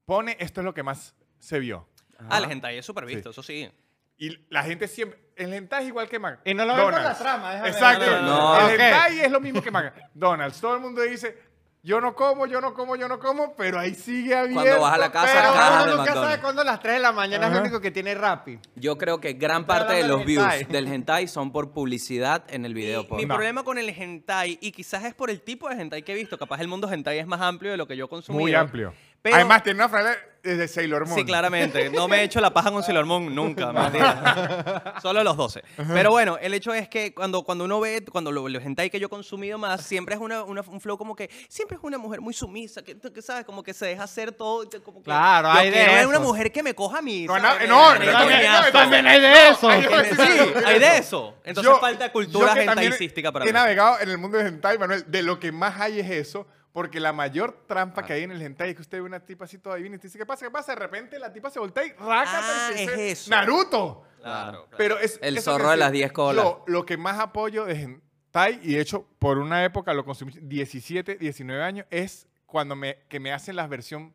Speaker 1: pone esto es lo que más se vio.
Speaker 4: Ah, el hentai es súper visto,
Speaker 1: Sí.
Speaker 4: eso sí.
Speaker 1: Y la gente siempre... El hentai es igual que Mac.
Speaker 3: Y no lo ven por la trama, déjame ver.
Speaker 1: Exacto.
Speaker 2: no,
Speaker 4: No,
Speaker 1: el
Speaker 2: no.
Speaker 3: Ok.
Speaker 1: hentai es lo mismo que McDonald's. Todo el mundo dice, yo no como, yo no como, yo no como, pero ahí sigue abierto.
Speaker 2: vas a la casa,
Speaker 1: pero-
Speaker 3: Pero
Speaker 2: caja
Speaker 3: uno
Speaker 2: de
Speaker 3: nunca
Speaker 2: McDonald's.
Speaker 3: sabe cuándo a las 3 de la mañana es
Speaker 1: Ajá.
Speaker 3: lo único que tiene Rappi.
Speaker 2: Yo creo que gran
Speaker 3: Estoy
Speaker 2: parte de
Speaker 3: hablando
Speaker 2: los
Speaker 3: del
Speaker 2: views
Speaker 3: hentai.
Speaker 2: del hentai son por publicidad en el video.
Speaker 4: Mi-
Speaker 2: porno.
Speaker 4: Mi
Speaker 1: No.
Speaker 4: problema con el hentai, y quizás es por el tipo de hentai que he visto, capaz el mundo hentai es más amplio de lo que yo consumí.
Speaker 1: Muy amplio.
Speaker 4: Pero-
Speaker 1: Además, tiene una frase desde Sailor Moon.
Speaker 4: Sí, claramente. No me he hecho la paja con Sailor Moon nunca, mentira. Solo los 12. Pero bueno, el hecho es que cuando, cuando uno ve, cuando lo, los hentai que yo he consumido más, siempre es una, una- un flow como que, siempre es una mujer muy sumisa, que, que sabes, como que se deja hacer todo. Como que
Speaker 3: Claro,
Speaker 4: yo
Speaker 3: hay de
Speaker 4: quiero ver
Speaker 3: esos.
Speaker 4: una mujer que me coja a mí.
Speaker 1: No,
Speaker 4: ¿sabes?
Speaker 1: no, no, no,
Speaker 4: Que me
Speaker 1: también-
Speaker 4: coñazo.
Speaker 1: también
Speaker 3: hay de eso.
Speaker 1: Ay, yo iba a decir
Speaker 4: Sí,
Speaker 1: algo.
Speaker 4: hay de eso. Entonces
Speaker 1: Yo-
Speaker 4: falta
Speaker 1: yo
Speaker 4: cultura
Speaker 1: que también
Speaker 4: hentaicística para
Speaker 1: He
Speaker 4: mí.
Speaker 1: navegado en el mundo del hentai, Manuel. De lo que más hay es eso. Porque la mayor trampa
Speaker 4: Ah.
Speaker 1: que hay en el hentai es que usted ve una tipa así toda divina y te dice, ¿qué pasa? ¿Qué pasa? De repente la tipa se voltea y rácata
Speaker 4: Ah,
Speaker 1: y te dice,
Speaker 4: es eso.
Speaker 1: ¡Naruto!
Speaker 4: Claro, claro.
Speaker 1: Pero es,
Speaker 2: El
Speaker 1: eso
Speaker 2: zorro
Speaker 1: que
Speaker 2: de las
Speaker 1: sí,
Speaker 2: 10 colas.
Speaker 1: Yo, lo que más apoyo de hentai, y de hecho por una época lo consumí 17, 19 años, es cuando me, que me hacen la versión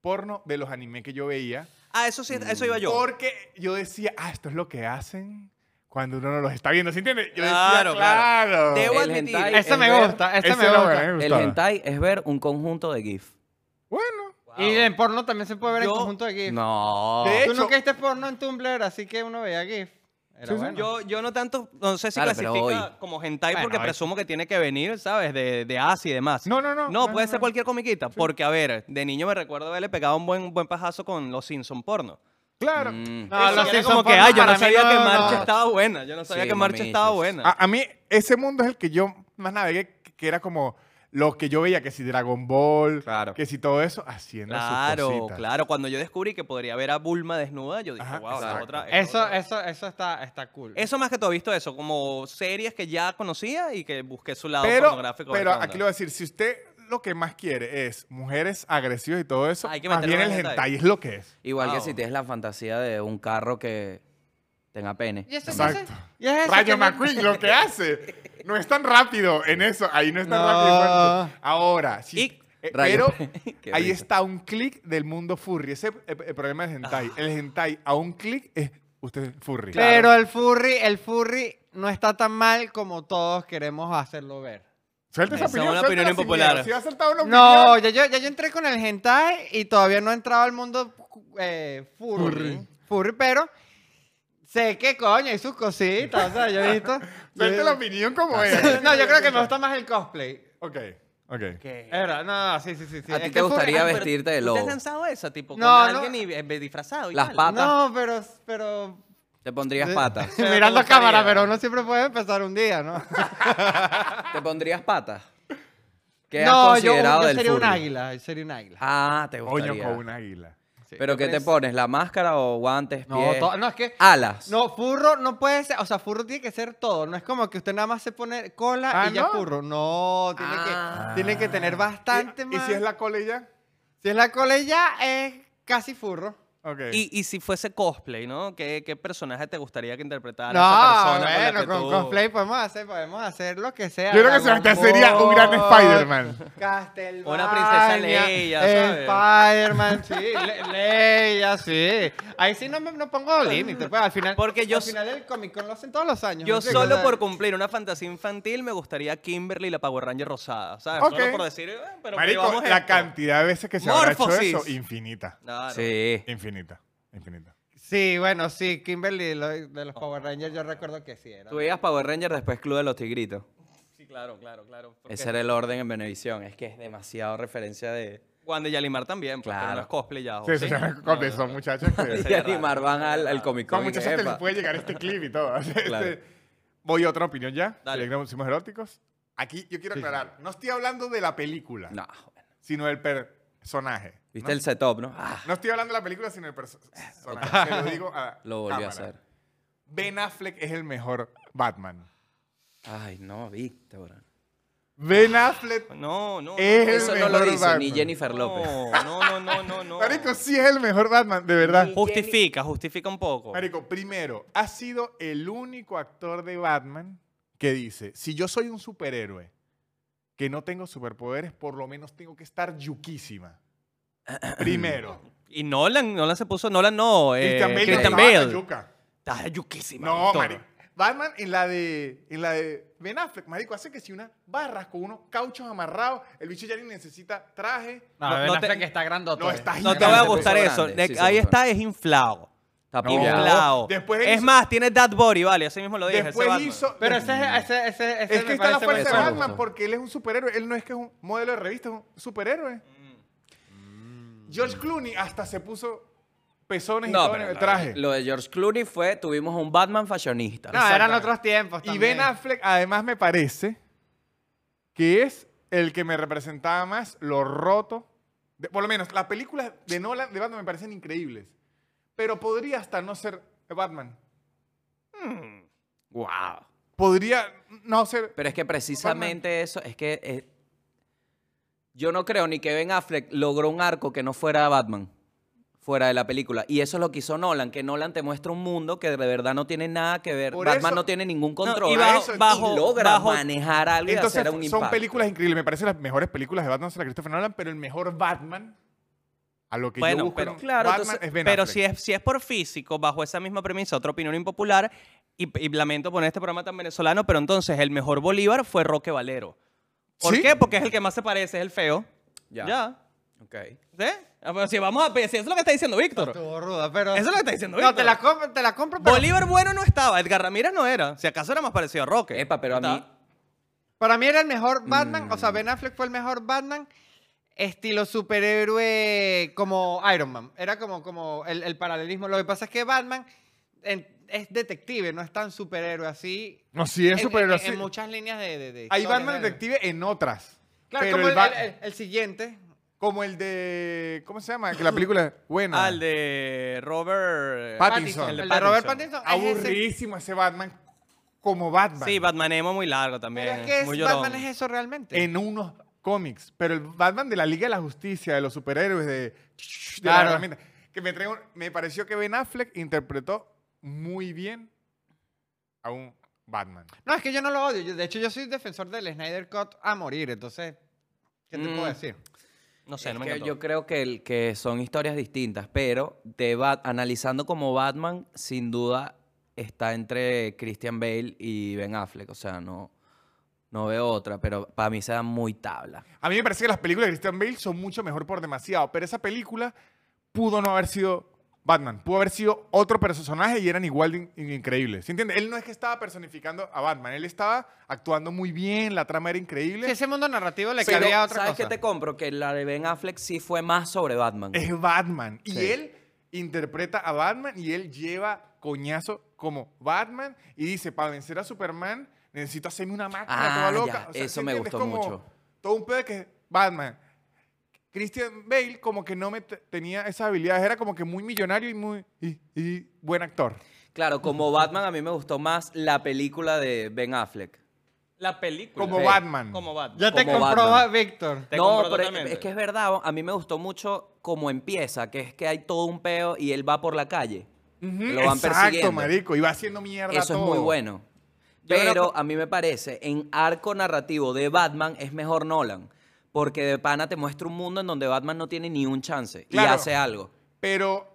Speaker 1: porno de los animes que yo veía.
Speaker 4: a Ah, eso sí, a eso iba yo.
Speaker 1: Porque yo decía, ah, esto es lo que hacen cuando uno no los está viendo, ¿sí entiendes? Yo
Speaker 4: Claro,
Speaker 1: decía, claro.
Speaker 4: claro. Debo
Speaker 2: El
Speaker 4: admitir.
Speaker 2: hentai-
Speaker 3: Esta
Speaker 2: es
Speaker 3: me
Speaker 2: ver-
Speaker 3: gusta, esta
Speaker 1: Ese
Speaker 3: me
Speaker 1: no
Speaker 3: gusta.
Speaker 1: me
Speaker 2: El
Speaker 1: gustaba.
Speaker 2: hentai es ver un conjunto de GIF.
Speaker 1: Bueno.
Speaker 3: Y en porno también se puede ver
Speaker 4: Yo-
Speaker 3: en conjunto de GIF.
Speaker 2: No.
Speaker 1: De
Speaker 3: Tú
Speaker 1: hecho-
Speaker 3: nunca viste porno en Tumblr, así que uno veía GIF. Era
Speaker 1: Sí, sí.
Speaker 3: bueno.
Speaker 4: Yo, yo no tanto, no sé si
Speaker 2: Claro, pero hoy.
Speaker 4: clasifica como hentai
Speaker 3: Bueno,
Speaker 4: porque
Speaker 3: hoy.
Speaker 4: presumo que tiene que venir, ¿sabes? De, de Asia y demás.
Speaker 1: No, no, no.
Speaker 4: No, puede ser
Speaker 1: no.
Speaker 4: cualquier comiquita. Porque, a ver, de niño me recuerdo haberle pegado un buen, un buen pajazo con los Simpson porno.
Speaker 1: Claro.
Speaker 2: Mm.
Speaker 3: No,
Speaker 4: Eso
Speaker 3: los
Speaker 4: era
Speaker 3: Simpson
Speaker 4: como que,
Speaker 3: porno
Speaker 4: ah, yo
Speaker 3: para
Speaker 4: no
Speaker 3: mí
Speaker 4: sabía
Speaker 3: no,
Speaker 4: que
Speaker 3: no.
Speaker 4: Marcha estaba buena. Yo no sabía
Speaker 2: Sí,
Speaker 4: que Marcha
Speaker 2: mamichos.
Speaker 4: estaba buena.
Speaker 1: A, a mí, ese mundo es el que yo más navegué, que- que era como lo que yo veía, que si Dragon Ball,
Speaker 2: Claro.
Speaker 1: que si todo eso, haciendo sus
Speaker 4: claro,
Speaker 1: cositas.
Speaker 4: claro. Cuando yo descubrí que podría ver a Bulma desnuda, yo dije,
Speaker 1: Ajá,
Speaker 4: wow, esa es
Speaker 1: exacto.
Speaker 4: otra. es
Speaker 3: Eso,
Speaker 4: otra".
Speaker 3: eso, eso está, está cool.
Speaker 4: Eso más que todo he visto eso, como series que ya conocía y que busqué su lado
Speaker 1: Pero,
Speaker 4: pornográfico. a ver
Speaker 1: pero
Speaker 4: qué onda.
Speaker 1: aquí lo voy a decir, si usted lo que más quiere es mujeres agresivas y todo eso,
Speaker 4: Hay que
Speaker 1: más
Speaker 4: meterlo
Speaker 1: bien el
Speaker 4: en el
Speaker 1: hentai.
Speaker 4: hentai.
Speaker 1: es lo que es.
Speaker 2: Igual que
Speaker 4: Wow.
Speaker 2: si tienes la fantasía de un carro que tenga pene.
Speaker 3: ¿Y eso
Speaker 1: Exacto.
Speaker 3: qué hace? ¿Y es eso
Speaker 1: Rayo
Speaker 3: que no-
Speaker 1: McQueen, lo que hace. No es tan rápido en eso. Ahí no es tan
Speaker 3: No.
Speaker 1: rápido. en eso. Ahora, sí.
Speaker 4: Y-
Speaker 1: eh,
Speaker 2: Rayo-
Speaker 1: pero
Speaker 2: Qué
Speaker 1: ahí
Speaker 2: risa.
Speaker 1: está un clic del mundo furry. Ese es el, el problema del
Speaker 3: Ah.
Speaker 1: hentai. El hentai a un clic es usted furry.
Speaker 3: Pero el furry, el furry no está tan mal como todos queremos hacerlo ver.
Speaker 1: Suelta esa
Speaker 4: Esa es
Speaker 1: opinión.
Speaker 4: una
Speaker 1: suéltala
Speaker 4: opinión
Speaker 1: sin
Speaker 4: impopular.
Speaker 1: miedo. Si ha soltado una
Speaker 3: No,
Speaker 1: opinión.
Speaker 3: ya yo, ya yo entré con el hentai y todavía no he entrado al mundo eh, furry.
Speaker 1: Furry.
Speaker 3: furry. pero sé que coño, y sus cositas, o sea, yo he visto...
Speaker 1: Suelta la opinión como es.
Speaker 3: no, yo creo que me gusta más el cosplay.
Speaker 1: Ok, ok.
Speaker 3: Era, no, no, sí, sí, sí. sí.
Speaker 2: ¿A
Speaker 3: Es
Speaker 2: ti
Speaker 3: que
Speaker 2: te
Speaker 3: el furry-
Speaker 2: gustaría
Speaker 4: Ah, pero
Speaker 2: vestirte de
Speaker 4: ¿tú ¿Te has
Speaker 2: lobo?
Speaker 4: lanzado esa, tipo, con
Speaker 3: No, no.
Speaker 4: alguien y eh, disfrazado y
Speaker 2: Las
Speaker 4: tal?
Speaker 2: patas.
Speaker 3: No, pero, pero
Speaker 2: Te pondrías
Speaker 3: Eh.
Speaker 2: patas.
Speaker 4: Pero
Speaker 3: mirando
Speaker 4: te
Speaker 3: a cámara,
Speaker 4: gustaría.
Speaker 3: pero uno siempre puede empezar un día, ¿no?
Speaker 2: ¿Te pondrías patas? ¿Qué has
Speaker 3: no, yo,
Speaker 2: considerado
Speaker 3: yo
Speaker 2: del
Speaker 3: sería un
Speaker 2: furry?
Speaker 3: águila, yo sería un águila.
Speaker 2: Ah, te
Speaker 1: Coño
Speaker 2: gustaría.
Speaker 1: con un águila.
Speaker 2: ¿Pero qué te pones? ¿La máscara o guantes,
Speaker 3: Pues- No,
Speaker 2: pies?
Speaker 3: to- no, es que...
Speaker 2: Alas.
Speaker 3: No, furro no puede ser, o sea, furro tiene que ser todo, no es como que usted nada más se pone cola
Speaker 1: Ah,
Speaker 3: y ya
Speaker 1: ¿no?
Speaker 3: furro, no, tiene,
Speaker 2: Ah.
Speaker 3: que, tiene que tener bastante
Speaker 1: ¿Y, y
Speaker 3: más.
Speaker 1: si es la cola y ya?
Speaker 3: si es la cola y ya es casi furro.
Speaker 1: Ok.
Speaker 4: Y, y si fuese cosplay, ¿no? ¿Qué, qué personaje te gustaría que interpretara esa
Speaker 3: No,
Speaker 4: persona con la
Speaker 3: bueno,
Speaker 4: que
Speaker 3: con
Speaker 4: tú-
Speaker 3: cosplay podemos hacer, podemos hacer lo que sea.
Speaker 1: Yo creo que
Speaker 3: Dragon
Speaker 1: Sebastián sería un gran
Speaker 3: Ball,
Speaker 1: Spider-Man.
Speaker 3: Castlevania,
Speaker 4: Una princesa Leia, ¿sabes?
Speaker 3: Spider-Man, sí, Le- Leia, sí. Ahí sí no me no pongo límite, pues al final.
Speaker 4: Porque yo
Speaker 3: al
Speaker 4: s-
Speaker 3: final el Comic Con lo hacen todos los años.
Speaker 4: Yo
Speaker 3: ¿me entiendes?
Speaker 4: solo por cumplir una fantasía infantil me gustaría Kimberly la Power Ranger rosada, ¿sabes?
Speaker 1: Ok.
Speaker 4: Solo por decir, eh, pero
Speaker 1: Marico,
Speaker 4: llevamos
Speaker 1: la
Speaker 4: esto.
Speaker 1: cantidad de veces que se habrá hecho
Speaker 4: Morphosis.
Speaker 1: eso, infinita.
Speaker 4: Claro.
Speaker 2: Sí.
Speaker 1: Infinita. Infinita.
Speaker 3: Sí, bueno, sí, Kimberly lo- de los Power Rangers, yo recuerdo que sí era.
Speaker 2: Tú veías Power Ranger, después Club de los Tigritos.
Speaker 4: Sí, claro, claro, claro. Porque
Speaker 2: Ese era el orden en Venevisión. Es que es demasiado referencia de...
Speaker 4: Wanda y Yalimar también, porque
Speaker 2: Claro.
Speaker 4: no es cosplay ya. ¿o
Speaker 1: Sí, sí,
Speaker 4: No,
Speaker 1: con-
Speaker 4: Oh, no,
Speaker 1: son
Speaker 4: no.
Speaker 1: muchachos que...
Speaker 2: Y animar van al, al Comic
Speaker 1: Con
Speaker 2: Con. y que,
Speaker 1: muchachos que les
Speaker 2: "Epa".
Speaker 1: puede llegar este clip y todo. Este,
Speaker 2: Claro.
Speaker 1: Voy a otra opinión ya.
Speaker 4: Dale.
Speaker 1: Ya que pusimos eróticos. Aquí yo quiero
Speaker 3: Sí,
Speaker 1: aclarar. No estoy hablando de la película,
Speaker 2: No, bueno.
Speaker 1: sino del personaje.
Speaker 2: Viste
Speaker 1: no,
Speaker 2: el setup, ¿no? Ah,
Speaker 1: no estoy hablando de la película, sino del perso- personaje. Se lo digo a
Speaker 2: lo volvió a
Speaker 1: cámara.
Speaker 2: hacer.
Speaker 1: Ben Affleck es el mejor Batman.
Speaker 2: Ay, no, Víctor.
Speaker 1: Ben Affleck
Speaker 4: No, no.
Speaker 1: Es
Speaker 4: no,
Speaker 2: Eso
Speaker 1: el
Speaker 2: no lo
Speaker 1: mejor
Speaker 2: hizo ni
Speaker 1: Batman.
Speaker 2: Jennifer López.
Speaker 4: No, no, no, no, no.
Speaker 1: Marico, sí es el mejor Batman, de verdad.
Speaker 4: Justifica, justifica un poco.
Speaker 1: Marico, primero, ha sido el único actor de Batman que dice, si yo soy un superhéroe que no tengo superpoderes, por lo menos tengo que estar yuquísima. Primero.
Speaker 4: Y Nolan, Nolan se puso, Nolan no, eh,
Speaker 1: Christian Bale. no
Speaker 4: Christian
Speaker 1: estaba
Speaker 4: Bale.
Speaker 1: tan yuca.
Speaker 4: Está yuquísima.
Speaker 1: No,
Speaker 4: todo.
Speaker 1: marico. Batman en la de en la de Ben Affleck, marico, hace que si unas barras con unos cauchos amarrados, el bicho ya ni necesita traje.
Speaker 3: No,
Speaker 4: No,
Speaker 3: Ben
Speaker 4: no te-
Speaker 3: Affleck está grandote.
Speaker 1: No está
Speaker 4: No te
Speaker 2: Grande,
Speaker 4: va a
Speaker 2: se
Speaker 4: gustar
Speaker 2: puso
Speaker 4: eso.
Speaker 2: grande,
Speaker 4: De-
Speaker 2: sí, se
Speaker 4: ahí
Speaker 2: puso
Speaker 4: está, es inflado.
Speaker 2: Está
Speaker 1: No.
Speaker 2: pillado.
Speaker 4: Inflado.
Speaker 1: Después
Speaker 4: es
Speaker 1: hizo-
Speaker 4: más, tiene That Body, vale, así mismo lo dije. ese
Speaker 1: Después
Speaker 4: Batman.
Speaker 1: hizo
Speaker 3: Pero ese es, ese, ese, ese
Speaker 1: Es
Speaker 3: me
Speaker 1: que está la
Speaker 3: parece
Speaker 1: fuerza de
Speaker 3: muy-
Speaker 2: bueno.
Speaker 1: Batman porque él es un superhéroe. Él no es que es un modelo de revista, es un superhéroe.
Speaker 3: Mm.
Speaker 1: George Clooney hasta se puso pezones y
Speaker 2: No,
Speaker 1: todo en
Speaker 2: pero
Speaker 1: el
Speaker 2: no,
Speaker 1: traje. Ah,
Speaker 2: lo de George Clooney fue, tuvimos un Batman fashionista.
Speaker 3: No, eran otros tiempos
Speaker 1: y
Speaker 3: también.
Speaker 1: Ben Affleck, además, me parece que es el que me representaba más lo roto. de- por lo menos, las películas de Nolan, de Batman, me parecen increíbles. Pero podría hasta no ser Batman.
Speaker 3: Mm.
Speaker 2: Wow.
Speaker 1: Podría no ser...
Speaker 2: Pero es que precisamente eso, es que eh, yo no creo ni que Ben Affleck logró un arco que no fuera Batman, fuera de la película. Y eso es lo que hizo Nolan, que Nolan te muestra un mundo que de verdad no tiene nada que ver.
Speaker 1: Por
Speaker 2: Batman
Speaker 1: eso-
Speaker 2: no tiene ningún
Speaker 4: y
Speaker 2: control.
Speaker 1: bajo-
Speaker 2: y
Speaker 4: bajo-
Speaker 2: logra
Speaker 4: bajo-
Speaker 2: manejar algo y
Speaker 1: Entonces,
Speaker 2: hacer un
Speaker 1: son
Speaker 2: impacto.
Speaker 1: películas increíbles. Me parecen las mejores películas de Batman, son las de Christopher Nolan, pero el mejor Batman A lo que yo
Speaker 4: Bueno,
Speaker 1: busco en
Speaker 4: pero,
Speaker 1: un
Speaker 4: claro,
Speaker 1: Batman
Speaker 4: entonces-
Speaker 1: es Ben
Speaker 4: pero
Speaker 1: Affleck.
Speaker 4: si es, si es por físico, bajo esa misma premisa, otra opinión impopular, y, y lamento poner este programa tan venezolano, pero entonces el mejor Bolívar fue Roque Valero. ¿Por
Speaker 1: ¿Sí?
Speaker 4: qué? Porque es el que más se parece, es el feo.
Speaker 2: Ya.
Speaker 4: Ya.
Speaker 2: Ok.
Speaker 4: ¿Sí? Ah, pero si vamos a... Si eso es lo que está diciendo Víctor.
Speaker 3: Estuvo ruda, pero...
Speaker 4: Eso es lo que está diciendo
Speaker 3: No,
Speaker 4: Víctor.
Speaker 3: te la compro, te la compro, pero
Speaker 4: Bolívar bueno no estaba, Edgar Ramírez no era. Si acaso era más parecido a Roque.
Speaker 2: Epa, pero a mí...
Speaker 4: Está.
Speaker 3: para mí era el mejor Batman, o sea,
Speaker 2: Mm.
Speaker 3: Ben Affleck fue el mejor Batman estilo superhéroe como Iron Man. Era como, como el, el paralelismo. Lo que pasa es que Batman en- es detective, no es tan superhéroe así.
Speaker 1: No, sí, es
Speaker 3: En-
Speaker 1: superhéroe
Speaker 3: en, en
Speaker 1: así.
Speaker 3: muchas líneas de... de, de
Speaker 1: Hay
Speaker 3: historias,
Speaker 1: Batman
Speaker 3: ¿no?
Speaker 1: detective en otras.
Speaker 3: Claro,
Speaker 1: pero
Speaker 3: como
Speaker 1: el
Speaker 3: el,
Speaker 1: Bat-
Speaker 3: el- el siguiente.
Speaker 1: Como el de. ¿Cómo se llama? Que la película. Buena.
Speaker 4: Al Ah, de Robert...
Speaker 1: Pat-
Speaker 3: Pattinson,
Speaker 1: Pattinson.
Speaker 3: el de,
Speaker 4: El de
Speaker 3: Robert
Speaker 4: Pattinson.
Speaker 3: Pattinson. Ah, es ese-
Speaker 1: Aburridísimo ese Batman. Como Batman.
Speaker 4: Sí, Batman Emo muy largo también.
Speaker 3: Pero es que es-
Speaker 4: muy llorón.
Speaker 3: Batman es eso realmente.
Speaker 1: en unos cómics. Pero el Batman de la Liga de la Justicia, de los superhéroes, de. de la
Speaker 3: Claro.
Speaker 1: herramienta, que me, trae un- me pareció que Ben Affleck interpretó muy bien a un Batman.
Speaker 3: No, es que yo no lo odio. Yo- de hecho, yo soy defensor del Snyder Cut a morir. Entonces, ¿qué te puedo
Speaker 4: Mm.
Speaker 3: decir?
Speaker 4: No sé,
Speaker 2: Es
Speaker 4: no me
Speaker 2: que
Speaker 4: encantó.
Speaker 2: yo creo que, el- que son historias distintas, pero de Bat- analizando como Batman, sin duda está entre Christian Bale y Ben Affleck. O sea, no, no veo otra, pero para mí se dan muy tabla.
Speaker 1: A mí me parece que las películas de Christian Bale son mucho mejor por demasiado, pero esa película pudo no haber sido Batman, pudo haber sido otro personaje y eran igual de in- increíbles. ¿Se entiende? Él no es que estaba personificando a Batman, él estaba actuando muy bien, la trama era increíble.
Speaker 3: Si ese mundo narrativo le
Speaker 2: Pero,
Speaker 3: cabía otra
Speaker 2: ¿Sabes
Speaker 3: cosa.
Speaker 2: qué te compro? Que la de Ben Affleck sí fue más sobre Batman.
Speaker 1: Es Batman y
Speaker 2: Sí.
Speaker 1: él interpreta a Batman y él lleva coñazo como Batman y dice, para vencer a Superman necesito hacerme una máquina
Speaker 2: Ah,
Speaker 1: toda
Speaker 2: ya,
Speaker 1: loca. ¿se
Speaker 2: eso me
Speaker 1: entiende? Es
Speaker 2: gustó
Speaker 1: como
Speaker 2: mucho.
Speaker 1: Todo un pedo de que Batman, Christian Bale como que no me te- tenía esas habilidades, era como que muy millonario y muy y- y buen actor.
Speaker 2: Pues, Claro, como Batman a mí me gustó más la película de Ben Affleck.
Speaker 4: La película.
Speaker 1: Como
Speaker 2: Sí.
Speaker 1: Batman.
Speaker 4: Como Batman.
Speaker 3: Ya te
Speaker 2: Como
Speaker 3: comproba,
Speaker 2: Batman.
Speaker 3: Víctor.
Speaker 4: Te
Speaker 2: no,
Speaker 4: compro
Speaker 2: pero es,
Speaker 4: totalmente.
Speaker 2: es que es verdad, a mí me gustó mucho cómo empieza, que es que hay todo un peo y él va por la calle.
Speaker 1: Ujú,
Speaker 2: Lo van
Speaker 1: Exacto,
Speaker 2: persiguiendo.
Speaker 1: marico, y va haciendo mierda
Speaker 2: Eso es
Speaker 1: todo.
Speaker 2: muy bueno.
Speaker 4: Yo creo
Speaker 2: Pero a mí me parece, en arco narrativo de Batman es mejor Nolan. Porque de pana te muestra un mundo en donde Batman no tiene ni un chance y
Speaker 1: Claro.
Speaker 2: hace algo.
Speaker 1: Pero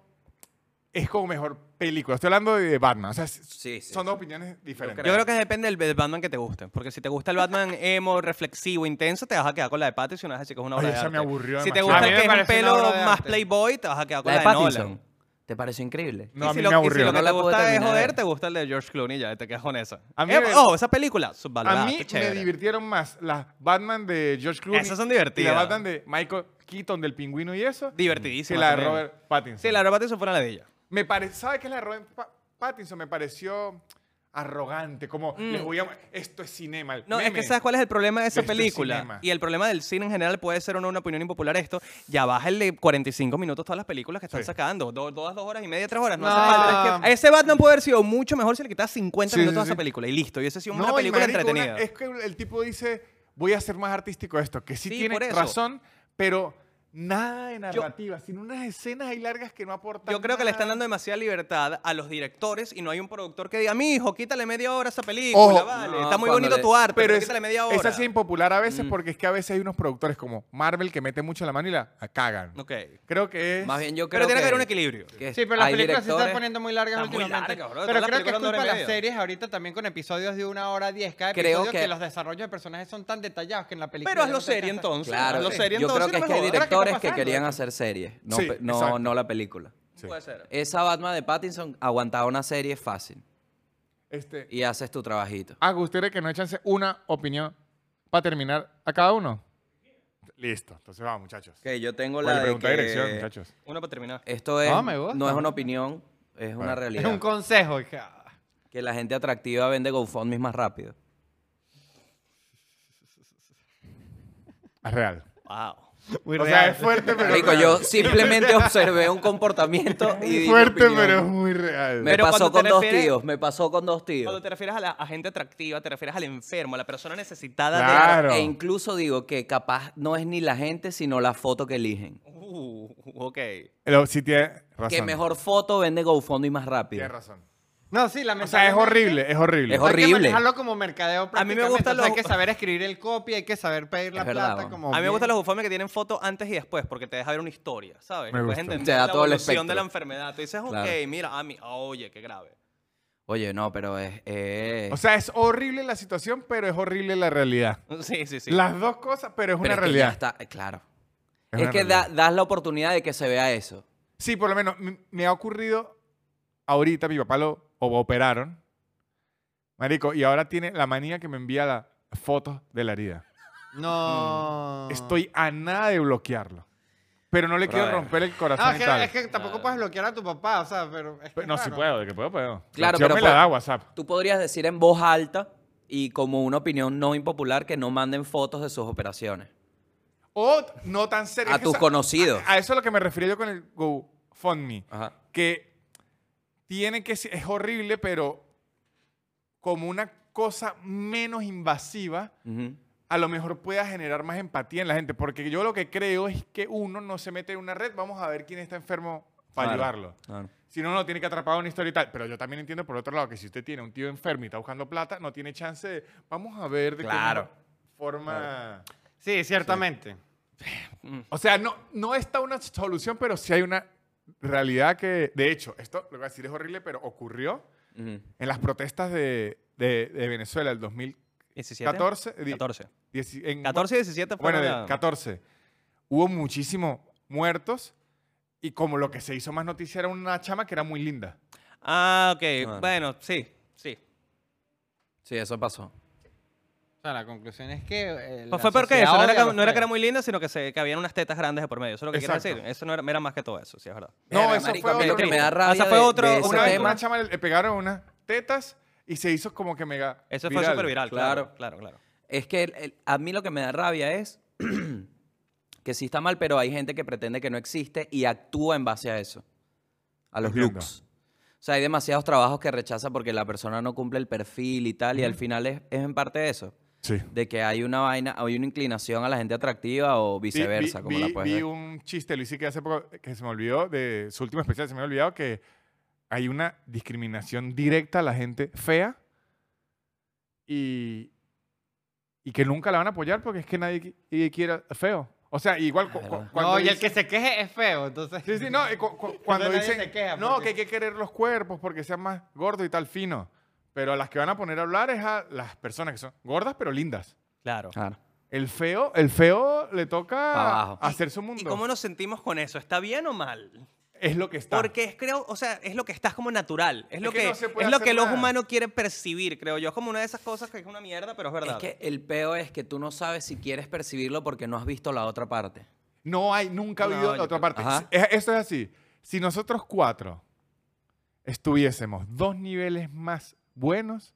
Speaker 1: es como mejor película. Estoy hablando de Batman, o sea, s-
Speaker 2: Sí, sí,
Speaker 1: son
Speaker 2: sí.
Speaker 1: dos opiniones diferentes.
Speaker 4: Yo creo que depende del, del Batman que te guste. Porque si te gusta el Batman emo, reflexivo, intenso, te vas a quedar con la de Pattinson y vas a decir que es una obra
Speaker 1: Oye,
Speaker 4: de
Speaker 1: esa
Speaker 4: arte.
Speaker 1: me aburrió
Speaker 4: Si te
Speaker 1: demasiado.
Speaker 4: gusta
Speaker 1: A
Speaker 4: el
Speaker 1: mí
Speaker 3: me
Speaker 4: que es un
Speaker 3: parece una
Speaker 4: pelo
Speaker 3: obra de
Speaker 4: más
Speaker 3: arte.
Speaker 4: playboy, te vas a quedar con
Speaker 2: La
Speaker 4: la,
Speaker 2: de Pattinson.
Speaker 4: Nolan.
Speaker 2: ¿Te pareció increíble?
Speaker 1: No,
Speaker 4: Y
Speaker 1: a
Speaker 4: si
Speaker 1: mí
Speaker 4: lo-
Speaker 1: me
Speaker 4: Y si
Speaker 1: aburrió.
Speaker 4: lo que
Speaker 2: No la
Speaker 4: te
Speaker 2: puedo
Speaker 4: gusta es
Speaker 2: terminar de ver.
Speaker 4: joder, te gusta el de George Clooney, ya te quedas con esa.
Speaker 1: A mí
Speaker 4: Eh,
Speaker 1: me-
Speaker 4: oh, esa película, subvalorada,
Speaker 1: A mí
Speaker 4: qué chévere.
Speaker 1: me divirtieron más las Batman de George Clooney.
Speaker 4: Esas son
Speaker 1: Y
Speaker 4: divertidas.
Speaker 1: la Batman de Michael Keaton del pingüino y eso.
Speaker 4: Divertidísima
Speaker 1: Que la de
Speaker 4: también.
Speaker 1: Robert Pattinson.
Speaker 4: Sí, la de Pattinson fue una ladilla.
Speaker 1: Me pare... ¿Sabe qué es la de Robert Pa- Pattinson? Me pareció arrogante. Como, les voy a- esto es cinema. el
Speaker 4: Mm. No, es
Speaker 1: meme.
Speaker 4: que ¿sabes cuál es el problema de esa
Speaker 1: de este
Speaker 4: película?
Speaker 1: cinema.
Speaker 4: y el problema del cine en general puede ser o no una opinión impopular esto. Ya baja el de 45 minutos todas las películas que están
Speaker 1: Sí.
Speaker 4: sacando. Do- todas dos horas y media, tres horas. No,
Speaker 3: No,
Speaker 4: hace falta.
Speaker 3: pero es que-
Speaker 4: A ese Batman puede haber sido mucho mejor si le quitas 50
Speaker 1: Sí,
Speaker 4: minutos a
Speaker 1: sí,
Speaker 4: esa
Speaker 1: sí.
Speaker 4: película. Y listo. Y esa ha sido
Speaker 1: No,
Speaker 4: una
Speaker 1: y
Speaker 4: película
Speaker 1: marico, una-
Speaker 4: entretenida.
Speaker 1: es que el tipo dice, voy a ser más artístico esto. Que sí,
Speaker 4: Sí,
Speaker 1: tiene
Speaker 4: por eso.
Speaker 1: razón, pero nada de narrativa. sino unas escenas ahí largas que no aportan
Speaker 4: Yo creo que le
Speaker 1: nada.
Speaker 4: están dando demasiada libertad a los directores y no hay un productor que diga, mi hijo, quítale media hora a esa película,
Speaker 1: Ojo.
Speaker 4: vale.
Speaker 2: No,
Speaker 4: está muy
Speaker 2: cuando
Speaker 4: bonito
Speaker 2: le-
Speaker 4: tu arte, pero,
Speaker 1: pero es,
Speaker 4: quítale media hora.
Speaker 1: es así impopular a veces
Speaker 2: Mm.
Speaker 1: porque es que a veces hay unos productores como Marvel que meten mucho la mano y la cagan.
Speaker 4: Ok.
Speaker 1: Creo que es...
Speaker 2: Más bien yo creo
Speaker 4: Pero tiene que
Speaker 2: que
Speaker 4: haber un equilibrio.
Speaker 2: que
Speaker 3: Sí, pero las
Speaker 2: hay
Speaker 3: películas se están
Speaker 2: directores-
Speaker 3: poniendo muy largas
Speaker 4: Están muy
Speaker 3: últimamente.
Speaker 4: largas, bro. Todas
Speaker 3: pero
Speaker 4: las
Speaker 3: creo que es
Speaker 4: películas
Speaker 3: culpa
Speaker 4: duran
Speaker 3: de
Speaker 4: hora y
Speaker 3: las
Speaker 4: media.
Speaker 3: series ahorita también con episodios de una hora diez cada
Speaker 2: Creo
Speaker 3: episodio que...
Speaker 2: que-
Speaker 3: los desarrollos de personajes son tan detallados que en la película...
Speaker 4: Pero
Speaker 3: ya no
Speaker 4: hazlo
Speaker 3: te
Speaker 4: serie
Speaker 3: alcanza-
Speaker 4: entonces.
Speaker 2: Claro,
Speaker 4: hazlo serie
Speaker 2: yo creo
Speaker 4: entonces.
Speaker 2: que es
Speaker 4: no
Speaker 2: que
Speaker 4: me
Speaker 2: hay
Speaker 4: jodas.
Speaker 2: directores
Speaker 3: Ahora que
Speaker 2: que
Speaker 3: está
Speaker 2: querían
Speaker 3: pasando.
Speaker 2: hacer series, no,
Speaker 1: Sí,
Speaker 2: pe- no-
Speaker 1: exacto.
Speaker 2: no la película.
Speaker 1: Sí.
Speaker 4: Puede ser.
Speaker 2: Esa Batman de Pattinson aguantaba una serie fácil
Speaker 1: Este,
Speaker 2: y haces tu trabajito.
Speaker 1: a ustedes que no echanse una opinión para terminar a cada uno. Listo. Entonces vamos, muchachos.
Speaker 2: Que yo tengo
Speaker 1: Oye,
Speaker 2: la de
Speaker 1: pregunta
Speaker 2: que
Speaker 1: de dirección, muchachos.
Speaker 4: Una para terminar.
Speaker 2: esto es
Speaker 3: No, me gusta,
Speaker 2: no es una
Speaker 3: me
Speaker 2: opinión, es una
Speaker 1: Bueno.
Speaker 3: Es
Speaker 2: realidad.
Speaker 3: un consejo. hija.
Speaker 2: Que la gente atractiva vende GoFundMe más rápido.
Speaker 1: Es real.
Speaker 4: Wow.
Speaker 3: Muy
Speaker 1: o sea,
Speaker 3: real.
Speaker 1: es fuerte, pero
Speaker 2: Rico,
Speaker 1: real.
Speaker 2: yo simplemente observé un comportamiento y di mi
Speaker 1: fuerte,
Speaker 2: opinión.
Speaker 1: pero es muy real.
Speaker 2: me
Speaker 4: Pero
Speaker 2: pasó
Speaker 4: cuando te
Speaker 2: con dos
Speaker 4: refieres-
Speaker 2: tíos, me pasó con dos
Speaker 4: Cuando
Speaker 2: tíos.
Speaker 4: te refieres a la a gente atractiva, te refieres al enfermo, a la persona necesitada
Speaker 1: Claro.
Speaker 2: E incluso digo que capaz no es ni la gente, sino la foto que eligen.
Speaker 4: de... Uh, ok.
Speaker 1: Pero sí tiene razón.
Speaker 2: Que mejor foto vende GoFundMe más rápido.
Speaker 1: Tiene razón.
Speaker 3: No, sí, la
Speaker 1: O sea, es horrible, es horrible.
Speaker 2: Es horrible.
Speaker 3: Hay que manejarlo como mercadeo
Speaker 4: A mí me
Speaker 3: prácticamente, o
Speaker 4: gustan
Speaker 3: sea,
Speaker 4: los-
Speaker 3: Hay que saber escribir el copy, hay que saber pedir la
Speaker 2: Es verdad,
Speaker 3: plata.
Speaker 2: ¿no?
Speaker 3: Como
Speaker 4: A mí me
Speaker 3: bien.
Speaker 4: gustan los bufones que tienen fotos antes y después, porque te deja ver una historia, ¿sabes?
Speaker 1: Me
Speaker 4: Puedes
Speaker 1: gusta.
Speaker 4: entender
Speaker 2: Te da
Speaker 4: la
Speaker 2: todo el
Speaker 4: evolución de la
Speaker 2: espectro.
Speaker 4: enfermedad. Tú dices, ok,
Speaker 2: Claro.
Speaker 4: mira, a mí, oye, qué grave.
Speaker 2: Oye, no, pero es. eh,
Speaker 1: O sea, es horrible la situación, pero es horrible la realidad.
Speaker 4: Sí, sí, sí.
Speaker 1: Las dos cosas, pero es
Speaker 2: pero
Speaker 1: una
Speaker 2: es que ya
Speaker 1: realidad.
Speaker 2: está, eh, claro.
Speaker 1: Es
Speaker 2: Es,
Speaker 1: una
Speaker 2: que da-
Speaker 1: realidad.
Speaker 2: das la oportunidad de que se vea eso.
Speaker 1: Sí, por lo menos m- me ha ocurrido ahorita, mi papá lo o- operaron, marico, y ahora tiene la manía que me envía las fotos de la herida.
Speaker 3: No.
Speaker 1: Estoy a nada de bloquearlo, pero no le quiero
Speaker 2: Brother.
Speaker 1: romper el
Speaker 3: No,
Speaker 1: corazón
Speaker 3: es
Speaker 1: y
Speaker 3: que,
Speaker 1: tal.
Speaker 3: es que tampoco puedes bloquear a tu papá, o sea, pero.
Speaker 1: Pero
Speaker 3: es que es
Speaker 1: Pues, No, si
Speaker 3: raro.
Speaker 1: puedo, de que puedo, puedo.
Speaker 2: Claro,
Speaker 1: Yo
Speaker 2: pero
Speaker 1: me la
Speaker 2: fue-
Speaker 1: da WhatsApp.
Speaker 2: Tú podrías decir en voz alta y como una opinión no impopular que no manden fotos de sus operaciones.
Speaker 1: O no tan serio.
Speaker 2: A
Speaker 1: es que
Speaker 2: tus
Speaker 1: esa-
Speaker 2: conocidos.
Speaker 1: A, a eso es lo que me refería yo con el GoFundMe.
Speaker 2: Ajá.
Speaker 1: que tiene que ser, es horrible, pero como una cosa menos invasiva,
Speaker 2: Ujú.
Speaker 1: a lo mejor pueda generar más empatía en la gente. Porque yo lo que creo es que uno no se mete en una red, vamos a ver quién está enfermo para
Speaker 2: Claro.
Speaker 1: ayudarlo.
Speaker 2: Claro.
Speaker 1: Si no, no tiene que atrapar una historia y tal. Pero yo también entiendo, por otro lado, que si usted tiene un tío enfermo y está buscando plata, no tiene chance de, vamos a ver de qué
Speaker 2: Claro.
Speaker 1: forma...
Speaker 3: Sí, ciertamente.
Speaker 1: O sea, no, no está una solución, pero sí hay una realidad que, de hecho, esto lo que voy a decir es horrible, pero ocurrió
Speaker 2: Ujú.
Speaker 1: en las protestas de, de- de Venezuela el 2014.
Speaker 4: 17.
Speaker 1: di-
Speaker 4: 14.
Speaker 1: dieci- en-
Speaker 4: 14 y 17
Speaker 1: Bueno,
Speaker 4: fueron
Speaker 1: del
Speaker 4: la-
Speaker 1: 14. Hubo muchísimos muertos y como lo que se hizo más noticia era una chama que era muy linda.
Speaker 4: Ah, ok.
Speaker 2: Bueno.
Speaker 4: Bueno, sí, sí.
Speaker 2: Sí, eso pasó.
Speaker 3: O sea, la conclusión es que. eh,
Speaker 4: Pues
Speaker 3: la
Speaker 4: fue porque eso no
Speaker 3: sociedad
Speaker 4: era,
Speaker 3: odia
Speaker 4: que,
Speaker 3: los
Speaker 4: no era que era
Speaker 3: feos.
Speaker 4: muy linda, sino que, se, que habían unas tetas grandes de por medio. Eso es lo que quiero
Speaker 1: Exacto.
Speaker 4: decir. Eso no era, era más que todo eso, sí, es verdad.
Speaker 1: No,
Speaker 2: Verga,
Speaker 1: eso
Speaker 2: marico,
Speaker 1: fue
Speaker 2: a mí
Speaker 1: otro.
Speaker 2: lo que me
Speaker 1: Una
Speaker 2: da
Speaker 4: Ah,
Speaker 2: rabia
Speaker 4: ese fue
Speaker 2: de-
Speaker 4: otro-
Speaker 2: de
Speaker 1: vez
Speaker 2: ese
Speaker 1: con
Speaker 2: tema.
Speaker 1: una chama le, le pegaron unas tetas y se hizo como que mega
Speaker 4: Eso fue súper viral, claro, claro, claro.
Speaker 2: Es que el- el- a mí lo que me da rabia es que sí está mal, pero hay gente que pretende que no existe y actúa en base a eso, a los
Speaker 1: Entiendo.
Speaker 2: looks. O sea, hay demasiados trabajos que rechaza porque la persona no cumple el perfil y tal, y al final es, es en parte eso,
Speaker 1: Sí.
Speaker 2: de que hay una vaina, hay una inclinación a la gente atractiva o
Speaker 1: Vi- vi-
Speaker 2: viceversa, como
Speaker 1: vi,
Speaker 2: la puedes
Speaker 1: vi
Speaker 2: ver.
Speaker 1: un chiste, lo hice que hace poco, que se me olvidó, de su último especial, se me ha olvidado que hay una discriminación directa a la gente fea y, y que nunca la van a apoyar porque es que nadie qui- y quiere feo. O sea, igual cu- cu-
Speaker 2: verdad.
Speaker 1: cuando
Speaker 3: No, y el que
Speaker 1: dicen-
Speaker 3: se queje es feo, entonces.
Speaker 1: Sí, sí, no, y cu- cu- cuando
Speaker 3: nadie
Speaker 1: dicen
Speaker 3: se queja
Speaker 1: no,
Speaker 3: porque-
Speaker 1: que hay que querer los cuerpos porque sean más gordos y tal fino. Pero a las que van a poner a hablar es a las personas que son gordas pero lindas.
Speaker 4: Claro.
Speaker 2: Claro.
Speaker 1: El feo, el feo le
Speaker 2: Pa'
Speaker 1: toca
Speaker 2: abajo.
Speaker 1: hacer su mundo.
Speaker 4: ¿Y cómo nos sentimos con eso? ¿Está bien o mal?
Speaker 1: Es lo que está.
Speaker 4: Porque es, creo, o sea, es lo que estás como natural. Es,
Speaker 1: Es
Speaker 4: lo
Speaker 1: que
Speaker 4: que,
Speaker 1: no se puede
Speaker 4: es lo
Speaker 1: hacer
Speaker 4: que el ojo
Speaker 1: nada.
Speaker 4: humano quiere percibir, creo yo. Es como una de esas cosas que es una mierda, pero es verdad.
Speaker 2: Es que el peo es que tú no sabes si quieres percibirlo porque no has visto la otra parte. Este
Speaker 1: No hay, nunca ha
Speaker 4: No,
Speaker 1: habido
Speaker 4: yo
Speaker 1: otra
Speaker 4: creo-
Speaker 1: parte.
Speaker 2: Ajá.
Speaker 1: Es- Eso es así. Si nosotros cuatro estuviésemos dos niveles más buenos,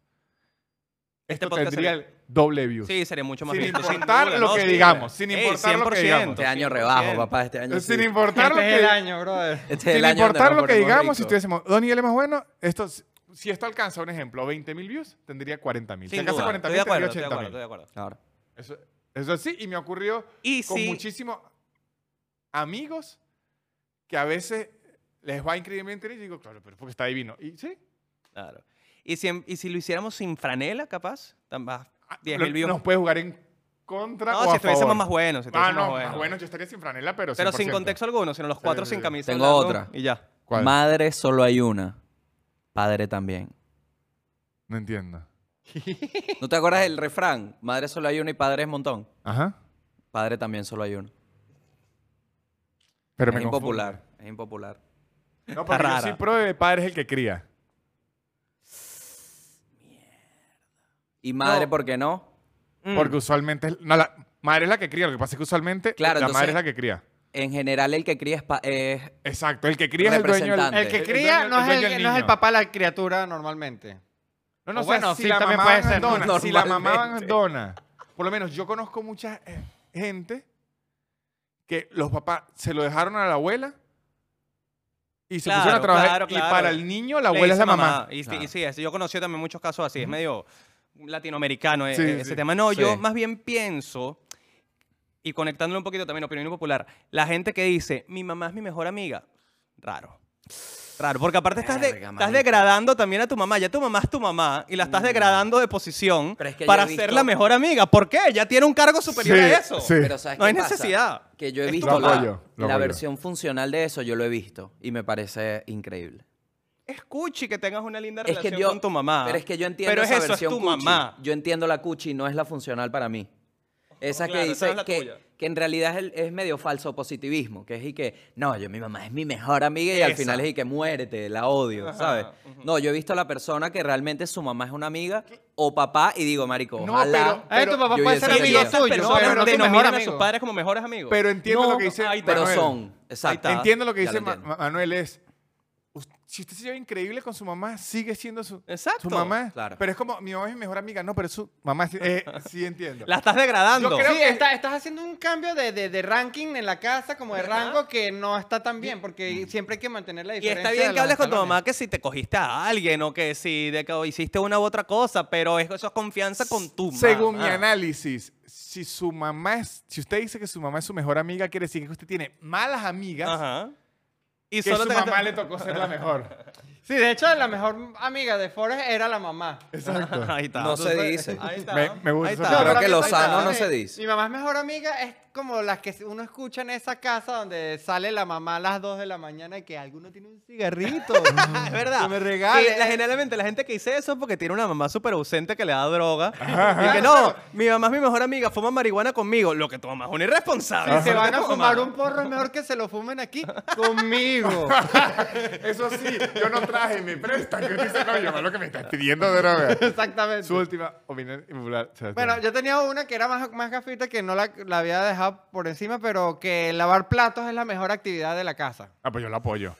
Speaker 4: Este
Speaker 1: esto
Speaker 4: podcast
Speaker 1: tendría
Speaker 4: sería-
Speaker 1: el doble view.
Speaker 4: Sí, sería mucho más
Speaker 1: Sin
Speaker 4: visto,
Speaker 1: importar
Speaker 4: duda,
Speaker 1: lo que
Speaker 4: Sí,
Speaker 1: digamos, sin
Speaker 4: Ey,
Speaker 1: importar lo que digamos.
Speaker 2: Este año rebajo, papá, este año.
Speaker 1: Sin
Speaker 2: sí.
Speaker 1: importar lo
Speaker 3: Este es el
Speaker 1: que,
Speaker 3: año, brother.
Speaker 2: Este es
Speaker 1: sin
Speaker 2: el año donde
Speaker 1: importar
Speaker 2: nos
Speaker 1: lo que
Speaker 2: ponemos
Speaker 1: digamos, si
Speaker 2: ricos.
Speaker 1: estuviésemos dos niveles más buenos, esto, si esto alcanza, un ejemplo, 20 mil views, tendría 40 mil. Si
Speaker 4: Sin
Speaker 1: alcanza
Speaker 4: duda.
Speaker 1: 40
Speaker 4: Estoy de
Speaker 1: mil,
Speaker 4: acuerdo,
Speaker 1: tendría
Speaker 4: estoy de
Speaker 1: 80
Speaker 4: acuerdo, estoy
Speaker 1: mil.
Speaker 4: de acuerdo.
Speaker 2: Claro.
Speaker 1: Eso, eso sí, y me ocurrió
Speaker 4: Y
Speaker 1: con
Speaker 4: sí,
Speaker 1: muchísimos amigos que a veces les va increíblemente bien y digo, claro, pero es porque está divino. Y sí,
Speaker 4: claro. Y si, en- y si lo hiciéramos sin franela, capaz, tan más,
Speaker 1: ah,
Speaker 4: 10
Speaker 1: lo-
Speaker 4: mil views.
Speaker 1: nos puede jugar en contra
Speaker 4: No,
Speaker 1: o
Speaker 4: si
Speaker 1: a
Speaker 4: estuviésemos
Speaker 1: favor.
Speaker 4: más buenos.
Speaker 1: Ah,
Speaker 4: Si estuviésemos
Speaker 1: no,
Speaker 4: más
Speaker 1: más
Speaker 4: buenos.
Speaker 1: bueno, yo estaría sin franela, pero
Speaker 4: Pero sin
Speaker 1: 100%.
Speaker 4: contexto alguno, sino los
Speaker 1: Sí,
Speaker 4: cuatro
Speaker 1: sí,
Speaker 4: sin
Speaker 1: sí.
Speaker 4: camisa.
Speaker 2: Tengo
Speaker 4: hablando
Speaker 2: otra.
Speaker 4: Y ya.
Speaker 1: ¿Cuál?
Speaker 2: Madre solo hay una. Padre también.
Speaker 1: No entiendo.
Speaker 2: ¿No te acuerdas del refrán? Madre solo hay una y padre es montón.
Speaker 1: Ajá.
Speaker 2: Padre también solo hay uno.
Speaker 1: Pero
Speaker 2: es
Speaker 1: me confunde.
Speaker 2: impopular. Es impopular.
Speaker 1: No, porque yo
Speaker 4: rara.
Speaker 1: sí pro de padre es el que cría.
Speaker 2: ¿Y madre por qué no?
Speaker 3: Mm.
Speaker 4: Mm.
Speaker 1: Porque usualmente... es- No, la madre es la que cría. Lo que pasa es que usualmente
Speaker 2: Claro,
Speaker 1: la madre
Speaker 2: entonces-
Speaker 1: es la que cría.
Speaker 2: En general, el que cría es. pa- es-
Speaker 1: Exacto, el que cría es el dueño del...
Speaker 2: Representante.
Speaker 3: El que
Speaker 1: el
Speaker 3: cría
Speaker 1: dueño-
Speaker 3: no, es el,
Speaker 1: dueño del
Speaker 3: que- no es el
Speaker 1: niño.
Speaker 3: papá de la criatura normalmente.
Speaker 1: No, no,
Speaker 3: O
Speaker 1: o sea,
Speaker 3: bueno,
Speaker 1: si
Speaker 3: sí,
Speaker 1: la
Speaker 3: también
Speaker 1: mamá
Speaker 3: puede ser,
Speaker 1: abandona,
Speaker 2: ¿no?
Speaker 1: si la mamá
Speaker 2: Normalmente.
Speaker 1: abandona. Por lo menos yo conozco mucha eh, gente que los papás se lo dejaron a la abuela y se
Speaker 4: Claro,
Speaker 1: pusieron a trabajar.
Speaker 4: claro,
Speaker 1: Y
Speaker 4: claro.
Speaker 1: para el niño, la
Speaker 4: Le
Speaker 1: abuela es
Speaker 4: dice
Speaker 1: la mamá.
Speaker 4: Y, sí-
Speaker 2: Claro.
Speaker 4: y sí, es- yo conocí también muchos casos así, es medio latinoamericano eh,
Speaker 1: Sí,
Speaker 4: eh,
Speaker 1: sí.
Speaker 4: ese tema. No,
Speaker 2: Sí.
Speaker 4: yo más bien pienso, y conectándolo un poquito también a opinión popular, la gente que dice, mi mamá es mi mejor amiga, raro. Raro, porque aparte estás, de-
Speaker 2: Verga,
Speaker 4: estás
Speaker 2: marico.
Speaker 4: degradando también a tu mamá. Ya tu mamá es tu mamá y la estás degradando de posición
Speaker 2: Pero es que yo
Speaker 4: para
Speaker 2: he visto-
Speaker 4: ser la mejor amiga. ¿Por qué? Ya tiene un cargo superior
Speaker 1: Sí,
Speaker 4: a eso.
Speaker 1: sí.
Speaker 2: Pero ¿sabes
Speaker 4: No
Speaker 2: qué
Speaker 4: hay
Speaker 2: pasa?
Speaker 4: necesidad.
Speaker 2: Que yo he
Speaker 4: Es
Speaker 2: visto la,
Speaker 4: tu papá.
Speaker 1: Lo apoyo, lo
Speaker 2: la
Speaker 1: apoyo.
Speaker 2: versión funcional de eso, yo lo he visto y me parece increíble.
Speaker 4: Es cuchi que tengas una linda
Speaker 2: Es
Speaker 4: relación
Speaker 2: que yo,
Speaker 4: con tu mamá.
Speaker 2: Pero es que yo entiendo
Speaker 4: Pero es
Speaker 2: esa
Speaker 4: eso, es
Speaker 2: versión
Speaker 4: tu
Speaker 2: cuchi.
Speaker 4: mamá.
Speaker 2: Yo entiendo la cuchi, no es la funcional para mí. Esa
Speaker 4: claro,
Speaker 2: que
Speaker 4: esa
Speaker 2: dice
Speaker 4: no es la
Speaker 2: que,
Speaker 4: tuya.
Speaker 2: que en realidad es, el- es medio falso positivismo, que es y que, no, yo mi mamá es mi mejor amiga y al
Speaker 4: Esa.
Speaker 2: final es y que muérete, la odio,
Speaker 4: Ajá,
Speaker 2: ¿sabes?
Speaker 4: ujú.
Speaker 2: No, yo he visto a la persona que realmente su mamá es una amiga o papá y digo, marico,
Speaker 1: No,
Speaker 2: ojalá.
Speaker 1: pero-
Speaker 3: Ay, tu papá
Speaker 2: yo
Speaker 3: puede
Speaker 2: hubiese
Speaker 3: ser
Speaker 4: Y
Speaker 2: tenido-
Speaker 3: amigo
Speaker 4: esas
Speaker 3: tuyo,
Speaker 4: personas
Speaker 1: pero no tu
Speaker 4: denominan
Speaker 3: mejor
Speaker 4: a sus
Speaker 3: amigo.
Speaker 4: padres como mejores amigos.
Speaker 1: Pero entiendo
Speaker 4: No,
Speaker 1: lo que dice
Speaker 4: ahí está.
Speaker 2: Pero
Speaker 1: Manuel.
Speaker 2: son, exacto.
Speaker 4: está.
Speaker 1: Entiendo lo que
Speaker 2: Ya
Speaker 1: dice
Speaker 2: lo
Speaker 1: Ma-
Speaker 2: entiendo.
Speaker 1: Ma- Manuel es, us- si usted se lleva increíble con su mamá, sigue siendo su, su
Speaker 4: Exacto,
Speaker 1: mamá.
Speaker 2: claro.
Speaker 1: Pero es como, mi mamá es mi mejor amiga, no, pero es su mamá, sí, eh, sí entiendo.
Speaker 4: la estás degradando.
Speaker 1: Yo creo-
Speaker 3: Sí,
Speaker 1: que-
Speaker 3: está- estás haciendo un cambio de, de- de ranking en la casa, como de rango, que no está tan bien, porque siempre hay que mantener la
Speaker 4: Mm. Y
Speaker 3: diferencia.
Speaker 4: está
Speaker 3: de
Speaker 4: bien que
Speaker 3: los
Speaker 4: hables con tu
Speaker 3: escalones.
Speaker 4: mamá que si te cogiste a alguien o que si de que hiciste una u otra cosa, pero eso es confianza con tu mamá.
Speaker 1: Según mi análisis, si su mamá es, si usted dice que su mamá es su mejor amiga, quiere decir que usted tiene malas amigas
Speaker 4: Ajá. Y
Speaker 1: que su
Speaker 4: te-
Speaker 1: mamá le tocó ser la mejor.
Speaker 3: Sí, de hecho, la mejor amiga de Forrest era la mamá.
Speaker 1: Exacto.
Speaker 4: Ahí está.
Speaker 2: No se
Speaker 4: Entonces,
Speaker 2: dice.
Speaker 4: Ahí está.
Speaker 1: Me- me gusta
Speaker 4: Ahí
Speaker 1: esa
Speaker 4: está.
Speaker 1: Claro,
Speaker 3: pero
Speaker 1: palabra.
Speaker 2: creo que
Speaker 3: a mí
Speaker 2: lo
Speaker 3: me
Speaker 2: sano
Speaker 3: pasa,
Speaker 2: no
Speaker 3: mi-
Speaker 2: se dice.
Speaker 3: Mi mamá es mejor amiga, es como las que uno escucha en esa casa donde sale la mamá a las 2 de la mañana y que alguno tiene un cigarrito.
Speaker 4: Es verdad.
Speaker 3: Que me regale.
Speaker 4: Que la- generalmente la gente que dice eso es porque tiene una mamá súper ausente que le da droga. Y que no, mi mamá es mi mejor amiga, fuma marihuana conmigo. Lo que tu mamá es un irresponsable.
Speaker 3: Si se van a
Speaker 4: Tu
Speaker 3: fumar
Speaker 4: Ah. mamá.
Speaker 3: un porro, es mejor que se lo fumen aquí conmigo.
Speaker 1: Eso sí, yo no traje, me presta. Que dice, no, yo lo que me estás pidiendo droga.
Speaker 3: Exactamente.
Speaker 1: Su última opinión impopular. Sebastián.
Speaker 3: Bueno, yo tenía una que era más, más gafita que no la, la había dejado por encima, pero que lavar platos es la mejor actividad de la casa.
Speaker 1: Ah, pues yo la apoyo.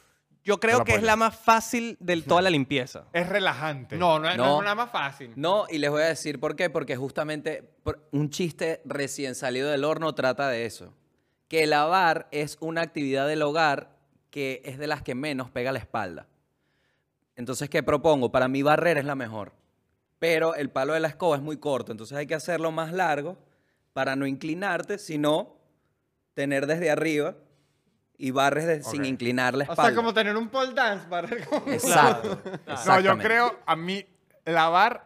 Speaker 1: Yo
Speaker 4: Yo
Speaker 1: la
Speaker 4: creo que es
Speaker 1: apoyo.
Speaker 4: la más fácil de toda la limpieza.
Speaker 1: Es relajante.
Speaker 3: No, no, es- no
Speaker 2: No.
Speaker 3: es nada más fácil.
Speaker 2: No, y les voy a decir por qué, porque justamente por- un chiste recién salido del horno trata de eso. Que lavar es una actividad del hogar que es de las que menos pega la espalda. Entonces, ¿qué propongo? Para mí barrer es la mejor, pero el palo de la escoba es muy corto, entonces hay que hacerlo más largo para no inclinarte, sino tener desde arriba y barres de- sin
Speaker 1: Ok.
Speaker 2: inclinar la
Speaker 3: O
Speaker 2: espalda.
Speaker 3: sea, como tener un pole dance para...
Speaker 2: Exacto.
Speaker 1: No, yo
Speaker 2: exactamente.
Speaker 1: creo, a mí, lavar,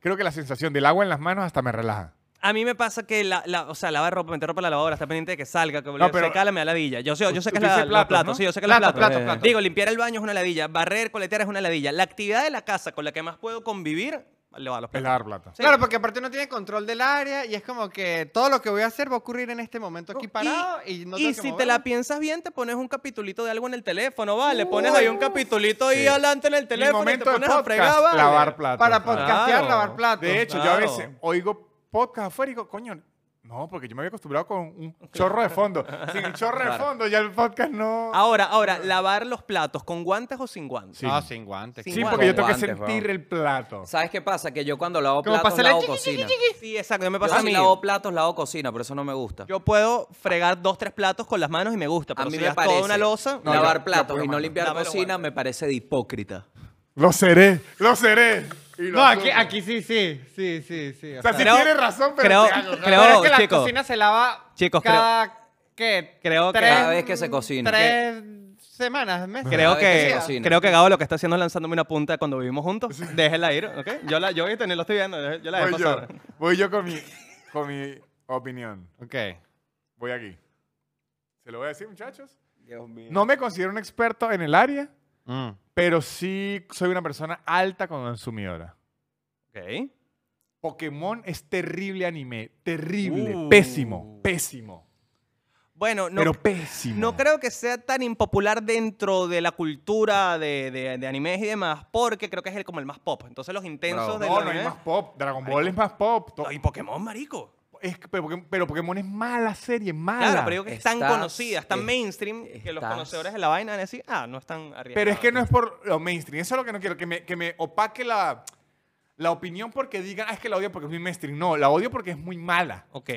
Speaker 1: creo que la sensación del agua en las manos hasta me relaja.
Speaker 4: A mí me pasa que, la, la- o sea, lavar ropa, meter ropa en la lavadora, está pendiente de que salga, que
Speaker 1: No,
Speaker 4: no,
Speaker 1: pero-
Speaker 4: me da ladilla. Yo sé, yo sé
Speaker 1: Tú
Speaker 4: que es la,
Speaker 1: dices
Speaker 4: la
Speaker 1: platos,
Speaker 4: plato,
Speaker 1: ¿no?
Speaker 4: sí, yo sé que es la
Speaker 3: Plato,
Speaker 4: plato.
Speaker 3: plato, plato.
Speaker 4: Digo, limpiar el baño es una ladilla, barrer, coletear es una ladilla. La actividad de la casa con la que más puedo convivir, lavar los
Speaker 1: Es
Speaker 4: platos.
Speaker 1: lavar plata.
Speaker 3: Claro, porque aparte uno tiene control del área y es como que todo lo que voy a hacer va a ocurrir en este momento aquí parado y, no
Speaker 4: Oh, y
Speaker 3: tengo que
Speaker 4: si te la
Speaker 3: moverme.
Speaker 4: piensas bien, te pones un capitulito de algo en el teléfono, vale. Pones ahí un capitulito ahí
Speaker 1: Sí.
Speaker 4: adelante en el
Speaker 1: Mi
Speaker 4: teléfono y te
Speaker 1: momento de
Speaker 4: pones a
Speaker 1: podcast,
Speaker 4: fregar, vale.
Speaker 1: lavar plata.
Speaker 3: Para podcastear,
Speaker 4: Claro.
Speaker 3: lavar platos.
Speaker 1: De hecho,
Speaker 4: Claro.
Speaker 1: yo a veces oigo podcast afuera y digo, coño, no, porque yo me había acostumbrado con un chorro de fondo. Sin el chorro de
Speaker 2: Claro.
Speaker 1: fondo ya el podcast no...
Speaker 4: Ahora, ahora, lavar los platos, ¿con guantes o sin guantes?
Speaker 1: Sí.
Speaker 3: No, sin guantes.
Speaker 1: Sí,
Speaker 4: sin
Speaker 1: porque yo tengo que
Speaker 2: guantes,
Speaker 1: sentir
Speaker 2: weón.
Speaker 1: el plato.
Speaker 2: ¿Sabes qué pasa? Que yo cuando lavo
Speaker 3: Como
Speaker 2: platos,
Speaker 3: pasarle
Speaker 2: lavo
Speaker 3: chiqui,
Speaker 2: cocina.
Speaker 4: Sí, exacto. Yo me
Speaker 2: Yo
Speaker 4: pasa a
Speaker 2: si
Speaker 4: mí.
Speaker 2: lavo platos, lavo cocina, por eso no me gusta.
Speaker 4: Yo puedo fregar dos, tres platos con las manos y me gusta,
Speaker 2: a
Speaker 4: pero
Speaker 2: mí
Speaker 4: si
Speaker 2: me
Speaker 4: das
Speaker 2: parece
Speaker 4: toda una losa...
Speaker 1: No,
Speaker 2: lavar
Speaker 1: yo- yo
Speaker 2: platos
Speaker 1: puro
Speaker 2: y no
Speaker 1: mano.
Speaker 2: limpiar
Speaker 4: Dame los
Speaker 2: cocina
Speaker 4: guantes.
Speaker 2: me parece de hipócrita.
Speaker 1: Lo seré, lo seré. Y lo
Speaker 3: No, aquí,
Speaker 1: asumo.
Speaker 3: aquí sí, sí, sí, sí, sí. o
Speaker 1: O sea,
Speaker 3: sea,
Speaker 1: sí
Speaker 4: Creo-
Speaker 1: tienes razón, pero...
Speaker 4: creo-
Speaker 1: te hago, ¿no?
Speaker 4: creo-
Speaker 3: pero es que la
Speaker 4: chicos.
Speaker 3: cocina se lava
Speaker 4: Chicos,
Speaker 3: cada ¿qué?
Speaker 4: creo que-
Speaker 3: Tres-
Speaker 2: Cada vez que se cocina.
Speaker 3: Tres semanas, meses.
Speaker 4: Creo
Speaker 2: Cada vez
Speaker 4: que,
Speaker 2: que se cocina.
Speaker 4: creo que Gabo lo que está haciendo es lanzándome una punta cuando vivimos juntos. Déjela ir, ¿ok? Yo la, yo ahorita ni lo estoy viendo, yo la dejo
Speaker 1: Voy yo,
Speaker 4: pasar.
Speaker 1: voy yo con mi, con mi opinión.
Speaker 3: Ok.
Speaker 1: Voy aquí. ¿Se lo voy a decir, muchachos?
Speaker 2: Dios mío.
Speaker 1: No me considero un experto en el área,
Speaker 3: Mm.
Speaker 1: pero sí soy una persona alta consumidora.
Speaker 4: Ok.
Speaker 1: Pokémon es terrible anime, terrible,
Speaker 4: Uh.
Speaker 1: pésimo, pésimo,
Speaker 4: Bueno, no,
Speaker 1: pero pésimo.
Speaker 4: no creo que sea tan impopular dentro de la cultura de, de- de animes y demás, porque creo que es el, como el más pop. Entonces los intensos
Speaker 2: Bravo.
Speaker 4: de
Speaker 1: No,
Speaker 4: los
Speaker 1: no hay
Speaker 4: animes-
Speaker 1: más pop. Dragon Ball es más pop. to-
Speaker 4: No, Y Pokémon, marico.
Speaker 1: es que- pero, Pokémon- pero Pokémon es mala serie, mala.
Speaker 4: Claro, pero yo creo que es tan
Speaker 2: Ah, Estás-
Speaker 4: conocida, es tan
Speaker 2: es-
Speaker 4: mainstream, que los
Speaker 2: estás-
Speaker 4: conocedores de la vaina van a decir, ah, no están arriesgados.
Speaker 1: Pero es que no es por lo mainstream. Eso es lo que no quiero, que me, que me opaque la, la opinión porque digan, ah, es que la odio porque es muy mainstream. No, la odio porque es muy mala.
Speaker 4: Ok.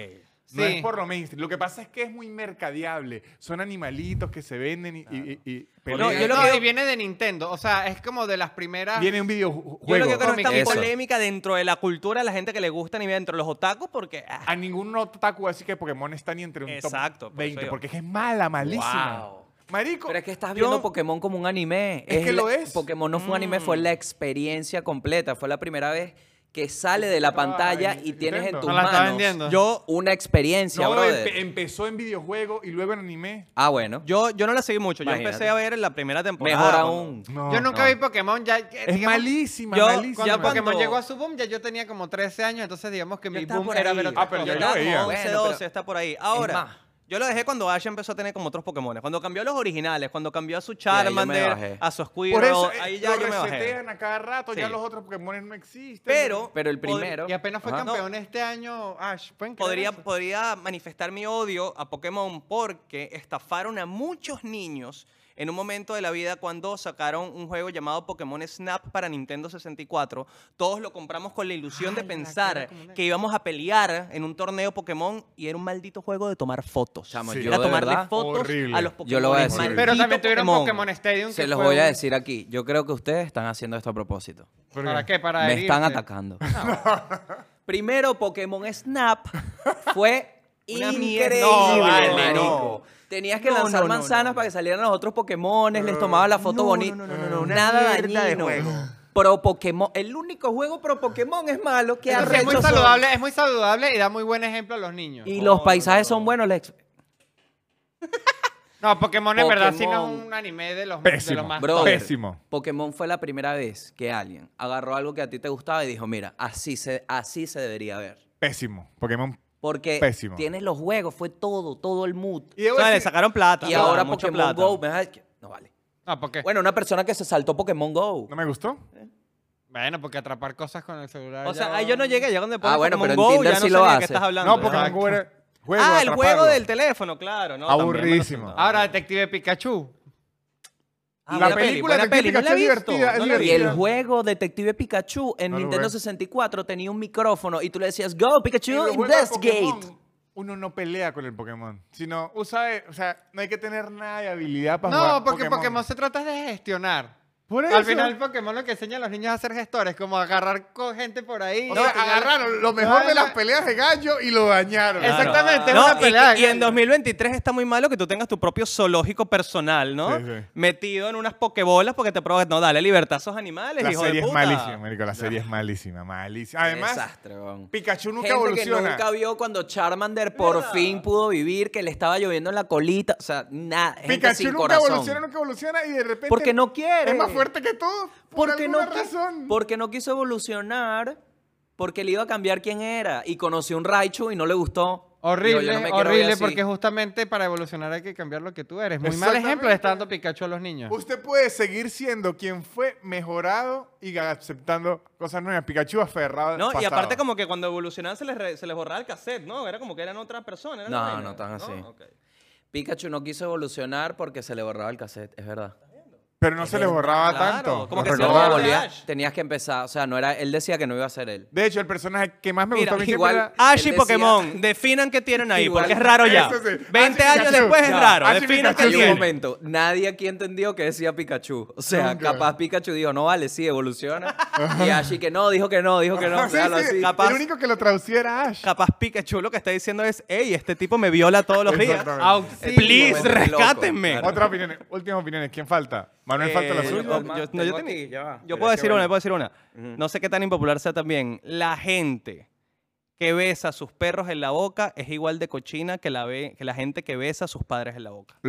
Speaker 1: No
Speaker 3: Sí.
Speaker 1: es por lo mainstream. Lo que pasa es que es muy mercadeable. Son animalitos que se venden y, y- y- y
Speaker 4: No,
Speaker 1: pelean.
Speaker 4: yo lo
Speaker 3: No,
Speaker 4: que-
Speaker 3: y viene de Nintendo, o sea, es como de las primeras.
Speaker 1: Viene un videojuego.
Speaker 4: Yo lo que creo que no es
Speaker 2: Eso.
Speaker 4: tan polémica dentro de la cultura de la gente que le gusta ni dentro de los otakus porque... ah,
Speaker 1: A ningún otaku así que Pokémon está ni entre un
Speaker 4: Exacto,
Speaker 1: top
Speaker 4: por eso
Speaker 1: 20.
Speaker 4: digo.
Speaker 1: Porque es que es mala, malísima.
Speaker 2: Wow.
Speaker 1: Marico.
Speaker 2: Pero es que estás
Speaker 1: yo-
Speaker 2: viendo Pokémon como un anime.
Speaker 1: Es que
Speaker 2: la-
Speaker 1: lo es.
Speaker 2: Pokémon no fue un anime, fue la experiencia completa. Fue la primera vez que sale de la pantalla y
Speaker 1: Nintendo.
Speaker 2: tienes en
Speaker 1: No
Speaker 2: tus
Speaker 3: la está
Speaker 2: manos
Speaker 3: vendiendo.
Speaker 4: Yo,
Speaker 2: una experiencia,
Speaker 1: No,
Speaker 2: brother.
Speaker 1: empe- empezó en videojuego y luego en anime.
Speaker 2: Ah, bueno.
Speaker 4: yo, yo no la seguí mucho. Yo
Speaker 2: Imagínate.
Speaker 4: empecé a ver en la primera temporada.
Speaker 2: Mejor
Speaker 4: cuando-
Speaker 2: aún.
Speaker 1: No.
Speaker 3: yo nunca
Speaker 2: no.
Speaker 3: vi Pokémon ya.
Speaker 1: Es malísima,
Speaker 4: yo-
Speaker 1: malísima.
Speaker 3: Cuando
Speaker 4: Ya
Speaker 3: Pokémon
Speaker 4: cuando-
Speaker 3: llegó a su boom, ya yo tenía como 13 años, entonces digamos que
Speaker 2: Yo
Speaker 3: mi
Speaker 2: estaba
Speaker 3: boom
Speaker 2: por
Speaker 3: era
Speaker 2: ahí.
Speaker 3: ver
Speaker 1: Ah, pero yo lo
Speaker 4: Yo estaba
Speaker 1: veía.
Speaker 4: como 11,
Speaker 2: Bueno, pero-
Speaker 4: 12, está por ahí.
Speaker 2: más.
Speaker 4: Ahora, yo lo dejé cuando Ash empezó a tener como otros Pokémon. Cuando cambió a los originales, cuando cambió a su
Speaker 2: bajé.
Speaker 4: Charmander, a su
Speaker 1: Por
Speaker 4: Squirtle,
Speaker 1: eso eh,
Speaker 4: ahí ya
Speaker 1: lo
Speaker 4: yo me bajé.
Speaker 1: resetean a cada rato, ya
Speaker 4: Sí.
Speaker 1: los otros Pokémon no existen.
Speaker 4: Pero,
Speaker 2: Pero el
Speaker 4: pod-
Speaker 2: primero.
Speaker 3: Y apenas fue
Speaker 2: Ajá.
Speaker 3: campeón este año, Ash. ¿Pueden creer
Speaker 4: podría,
Speaker 3: eso?
Speaker 4: podría manifestar mi odio a Pokémon porque estafaron a muchos niños en un momento de la vida cuando sacaron un juego llamado Pokémon Snap para Nintendo 64. Todos lo compramos con la ilusión de
Speaker 3: Ala, que era
Speaker 4: pensar
Speaker 3: como una-
Speaker 4: que íbamos a pelear en un torneo Pokémon y era un maldito juego de tomar fotos.
Speaker 2: Chamo,
Speaker 1: Sí.
Speaker 2: yo
Speaker 4: Era
Speaker 2: de
Speaker 4: tomarle
Speaker 2: verdad,
Speaker 4: fotos
Speaker 1: Horrible.
Speaker 4: a los Pokémon.
Speaker 2: Yo lo voy a decir.
Speaker 3: Pero también tuvieron Pokémon, Stadium.
Speaker 2: se
Speaker 3: que
Speaker 2: los
Speaker 3: fue
Speaker 2: voy a
Speaker 3: un-
Speaker 2: decir aquí. Yo creo que ustedes están haciendo esto a propósito.
Speaker 1: ¿Por
Speaker 3: ¿Para qué? Para
Speaker 2: Me están
Speaker 3: herirte.
Speaker 2: atacando. Primero, Pokémon Snap fue
Speaker 4: Una
Speaker 2: increíble.
Speaker 4: mierda. No, vale,
Speaker 2: marico.
Speaker 4: no.
Speaker 2: Tenías que
Speaker 4: No,
Speaker 2: lanzar
Speaker 4: no, no,
Speaker 2: manzanas
Speaker 4: no, no.
Speaker 2: para que salieran los otros Pokémones, les tomaba la foto
Speaker 4: No,
Speaker 2: bonita.
Speaker 4: no, no, no, no, una
Speaker 2: Nada
Speaker 4: mierda de
Speaker 2: dañino.
Speaker 4: juego.
Speaker 2: Pro Pokémon. El único juego pro Pokémon es malo que
Speaker 3: Entonces, es muy
Speaker 2: arrecho son.
Speaker 3: saludable, es muy saludable y da muy buen ejemplo a los niños.
Speaker 2: Y los paisajes son buenos. les-
Speaker 3: No, Pokémon en verdad sí no
Speaker 2: Pokémon.
Speaker 3: es un anime de los, de los
Speaker 1: Pésimo.
Speaker 3: más
Speaker 2: Brother,
Speaker 3: top.
Speaker 1: Pésimo.
Speaker 2: Pokémon fue la primera vez que alguien agarró algo que a ti te gustaba y dijo, mira, así se, así se debería ver.
Speaker 1: Pésimo. Pokémon.
Speaker 2: Porque
Speaker 1: Pésimo.
Speaker 2: tienes los juegos, fue todo, todo el mood.
Speaker 1: Y debo
Speaker 4: O sea, le
Speaker 1: decir-
Speaker 4: sacaron plata.
Speaker 2: Y
Speaker 4: plata,
Speaker 2: ahora
Speaker 4: mucha
Speaker 2: Pokémon
Speaker 4: plata.
Speaker 2: Go, me vas a- que- no vale.
Speaker 3: No, porque, bueno,
Speaker 2: Bueno, una persona que se saltó Pokémon Go.
Speaker 1: ¿No me gustó?
Speaker 3: porque atrapar cosas con el celular.
Speaker 4: O
Speaker 3: ya-
Speaker 4: sea, ahí yo no llegué, ya donde pongo
Speaker 2: Ah, bueno,
Speaker 4: Pokémon
Speaker 2: pero en
Speaker 4: Go,
Speaker 2: Tinder
Speaker 4: ya no
Speaker 2: sí
Speaker 4: sé
Speaker 2: lo
Speaker 4: ni de
Speaker 2: hace.
Speaker 4: qué estás hablando.
Speaker 1: No,
Speaker 4: ¿eh?
Speaker 1: Pokémon
Speaker 3: Exacto.
Speaker 1: Go era juego,
Speaker 4: ah, el juego
Speaker 1: atraparlo.
Speaker 4: del teléfono, claro. No, Ah, también me lo
Speaker 1: Aburridísimo.
Speaker 4: sentaba.
Speaker 3: Ahora, Detective Pikachu.
Speaker 4: Ah,
Speaker 1: la
Speaker 4: buena peli,
Speaker 1: película
Speaker 4: buena
Speaker 1: de Detective
Speaker 4: peli, no la he
Speaker 1: Pikachu es
Speaker 4: visto,
Speaker 1: divertida, es
Speaker 4: no la he
Speaker 2: Y
Speaker 1: divertida.
Speaker 2: el juego Detective Pikachu en
Speaker 1: No lo
Speaker 2: Nintendo
Speaker 1: veo.
Speaker 2: 64 tenía un micrófono y tú le decías, Go,
Speaker 1: Y
Speaker 2: Pikachu,
Speaker 1: los juegos de
Speaker 2: investigate.
Speaker 1: Pokémon, Uno no pelea con el Pokémon, sino usa, eh, o sea, no hay que tener nada de habilidad para jugar
Speaker 3: No, porque Pokémon. se trata de gestionar.
Speaker 1: Por eso.
Speaker 3: Al final, Pokémon lo que enseña a los niños es a ser gestores, como agarrar con gente por ahí.
Speaker 1: O sea, agarraron lo mejor de las peleas de gallo y lo dañaron.
Speaker 3: Exacto. Exactamente,
Speaker 4: No,
Speaker 3: una
Speaker 4: y-
Speaker 3: pelea.
Speaker 4: y, en 2023 está muy malo que tú tengas tu propio zoológico personal, ¿no?
Speaker 1: Sí, sí.
Speaker 4: Metido en unas pokebolas porque te provocas. No, dale libertad a esos animales,
Speaker 1: La
Speaker 4: hijo
Speaker 1: serie
Speaker 4: de
Speaker 1: es
Speaker 4: puta.
Speaker 1: malísima, marico, la serie es malísima, malísima. Además,
Speaker 2: Desastre, weón.
Speaker 1: Pikachu nunca
Speaker 2: Gente que
Speaker 1: evoluciona.
Speaker 2: nunca vio cuando Charmander por fin pudo vivir, que le estaba lloviendo en la colita. O sea, nada. gente
Speaker 1: Pikachu
Speaker 2: sin
Speaker 1: nunca
Speaker 2: corazón.
Speaker 1: evoluciona, nunca evoluciona y de repente
Speaker 2: Porque no quiere.
Speaker 1: es más fuerte que tú. Por
Speaker 2: porque no,
Speaker 1: alguna
Speaker 2: qui-
Speaker 1: razón.
Speaker 2: porque no quiso evolucionar, porque le iba a cambiar quién era. Y conoció un Raichu y no le gustó.
Speaker 3: Horrible,
Speaker 2: Digo, yo no me quiero ver
Speaker 3: horrible,
Speaker 2: así.
Speaker 3: porque justamente para evolucionar hay que cambiar lo que tú eres. Muy mal
Speaker 1: Exactamente.
Speaker 3: ejemplo le está dando Pikachu a los niños.
Speaker 1: Usted puede seguir siendo quien fue mejorado y aceptando cosas nuevas. Pikachu aferrado. al
Speaker 4: ¿No? Y
Speaker 1: pasado.
Speaker 4: aparte como que cuando evolucionaban se les, re- se les borraba el cassette, ¿no? Era como que eran otra persona. era
Speaker 2: No,
Speaker 4: la vaina,
Speaker 2: no tan así.
Speaker 4: Ok.
Speaker 2: Pikachu no quiso evolucionar porque se le borraba el cassette, es verdad.
Speaker 1: Pero no se le borraba
Speaker 4: claro,
Speaker 1: tanto.
Speaker 4: como
Speaker 1: Lo
Speaker 4: que se
Speaker 2: no,
Speaker 1: recordaba.
Speaker 4: borra-
Speaker 2: volvía-
Speaker 4: Ash.
Speaker 2: tenías que empezar, o sea, no era, él decía que no iba a ser él.
Speaker 1: De hecho, el personaje que más me
Speaker 4: Mira,
Speaker 1: gustó a mí
Speaker 2: igual-
Speaker 1: siempre era...
Speaker 4: Ash y
Speaker 2: Él decía-
Speaker 4: Pokémon, definan qué tienen ahí,
Speaker 2: Igual-
Speaker 4: porque es raro ya.
Speaker 1: Eso sí.
Speaker 4: 20
Speaker 1: Ash y
Speaker 4: años
Speaker 1: Pikachu.
Speaker 4: después es
Speaker 1: Ya.
Speaker 4: raro,
Speaker 1: Ash y
Speaker 4: definan
Speaker 1: Pikachu.
Speaker 4: qué
Speaker 2: Hay un
Speaker 1: sí.
Speaker 4: tienen.
Speaker 2: momento, nadie aquí entendió que decía Pikachu. O sea,
Speaker 1: Nunca.
Speaker 2: capaz Pikachu dijo, no vale, sí, evoluciona. y Ashi que no, dijo que no, dijo que no.
Speaker 1: Sí,
Speaker 2: déjalo
Speaker 1: sí,
Speaker 2: así.
Speaker 4: capaz-
Speaker 1: El único que lo traducía era Ash.
Speaker 4: Capaz Pikachu lo que está diciendo es, hey, este tipo me viola todos los días. Ah,
Speaker 1: Exactamente.
Speaker 2: Este
Speaker 3: Auxilio.
Speaker 4: Please,
Speaker 2: Loco,
Speaker 4: rescátenme.
Speaker 2: claro.
Speaker 1: Otra opinión. Últimas opiniones. ¿Quién falta? Manuel falta la
Speaker 4: Eh,
Speaker 1: suya.
Speaker 4: yo-
Speaker 2: Omar,
Speaker 4: yo- no,
Speaker 2: tengo
Speaker 4: yo
Speaker 2: aquí,
Speaker 4: tenía-
Speaker 2: ya va.
Speaker 4: yo
Speaker 2: Pero
Speaker 4: puedo
Speaker 2: es que
Speaker 4: decir una,
Speaker 2: bueno.
Speaker 4: yo puedo decir una. No sé qué tan impopular sea también. La gente que besa a sus perros en la boca es igual de cochina que la, ve- que la gente que besa a sus padres en la boca.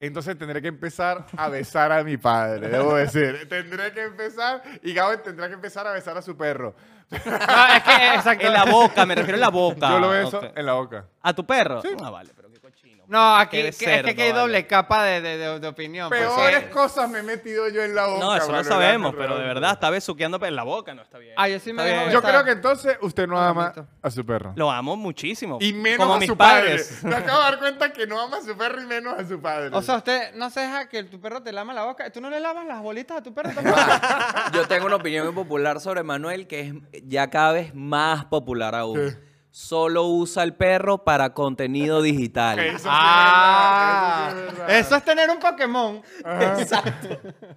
Speaker 1: Entonces tendré que empezar a besar a mi padre, debo decir. Tendré que empezar y Gabe tendrá que empezar a besar a su perro.
Speaker 3: No, Ah, es que, exacto.
Speaker 4: En la boca, me refiero a la boca.
Speaker 1: Yo lo beso
Speaker 4: Ah, Ok.
Speaker 1: en la boca.
Speaker 4: ¿A tu perro? Ah, vale, pero qué cochino.
Speaker 3: No, aquí
Speaker 4: Qué
Speaker 3: que- es que aquí hay
Speaker 4: cerdo,
Speaker 3: doble
Speaker 4: vale.
Speaker 3: capa de, de- de- de opinión. pues.
Speaker 1: Peores
Speaker 3: Sí.
Speaker 1: cosas me he metido yo en la boca.
Speaker 4: No, eso no
Speaker 1: Manuel
Speaker 4: sabemos,
Speaker 1: Ángel
Speaker 4: pero de
Speaker 1: Redondo.
Speaker 4: verdad está besuqueando en la boca, no está bien.
Speaker 3: Ah, yo sí me
Speaker 4: Está
Speaker 3: dejo
Speaker 4: bien.
Speaker 1: Yo
Speaker 3: besar.
Speaker 1: creo que entonces usted no ama
Speaker 3: momento.
Speaker 1: a su perro.
Speaker 4: Lo amo muchísimo.
Speaker 1: Y menos
Speaker 4: como
Speaker 1: a
Speaker 4: mis
Speaker 1: su
Speaker 4: padres.
Speaker 1: padre. Me acabo de dar cuenta que no ama a su perro y menos a su padre.
Speaker 3: O sea, usted no se deja que tu perro te lama la boca. ¿Tú no le lavas las bolitas a tu perro tampoco?
Speaker 2: Yo tengo una opinión muy popular sobre Manuel que es ya cada vez más popular aún. solo usa el perro para contenido digital.
Speaker 1: Eso sí es verdad,
Speaker 3: Ah,
Speaker 1: eso sí es verdad.
Speaker 3: eso es tener un Pokémon.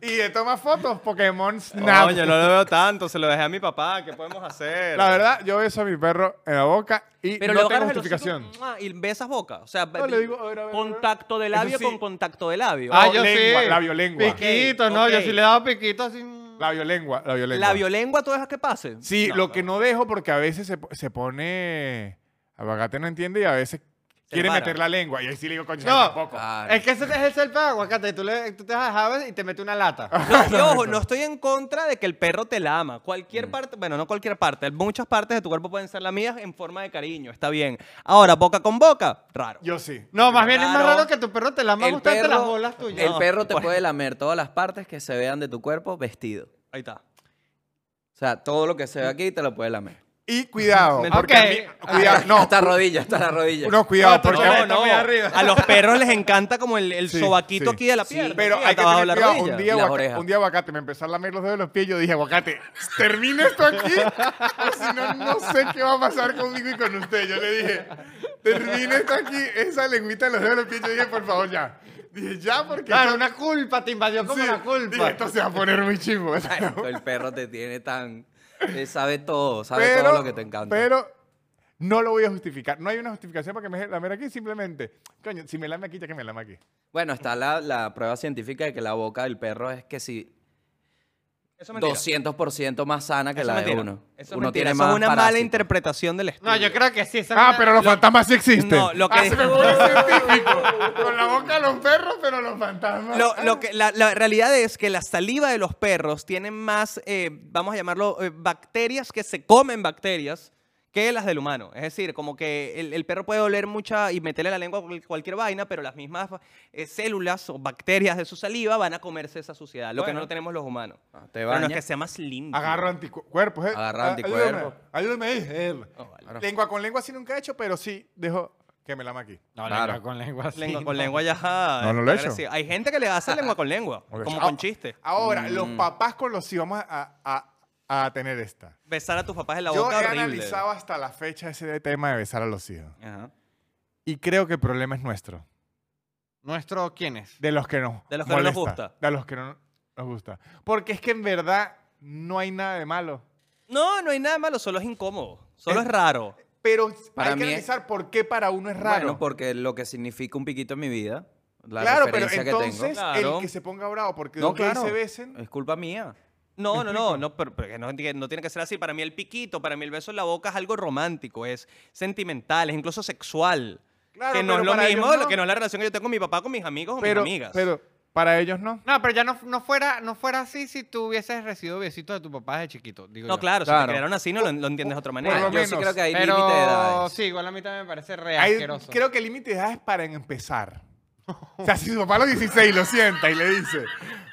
Speaker 1: Y de toma fotos, Pokémon Snap.
Speaker 4: Oye, no lo veo tanto, se lo dejé a mi papá, ¿qué podemos hacer?
Speaker 1: La verdad, yo beso a mi perro en la boca y
Speaker 4: Pero
Speaker 1: no
Speaker 4: lo
Speaker 1: tengo
Speaker 4: agarras el
Speaker 1: justificación.
Speaker 4: hocico, ¡mua! Y besas boca. O sea,
Speaker 1: No, le digo, a ver, a ver, a ver.
Speaker 4: contacto de
Speaker 1: Eso
Speaker 4: labio
Speaker 1: sí.
Speaker 4: con contacto de labio.
Speaker 1: Ah,
Speaker 3: Ah,
Speaker 1: No,
Speaker 3: yo
Speaker 1: lengua,
Speaker 3: sí.
Speaker 1: labio lengua.
Speaker 3: Piquito, no,
Speaker 4: Ok,
Speaker 3: yo
Speaker 4: ok.
Speaker 3: sí le he dado piquito así. mm.
Speaker 1: Labio lengua, labio lengua.
Speaker 4: labio lengua, tú dejas que pase.
Speaker 1: Sí,
Speaker 4: No,
Speaker 1: lo
Speaker 4: no.
Speaker 1: que no dejo porque a veces se, po- se pone. Abacate no entiende y a veces quiere
Speaker 4: para.
Speaker 1: meter la lengua. Y ahí sí le digo, coño,
Speaker 3: No.
Speaker 1: tampoco.
Speaker 4: Ah.
Speaker 2: Claro.
Speaker 3: Es que ese ese es el pedo, aguacate. Tú, le, tú te dejabas y te mete una
Speaker 1: Ah.
Speaker 3: lata.
Speaker 4: No, y ojo, no estoy en contra de que el perro te la ama.
Speaker 1: Mm.
Speaker 4: Cualquier parte, bueno, no cualquier parte, muchas partes de tu cuerpo pueden ser lamidas en forma de cariño, está bien. Ahora, boca con boca, raro.
Speaker 1: Yo sí.
Speaker 3: No, más bien es más
Speaker 2: Claro.
Speaker 3: raro que tu perro te lama
Speaker 2: El
Speaker 3: gustarte
Speaker 2: perro,
Speaker 3: las bolas tuyas.
Speaker 2: el
Speaker 4: No,
Speaker 2: perro te
Speaker 4: bueno.
Speaker 2: puede lamer todas las partes que se vean de tu cuerpo vestido.
Speaker 4: Ahí está.
Speaker 2: O sea, todo lo que se ve aquí te lo puede lamer.
Speaker 1: Y cuidado.
Speaker 4: Me-
Speaker 1: Porque a mí-
Speaker 3: Ok.
Speaker 1: cuidado, no.
Speaker 2: Hasta rodilla, hasta la rodilla.
Speaker 1: No, cuidado, porque a mí-
Speaker 4: no, no. A los perros les encanta como el, el
Speaker 1: Sí,
Speaker 4: sobaquito
Speaker 1: sí.
Speaker 4: aquí de la
Speaker 2: Sí,
Speaker 4: pierna.
Speaker 1: Pero
Speaker 4: mira,
Speaker 1: hay que
Speaker 4: abajo de
Speaker 1: tener
Speaker 4: la
Speaker 1: cuidado.
Speaker 4: rodilla.
Speaker 1: Un día,
Speaker 2: Y las
Speaker 1: aguaca-
Speaker 2: orejas.
Speaker 1: un día aguacate me empezó a lamer los dedos de los pies. Yo dije, aguacate, termina esto aquí. O si no, no sé qué va a pasar conmigo y con usted. Yo le dije, termina esto aquí. Esa lengüita de los dedos de los pies. Yo dije, por favor, ya. Dije, ya, porque.
Speaker 3: Claro,
Speaker 1: esto-
Speaker 3: una culpa, te invadió como
Speaker 1: Sí.
Speaker 3: una
Speaker 1: Dije,
Speaker 3: culpa.
Speaker 1: esto se va a poner muy chingo.
Speaker 2: El perro te tiene tan... Te sabe todo, sabe
Speaker 1: pero,
Speaker 2: todo lo que te encanta.
Speaker 1: Pero no lo voy a justificar. No hay una justificación para que me deje lamer aquí. Simplemente, coño, si me lame aquí, ya que me lame aquí.
Speaker 2: Bueno, está la, la prueba científica de que la boca del perro es que si
Speaker 4: Eso es mentira.
Speaker 2: 200% más sana que
Speaker 4: Eso
Speaker 2: la
Speaker 4: es
Speaker 2: de
Speaker 4: mentira.
Speaker 2: uno.
Speaker 4: Eso es
Speaker 2: uno
Speaker 4: mentira.
Speaker 2: tiene
Speaker 4: Eso
Speaker 2: más
Speaker 4: es una mala
Speaker 2: parásitos.
Speaker 4: interpretación del estudio.
Speaker 3: No, yo creo que sí. esa es
Speaker 1: Ah,
Speaker 3: una-
Speaker 1: pero los fantasmas sí existen.
Speaker 4: No, lo
Speaker 1: Ah,
Speaker 4: que-
Speaker 1: se me ocurrió el científico. Con la boca los perros, pero los fantasmas.
Speaker 4: Lo- lo que- la, la realidad es que la saliva de los perros tiene más, eh, vamos a llamarlo, eh, bacterias que se comen bacterias que las del humano. Es decir, como que el, el perro puede oler mucha y meterle a la lengua cual- cualquier vaina, pero las mismas eh, células o bacterias de su saliva van a comerse esa suciedad, lo que
Speaker 2: Bueno.
Speaker 4: no lo tenemos los humanos.
Speaker 2: Ah, Te
Speaker 4: Pero no es
Speaker 2: bañas.
Speaker 4: que sea más limpio.
Speaker 1: Agarro anticuerpos. Eh.
Speaker 2: Agarra
Speaker 1: Ah,
Speaker 2: anticuerpos. Ah.
Speaker 1: Ayúdame, ayúdame ahí. eh.
Speaker 4: Oh, vale.
Speaker 2: Claro.
Speaker 1: Lengua con lengua sí nunca he hecho, pero sí dejo que me lama aquí.
Speaker 3: No,
Speaker 2: Claro.
Speaker 3: lengua con lengua. sí,
Speaker 4: Lengua con
Speaker 3: no.
Speaker 4: lengua ya.
Speaker 1: No, no lo he hecho.
Speaker 4: sí. Hay gente que le hace lengua con lengua,
Speaker 1: Ok.
Speaker 4: como
Speaker 1: Ah,
Speaker 4: con chiste.
Speaker 1: Ahora, los papás con los sí, vamos a, a- a tener esta.
Speaker 4: Besar a tus papás en la
Speaker 1: Yo he
Speaker 4: boca horrible.
Speaker 1: analizado hasta la fecha ese tema de besar a los hijos.
Speaker 4: Ajá.
Speaker 1: Y creo que el problema es nuestro.
Speaker 3: ¿Nuestro quién es?
Speaker 1: De los que no.
Speaker 4: De los que no nos gusta.
Speaker 1: De los que no nos gusta. Porque es que en verdad no hay nada de malo.
Speaker 4: No, no hay nada malo, solo es incómodo. Solo
Speaker 1: Es-
Speaker 4: es raro.
Speaker 1: Pero
Speaker 2: Para
Speaker 1: hay que
Speaker 2: mí es-
Speaker 1: analizar por qué para uno es raro.
Speaker 2: Bueno, porque lo que significa un piquito en mi vida, la
Speaker 1: claro, pero
Speaker 2: referencia que
Speaker 1: entonces
Speaker 2: tengo.
Speaker 4: Claro.
Speaker 1: el que se ponga bravo porque
Speaker 2: No,
Speaker 1: dos gays
Speaker 2: claro.
Speaker 1: se besen.
Speaker 2: Es culpa mía.
Speaker 4: No, no, no, no, pero, pero que no, tiene- no tiene que ser así. Para mí el piquito, para mí el beso en la boca es algo romántico, es sentimental, es incluso sexual.
Speaker 1: Claro,
Speaker 4: que no
Speaker 1: pero
Speaker 4: es lo
Speaker 1: para
Speaker 4: mismo,
Speaker 1: ellos no.
Speaker 4: que no es la relación que yo tengo con mi papá, con mis amigos o
Speaker 1: Pero,
Speaker 4: mis amigas.
Speaker 1: pero para ellos no.
Speaker 3: No, pero ya no, no, fuera, no fuera así si tú hubieses recibido besitos de tu papá de chiquito. Digo
Speaker 4: no,
Speaker 3: yo.
Speaker 4: claro, si
Speaker 2: Claro.
Speaker 4: te crearon así no lo, lo entiendes de otra
Speaker 1: Por
Speaker 4: manera.
Speaker 1: lo
Speaker 2: Yo sí
Speaker 1: menos.
Speaker 2: creo que hay
Speaker 3: Pero
Speaker 2: límite de edades.
Speaker 3: sí, igual a mí también me parece re
Speaker 1: Hay-
Speaker 3: asqueroso.
Speaker 1: creo que el límite de edad es para empezar. o sea, si su papá a los 16 lo sienta y le dice,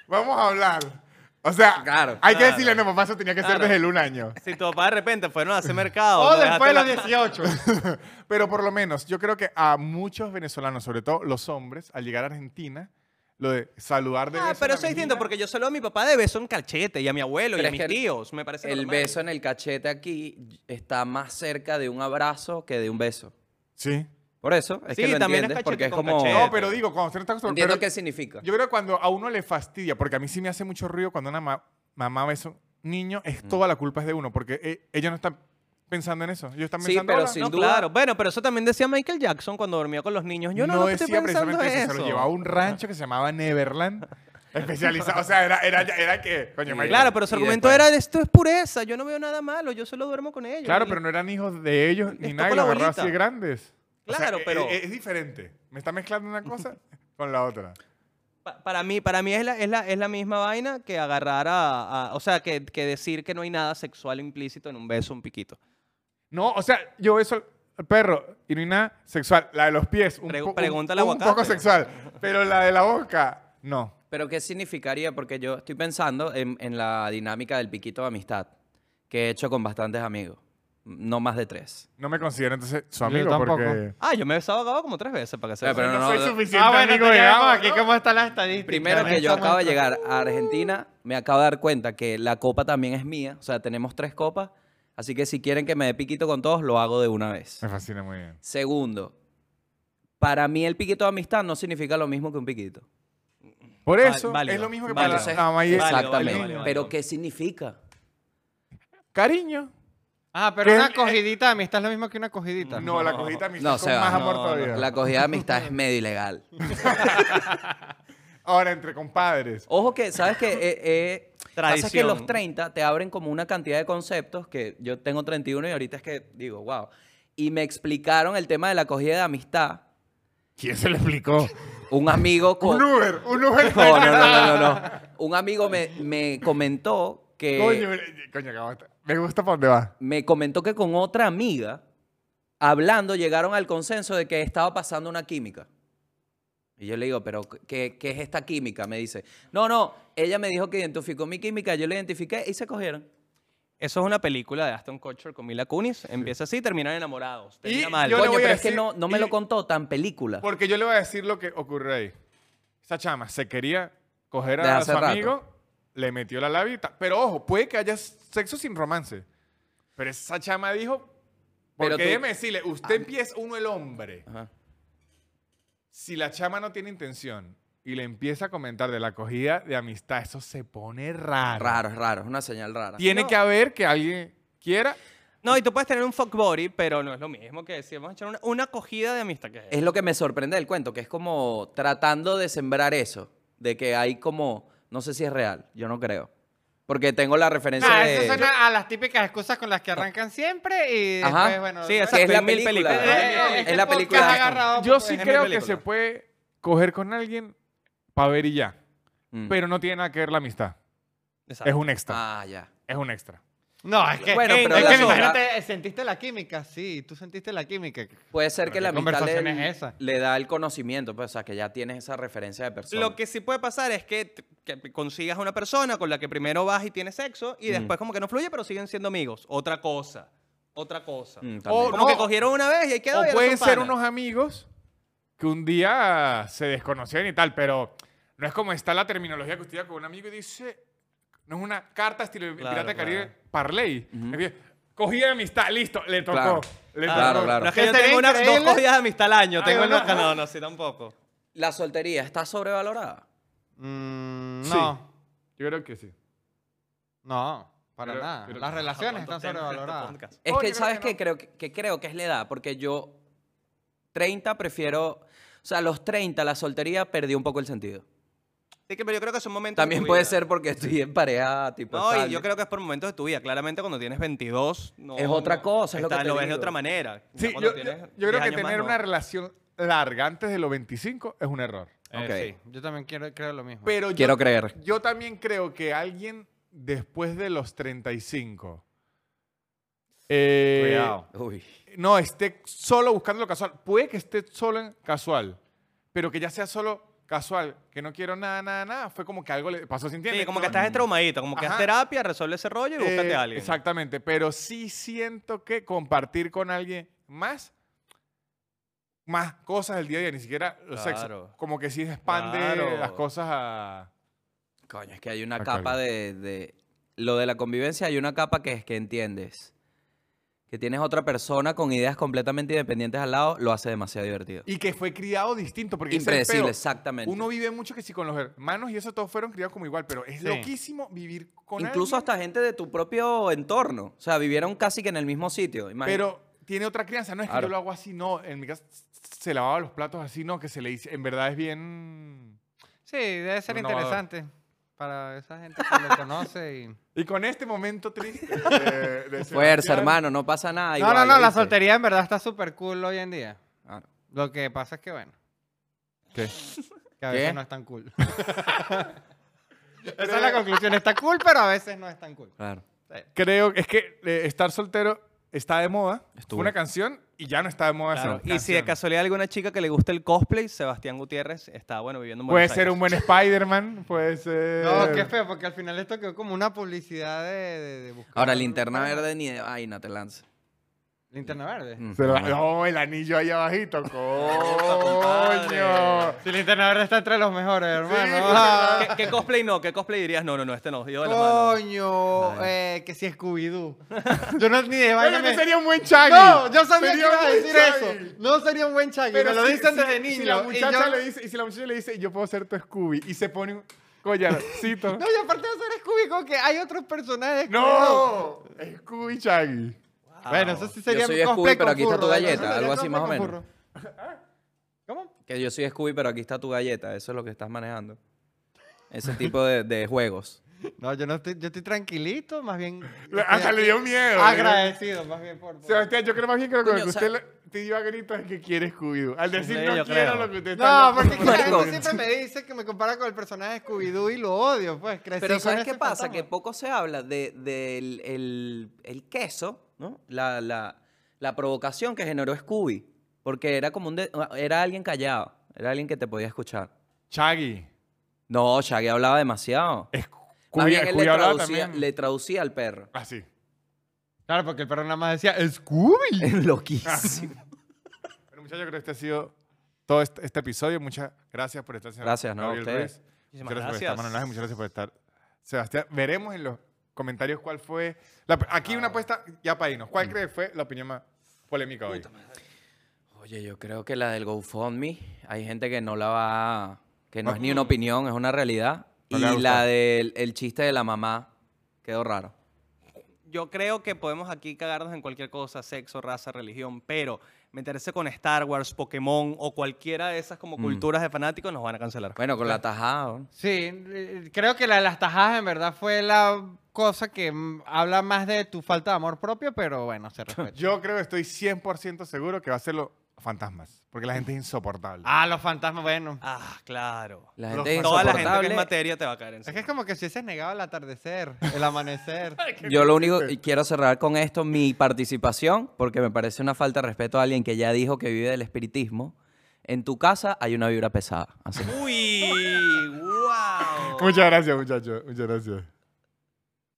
Speaker 1: vamos a hablar. O sea,
Speaker 2: Claro,
Speaker 1: hay que
Speaker 4: claro.
Speaker 1: decirle, no, papá, eso tenía que ser
Speaker 4: Claro.
Speaker 1: desde el un año.
Speaker 4: Si tu papá de repente fueron a hacer mercado.
Speaker 3: O
Speaker 4: lo
Speaker 3: después de los Ah,
Speaker 4: dejaste en la-
Speaker 3: 18.
Speaker 1: Pero por lo menos, yo creo que a muchos venezolanos, sobre todo los hombres, al llegar a Argentina, lo de saludar de
Speaker 4: Ah,
Speaker 1: beso
Speaker 4: pero
Speaker 1: en la
Speaker 4: eso es distinto,
Speaker 1: mejilla-
Speaker 4: porque yo solo a mi papá de beso en cachete y a mi abuelo
Speaker 2: Pero
Speaker 4: y a
Speaker 2: es
Speaker 4: mis
Speaker 2: que el-
Speaker 4: tíos. Me parece
Speaker 2: El
Speaker 4: normal.
Speaker 2: beso en el cachete aquí está más cerca de un abrazo que de un beso.
Speaker 1: Sí.
Speaker 2: Por eso, es
Speaker 4: Sí,
Speaker 2: que lo
Speaker 4: también es
Speaker 2: entiendes,
Speaker 4: cachete
Speaker 2: porque es
Speaker 4: con
Speaker 2: como...
Speaker 4: cachete.
Speaker 1: No, pero digo, cuando usted no está
Speaker 2: Entiendo
Speaker 1: acostumbrado.
Speaker 2: qué
Speaker 1: pero
Speaker 2: significa.
Speaker 1: Yo creo que cuando a uno le fastidia, porque a mí sí me hace mucho ruido cuando una ma- mamá besa a un niño,
Speaker 2: Mm.
Speaker 1: es toda la culpa es de uno, porque eh, ella no está pensando en eso. Ellos están
Speaker 2: Sí,
Speaker 1: pensando
Speaker 2: pero
Speaker 1: "Hola".
Speaker 2: sin
Speaker 4: no,
Speaker 2: duda-
Speaker 4: claro. Bueno, pero eso también decía Michael Jackson cuando dormía con los niños. Yo no, lo que estoy pensando es
Speaker 1: eso,
Speaker 4: eso.
Speaker 1: Se lo llevaba a un rancho que se llamaba Neverland, especializado. O sea, era, era, era que. Coño,
Speaker 2: Sí,
Speaker 1: Michael.
Speaker 4: Claro, pero su
Speaker 2: Y
Speaker 4: argumento
Speaker 2: después-
Speaker 4: era, esto es pureza, yo no veo nada malo, yo solo duermo con ellos.
Speaker 1: Claro,
Speaker 4: Y-
Speaker 1: pero no eran hijos de ellos ni
Speaker 4: Les
Speaker 1: nada,
Speaker 4: tocó
Speaker 1: y lo
Speaker 4: la
Speaker 1: agarró
Speaker 4: abuelita.
Speaker 1: así de grandes. O sea,
Speaker 4: Claro,
Speaker 1: e-
Speaker 4: pero-
Speaker 1: e- Es, diferente. Me está mezclando una cosa con la otra.
Speaker 4: pa- para mí, para mí es, la, es, la, es la misma vaina que agarrar a... a- o sea, que, que decir que no hay nada sexual implícito en un beso, un piquito.
Speaker 1: No, o sea, yo beso al- al perro y no hay nada sexual. La de los pies, un,
Speaker 4: Pregu-
Speaker 1: po- un-
Speaker 4: pregúntale a
Speaker 1: un
Speaker 4: Aguacate.
Speaker 1: poco sexual. Pero la de la boca, no.
Speaker 2: Pero ¿qué significaría? Porque yo estoy pensando en, en la dinámica del piquito de amistad que he hecho con bastantes amigos. No más de tres.
Speaker 1: No me considero entonces su
Speaker 3: Yo
Speaker 1: amigo
Speaker 3: tampoco.
Speaker 1: porque.
Speaker 4: Ah, yo me he besado ahogado como tres veces para que se
Speaker 2: Pero
Speaker 4: vea.
Speaker 2: no,
Speaker 1: No, soy
Speaker 2: no,
Speaker 1: suficiente
Speaker 3: Ah, bueno,
Speaker 1: amigo
Speaker 3: te
Speaker 1: de
Speaker 3: llegamos
Speaker 1: Gabo,
Speaker 3: aquí
Speaker 1: ¿no?
Speaker 3: cómo está la estadística. este
Speaker 2: Primero que
Speaker 3: Esta
Speaker 2: yo acabo de
Speaker 3: muestra.
Speaker 2: llegar a Argentina, me acabo de dar cuenta que la copa también es mía. O sea, tenemos tres copas. Así que si quieren que me dé piquito con todos, lo hago de una vez.
Speaker 1: Me fascina muy bien.
Speaker 2: Segundo, para mí el piquito de amistad no significa lo mismo que un piquito.
Speaker 1: Por
Speaker 4: Val-
Speaker 1: eso
Speaker 4: válido.
Speaker 1: es lo mismo que
Speaker 4: Válido.
Speaker 1: para la Mayel.
Speaker 4: Válido, válido,
Speaker 2: Exactamente.
Speaker 4: válido.
Speaker 2: Pero ¿qué significa?
Speaker 1: Cariño.
Speaker 3: Ah,
Speaker 1: ¿Qué?
Speaker 3: pero una cogidita de amistad es lo mismo que una cogidita.
Speaker 1: No, la cogidita de
Speaker 2: No,
Speaker 1: amistad
Speaker 2: se
Speaker 1: con
Speaker 2: va.
Speaker 1: más
Speaker 2: No,
Speaker 1: amor
Speaker 4: no,
Speaker 1: todavía.
Speaker 2: La cogida de amistad es medio ilegal.
Speaker 1: Ahora, entre compadres.
Speaker 2: Ojo que, ¿sabes qué? Eh, eh, pasa que
Speaker 4: Tradición.
Speaker 2: los 30 te abren como una cantidad de conceptos que yo tengo 31 y ahorita es que digo, wow. Y me explicaron el tema de la cogida de amistad.
Speaker 1: ¿Quién se lo explicó?
Speaker 2: Un amigo con...
Speaker 1: Un Uber, un Uber.
Speaker 2: No, no, no, no, no, no. Un amigo me, me comentó que...
Speaker 1: Coño, mira, coño, acabo de- me gusta para dónde va.
Speaker 2: me comentó que con otra amiga, hablando, llegaron al consenso de que estaba pasando una química. Y yo le digo, ¿pero qué, qué es esta química? Me dice, no, no, ella me dijo que identificó mi química, yo la identifiqué y se cogieron.
Speaker 4: Eso es una película de Aston Kutcher con Mila Kunis. Empieza así y terminan enamorados. Termina
Speaker 1: Y
Speaker 4: mal.
Speaker 1: yo le
Speaker 2: Coño,
Speaker 1: voy
Speaker 2: pero
Speaker 1: a
Speaker 2: es que
Speaker 1: decir-
Speaker 2: no, no me
Speaker 1: y-
Speaker 2: lo contó tan película.
Speaker 1: Porque yo le voy a decir lo que ocurre ahí. Esa chama se quería coger
Speaker 2: Desde
Speaker 1: a
Speaker 2: hace
Speaker 1: su
Speaker 2: rato.
Speaker 1: amigo, le metió la labita. Pero ojo, puede que haya sexo sin romance. Pero esa chama dijo,
Speaker 2: Pero
Speaker 1: porque
Speaker 2: tú- Ah.
Speaker 1: déjeme decirle, usted empieza uno el hombre.
Speaker 2: Ajá.
Speaker 1: Si la chama no tiene intención y le empieza a comentar de la cogida de amistad, eso se pone raro.
Speaker 2: Raro, es raro, es una señal rara.
Speaker 1: Tiene
Speaker 4: No.
Speaker 1: que haber que alguien quiera.
Speaker 4: No, y tú puedes tener un fuck buddy, pero no es lo mismo que decir, vamos a echar una, una cogida de amistad. Que
Speaker 2: Es lo que me sorprende del cuento, que es como tratando de sembrar eso, de que hay como, no sé si es real, yo no creo. Porque tengo la referencia
Speaker 3: Ah,
Speaker 2: de...
Speaker 3: eso suena a las típicas excusas con las que arrancan siempre y después,
Speaker 2: Ajá.
Speaker 3: bueno...
Speaker 4: Sí,
Speaker 3: eh,
Speaker 4: exacto,
Speaker 2: que es la
Speaker 4: en mil
Speaker 2: película.
Speaker 4: películas.
Speaker 2: ¿no?
Speaker 4: Eh, eh,
Speaker 2: es la
Speaker 3: este
Speaker 2: película.
Speaker 3: podcast
Speaker 2: de
Speaker 3: ha
Speaker 2: Aston.
Speaker 3: agarrado,
Speaker 1: Yo
Speaker 3: pues,
Speaker 1: sí
Speaker 3: en
Speaker 1: creo que
Speaker 4: película.
Speaker 1: se puede coger con alguien para ver y ya.
Speaker 2: Mm.
Speaker 1: Pero no tiene nada que ver la amistad.
Speaker 4: Exacto.
Speaker 1: Es un extra.
Speaker 2: Ah, ya.
Speaker 1: Es un extra.
Speaker 3: No, es que, eh,
Speaker 2: Bueno,
Speaker 3: es
Speaker 2: pero
Speaker 3: que
Speaker 2: la
Speaker 3: me
Speaker 2: sombra-
Speaker 3: imagínate, eh, sentiste la química, sí, tú sentiste la química.
Speaker 2: Puede ser
Speaker 3: Pero
Speaker 2: que
Speaker 3: ¿qué
Speaker 2: la amistad
Speaker 3: conversación
Speaker 2: le,
Speaker 3: es esa?
Speaker 2: le da el conocimiento, pues, o sea, que ya tienes esa referencia de persona.
Speaker 4: Lo que sí puede pasar es que, t- que consigas a una persona con la que primero vas y tienes sexo y después como que no fluye, pero siguen siendo amigos. Otra cosa. Otra cosa.
Speaker 2: Mm, también.
Speaker 1: O
Speaker 4: Como
Speaker 1: no,
Speaker 4: que cogieron una vez y ahí quedó.
Speaker 1: o
Speaker 4: y ahora
Speaker 1: pueden
Speaker 4: son
Speaker 1: ser
Speaker 4: panas.
Speaker 1: unos amigos que un día se desconocieron y tal, pero no es como está la terminología que usted llega con un amigo y dice, no es una carta estilo
Speaker 4: Claro,
Speaker 1: Pirata del Caribe,
Speaker 4: claro.
Speaker 1: parley. Es que, Cogí de amistad, listo, le tocó.
Speaker 2: Claro.
Speaker 1: le
Speaker 4: Ah,
Speaker 2: Claro,
Speaker 1: tocó.
Speaker 2: claro.
Speaker 4: No es que yo
Speaker 3: Sería
Speaker 4: tengo unas dos
Speaker 3: increíble.
Speaker 4: cogidas de amistad al año. Tengo
Speaker 1: Ah,
Speaker 4: una-
Speaker 1: no.
Speaker 4: No, no, sí, tampoco.
Speaker 2: La soltería está sobrevalorada.
Speaker 3: Mm,
Speaker 1: Sí.
Speaker 3: no,
Speaker 1: Yo creo que sí.
Speaker 3: no, para
Speaker 1: Pero-
Speaker 3: nada.
Speaker 1: pero-
Speaker 3: las relaciones
Speaker 4: ¿Cuántos
Speaker 3: están
Speaker 4: temas este
Speaker 3: sobrevaloradas.
Speaker 4: podcast?
Speaker 2: Es
Speaker 1: Coño,
Speaker 2: que,
Speaker 1: creo
Speaker 2: ¿sabes
Speaker 1: que
Speaker 2: qué?
Speaker 1: no.
Speaker 2: Creo que, que creo que es la edad, porque yo 30 prefiero, o sea, a los 30 la soltería perdió un poco el sentido.
Speaker 4: Sí, que- pero yo creo que son momentos. de
Speaker 2: También
Speaker 4: tu
Speaker 2: puede
Speaker 4: vida.
Speaker 2: ser porque estoy en pareja, tipo
Speaker 4: No, y
Speaker 2: estable.
Speaker 4: yo creo que es por momentos de tu vida. Claramente cuando tienes 22, no,
Speaker 2: Es otra
Speaker 4: no,
Speaker 2: cosa, es lo que
Speaker 4: está-
Speaker 2: te
Speaker 4: lo ves de
Speaker 2: digo.
Speaker 4: otra manera. Ya
Speaker 1: Sí,
Speaker 4: cuando
Speaker 1: yo, yo-
Speaker 4: tienes
Speaker 1: yo
Speaker 4: 10
Speaker 1: creo que
Speaker 4: años más,
Speaker 1: tener
Speaker 4: no.
Speaker 1: una relación larga antes de los 25 es un error.
Speaker 3: Eh, sí, yo también quiero, creo lo mismo.
Speaker 1: Pero yo-
Speaker 2: Quiero creer.
Speaker 1: Yo también creo que alguien después de los 35 eh,
Speaker 3: Cuidado.
Speaker 2: Uy.
Speaker 1: no esté solo buscando lo casual. Puede que esté solo en casual, pero que ya sea solo casual, que no quiero nada, nada, nada. Fue como que algo le pasó sin tiempo.
Speaker 4: Sí, como que estás traumadito, como que
Speaker 1: Ajá. Eh,
Speaker 4: haz terapia, resuelve ese rollo y búscate a alguien.
Speaker 1: Exactamente, pero sí siento que compartir con alguien más más cosas del día a día, ni siquiera los sexos.
Speaker 4: Claro.
Speaker 1: Como que sí expande
Speaker 4: Claro.
Speaker 1: las cosas a...
Speaker 2: Coño, es que hay una
Speaker 1: Está
Speaker 2: capa
Speaker 1: claro.
Speaker 2: de, de- Lo de la convivencia, hay una capa que es que entiendes. Que tienes otra persona con ideas completamente independientes al lado, lo hace demasiado divertido.
Speaker 1: Y que fue criado distinto. Porque ese es el
Speaker 2: Impredecible,
Speaker 1: peo.
Speaker 2: exactamente.
Speaker 1: Uno vive mucho que si con los hermanos y eso todos fueron criados como igual, pero es
Speaker 4: Sí.
Speaker 1: loquísimo vivir con
Speaker 2: Incluso
Speaker 1: alguien,
Speaker 2: hasta gente de tu propio entorno. O sea, vivieron casi que en el mismo sitio. imagínate.
Speaker 1: Pero tiene otra crianza. No es que
Speaker 2: Claro.
Speaker 1: yo lo hago así, no. En mi casa se lavaba los platos así, no, que se le dice. En verdad es bien.
Speaker 3: Sí, debe ser
Speaker 1: Innovador.
Speaker 3: interesante para esa gente que lo conoce y...
Speaker 1: Y con este momento triste. de- de
Speaker 2: Fuerza,
Speaker 1: Sebastián,
Speaker 2: hermano, no pasa nada.
Speaker 3: No,
Speaker 2: Ah, igual,
Speaker 3: no, no, la
Speaker 2: ¿viste?
Speaker 3: soltería en verdad está súper cool hoy en día.
Speaker 2: Ah,
Speaker 3: Lo que pasa es que, bueno,
Speaker 1: ¿qué?
Speaker 3: que a
Speaker 2: ¿Qué?
Speaker 3: veces no es tan cool. Esa es la conclusión. Está cool, pero a veces no es tan cool.
Speaker 2: claro.
Speaker 1: Creo que es que eh, estar soltero está de moda. Fue
Speaker 2: Estuvo.
Speaker 1: una canción y ya no está de moda. esa
Speaker 4: Claro, Y si
Speaker 1: canción.
Speaker 4: de casualidad alguna chica que le gusta el cosplay, Sebastián Gutiérrez está, bueno, viviendo en
Speaker 1: Puede
Speaker 4: Buenos
Speaker 1: ser
Speaker 4: Aires.
Speaker 1: un buen Spider-Man, puede ser.
Speaker 3: No, qué feo, porque al final esto quedó como una publicidad de, de, de buscar.
Speaker 2: Ahora, linterna verde ni de vaina te lanza.
Speaker 3: Linterna verde.
Speaker 2: Mm.
Speaker 1: Se lo- no, el anillo ahí abajito, coño.
Speaker 4: compadre.
Speaker 3: Si linterna verde está entre los mejores, hermano.
Speaker 1: güey.
Speaker 3: Ah.
Speaker 4: ¿Qué, qué cosplay no? ¿Qué cosplay dirías? No, no, no, este no. Yo de la mano.
Speaker 3: Coño, eh, que si Scooby-Doo. Yo no ni de
Speaker 1: Oye,
Speaker 3: vaina
Speaker 1: este
Speaker 3: me-
Speaker 1: sería un buen Chaggy.
Speaker 3: No, yo sabía que
Speaker 1: Sería un
Speaker 3: iba a
Speaker 1: buen
Speaker 3: decir
Speaker 1: Shaggy.
Speaker 3: eso. No sería un buen Chaggy, me lo
Speaker 1: si-
Speaker 3: dicen
Speaker 1: si-
Speaker 3: desde
Speaker 1: si
Speaker 3: niño.
Speaker 1: la
Speaker 3: y
Speaker 1: muchacha
Speaker 3: yo-
Speaker 1: le dice, y si la muchacha le dice, yo puedo ser tu Scooby, y se pone un collarcito.
Speaker 3: No, y aparte de ser Scooby, como que hay otros personajes.
Speaker 1: ¡No! Scooby Chaggy.
Speaker 4: Wow.
Speaker 3: Bueno, eso sí sería
Speaker 2: soy
Speaker 3: mi
Speaker 2: Scooby,
Speaker 3: cosplay
Speaker 2: pero
Speaker 3: con
Speaker 2: aquí está tu
Speaker 3: furro, ¿no? Eso
Speaker 2: galleta,
Speaker 3: sería
Speaker 2: algo así
Speaker 3: cosplay
Speaker 2: más o
Speaker 3: con
Speaker 2: menos.
Speaker 3: furro. ¿Cómo?
Speaker 2: Que yo soy Scooby, pero aquí está tu galleta. Eso es lo que estás manejando. Ese tipo de, de juegos.
Speaker 3: No, yo no estoy, yo estoy tranquilito, más bien.
Speaker 1: Le-
Speaker 3: estoy
Speaker 1: Hasta le dio miedo. ¿no?
Speaker 3: Agradecido, más bien por. por-
Speaker 1: Sebastián, yo creo más bien que lo que
Speaker 2: Coño, o sea-
Speaker 1: usted le- te dio a gritos es que quiere Scooby-Doo. Al decir
Speaker 4: Sí,
Speaker 1: no
Speaker 4: yo
Speaker 1: quiero
Speaker 4: creo.
Speaker 1: lo que usted está
Speaker 3: No, porque es que la
Speaker 2: Marico.
Speaker 3: gente siempre me dice que me compara con el personaje de Scooby-Doo y lo odio, pues. crecí
Speaker 2: Pero
Speaker 3: con
Speaker 2: ¿sabes
Speaker 3: ese
Speaker 2: qué pasa?
Speaker 3: fantasma.
Speaker 2: Que poco se habla del de, del- el, el queso, ¿no? La, la, la provocación que generó Scooby. Porque era como un... de- era alguien callado. Era alguien que te podía escuchar.
Speaker 1: Chaggy.
Speaker 2: No, Shaggy hablaba demasiado. Más
Speaker 1: Scooby,
Speaker 2: bien, él le
Speaker 1: Scooby hablaba
Speaker 2: traducía,
Speaker 1: también. Ah,
Speaker 2: le traducía al perro.
Speaker 1: Así.
Speaker 3: Claro, porque el perro nada más decía Scooby.
Speaker 2: Loquísimo.
Speaker 1: Pero muchachos, creo que este ha sido todo este, este episodio. Muchas gracias por estar, señor
Speaker 2: Gracias, no, a
Speaker 1: Gabriel
Speaker 2: ustedes.
Speaker 1: Ruiz.
Speaker 4: Muchísimas
Speaker 1: Muchas gracias por estar,
Speaker 4: gracias.
Speaker 1: Manuel Ángel. Muchas gracias por estar. Sebastián, veremos en los comentarios cuál fue. la- aquí una apuesta, ya para irnos. ¿Cuál cree que fue la opinión más polémica hoy?
Speaker 2: Oye, yo creo que la del GoFundMe, hay gente que no la va, a- que no es ni una opinión, es una realidad.
Speaker 1: No le va a
Speaker 2: y la
Speaker 1: gustar.
Speaker 2: del el chiste de la mamá, quedó raro.
Speaker 4: Yo creo que podemos aquí cagarnos en cualquier cosa, sexo, raza, religión, pero meterse con Star Wars, Pokémon o cualquiera de esas como culturas de fanáticos nos van a cancelar.
Speaker 2: Mm. Bueno, con la tajada. ¿no?
Speaker 3: Sí, eh, creo que la de las tajadas en verdad fue la cosa que mm, habla más de tu falta de amor propio, pero bueno, se respeta.
Speaker 1: Yo creo que estoy 100% seguro que va a ser los fantasmas. Porque la gente es insoportable.
Speaker 3: ah, los fantasmas, bueno.
Speaker 4: Ah, claro.
Speaker 2: La
Speaker 1: Los
Speaker 2: gente es
Speaker 4: Toda la gente que es
Speaker 2: insoportable.
Speaker 4: materia te va a caer
Speaker 3: Es
Speaker 4: encima.
Speaker 3: que es como que si hubieses negado el atardecer, el amanecer.
Speaker 2: Yo lo único, y quiero cerrar con esto, mi participación, porque me parece una falta de respeto a alguien que ya dijo que vive del espiritismo. En tu casa hay una vibra pesada. Así.
Speaker 4: Uy, wow.
Speaker 1: Muchas gracias, muchachos. Muchas gracias.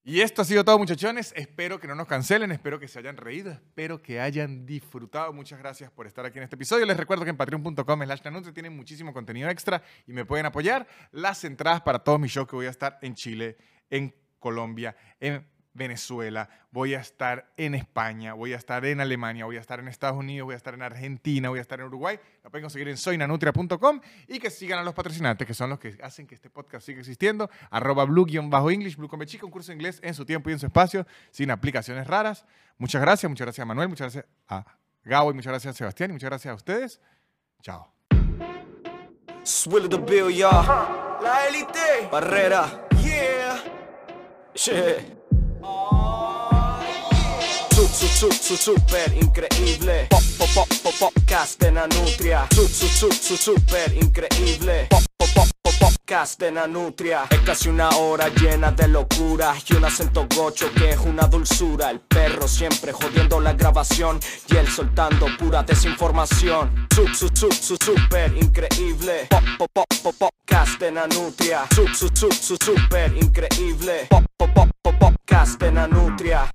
Speaker 1: Y esto ha sido todo, muchachones. Espero que no nos cancelen, espero que se hayan reído, espero que hayan disfrutado. Muchas gracias por estar aquí en este episodio. Les recuerdo que en patreon.com slash nanutria tienen muchísimo contenido extra y me pueden apoyar. Las entradas para todos mis shows que voy a estar en Chile, en Colombia, en Venezuela, voy a estar en España, voy a estar en Alemania, voy a estar en Estados Unidos, voy a estar en Argentina, voy a estar en Uruguay. La pueden conseguir en soynanutria.com y que sigan a los patrocinantes, que son los que hacen que este podcast siga existiendo. Arroba blue-english, blue con B chica, un curso de inglés en su tiempo y en su espacio, sin aplicaciones raras. Muchas gracias, muchas gracias a Manuel, muchas gracias a Gabo y muchas gracias a Sebastián y muchas gracias a ustedes. Chao.
Speaker 5: Swill of the Bill, y'all. La Elite. Barrera. Yeah. Shit. Su, su, su, su, super increíble. Pop, pop, pop, pop, podcast de Nanutria. Su, su, su, su, super increíble. Pop, pop, pop, pop, podcast de Nanutria. Es casi una hora llena de locura y un acento gocho que es una dulzura. El perro siempre jodiendo la grabación y él soltando pura desinformación. Su, su, su, su, super increíble. Pop, pop, pop, pop, podcast de Nanutria. Su, su, su, su, super increíble. Pop, pop, pop, pop, podcast de Nanutria.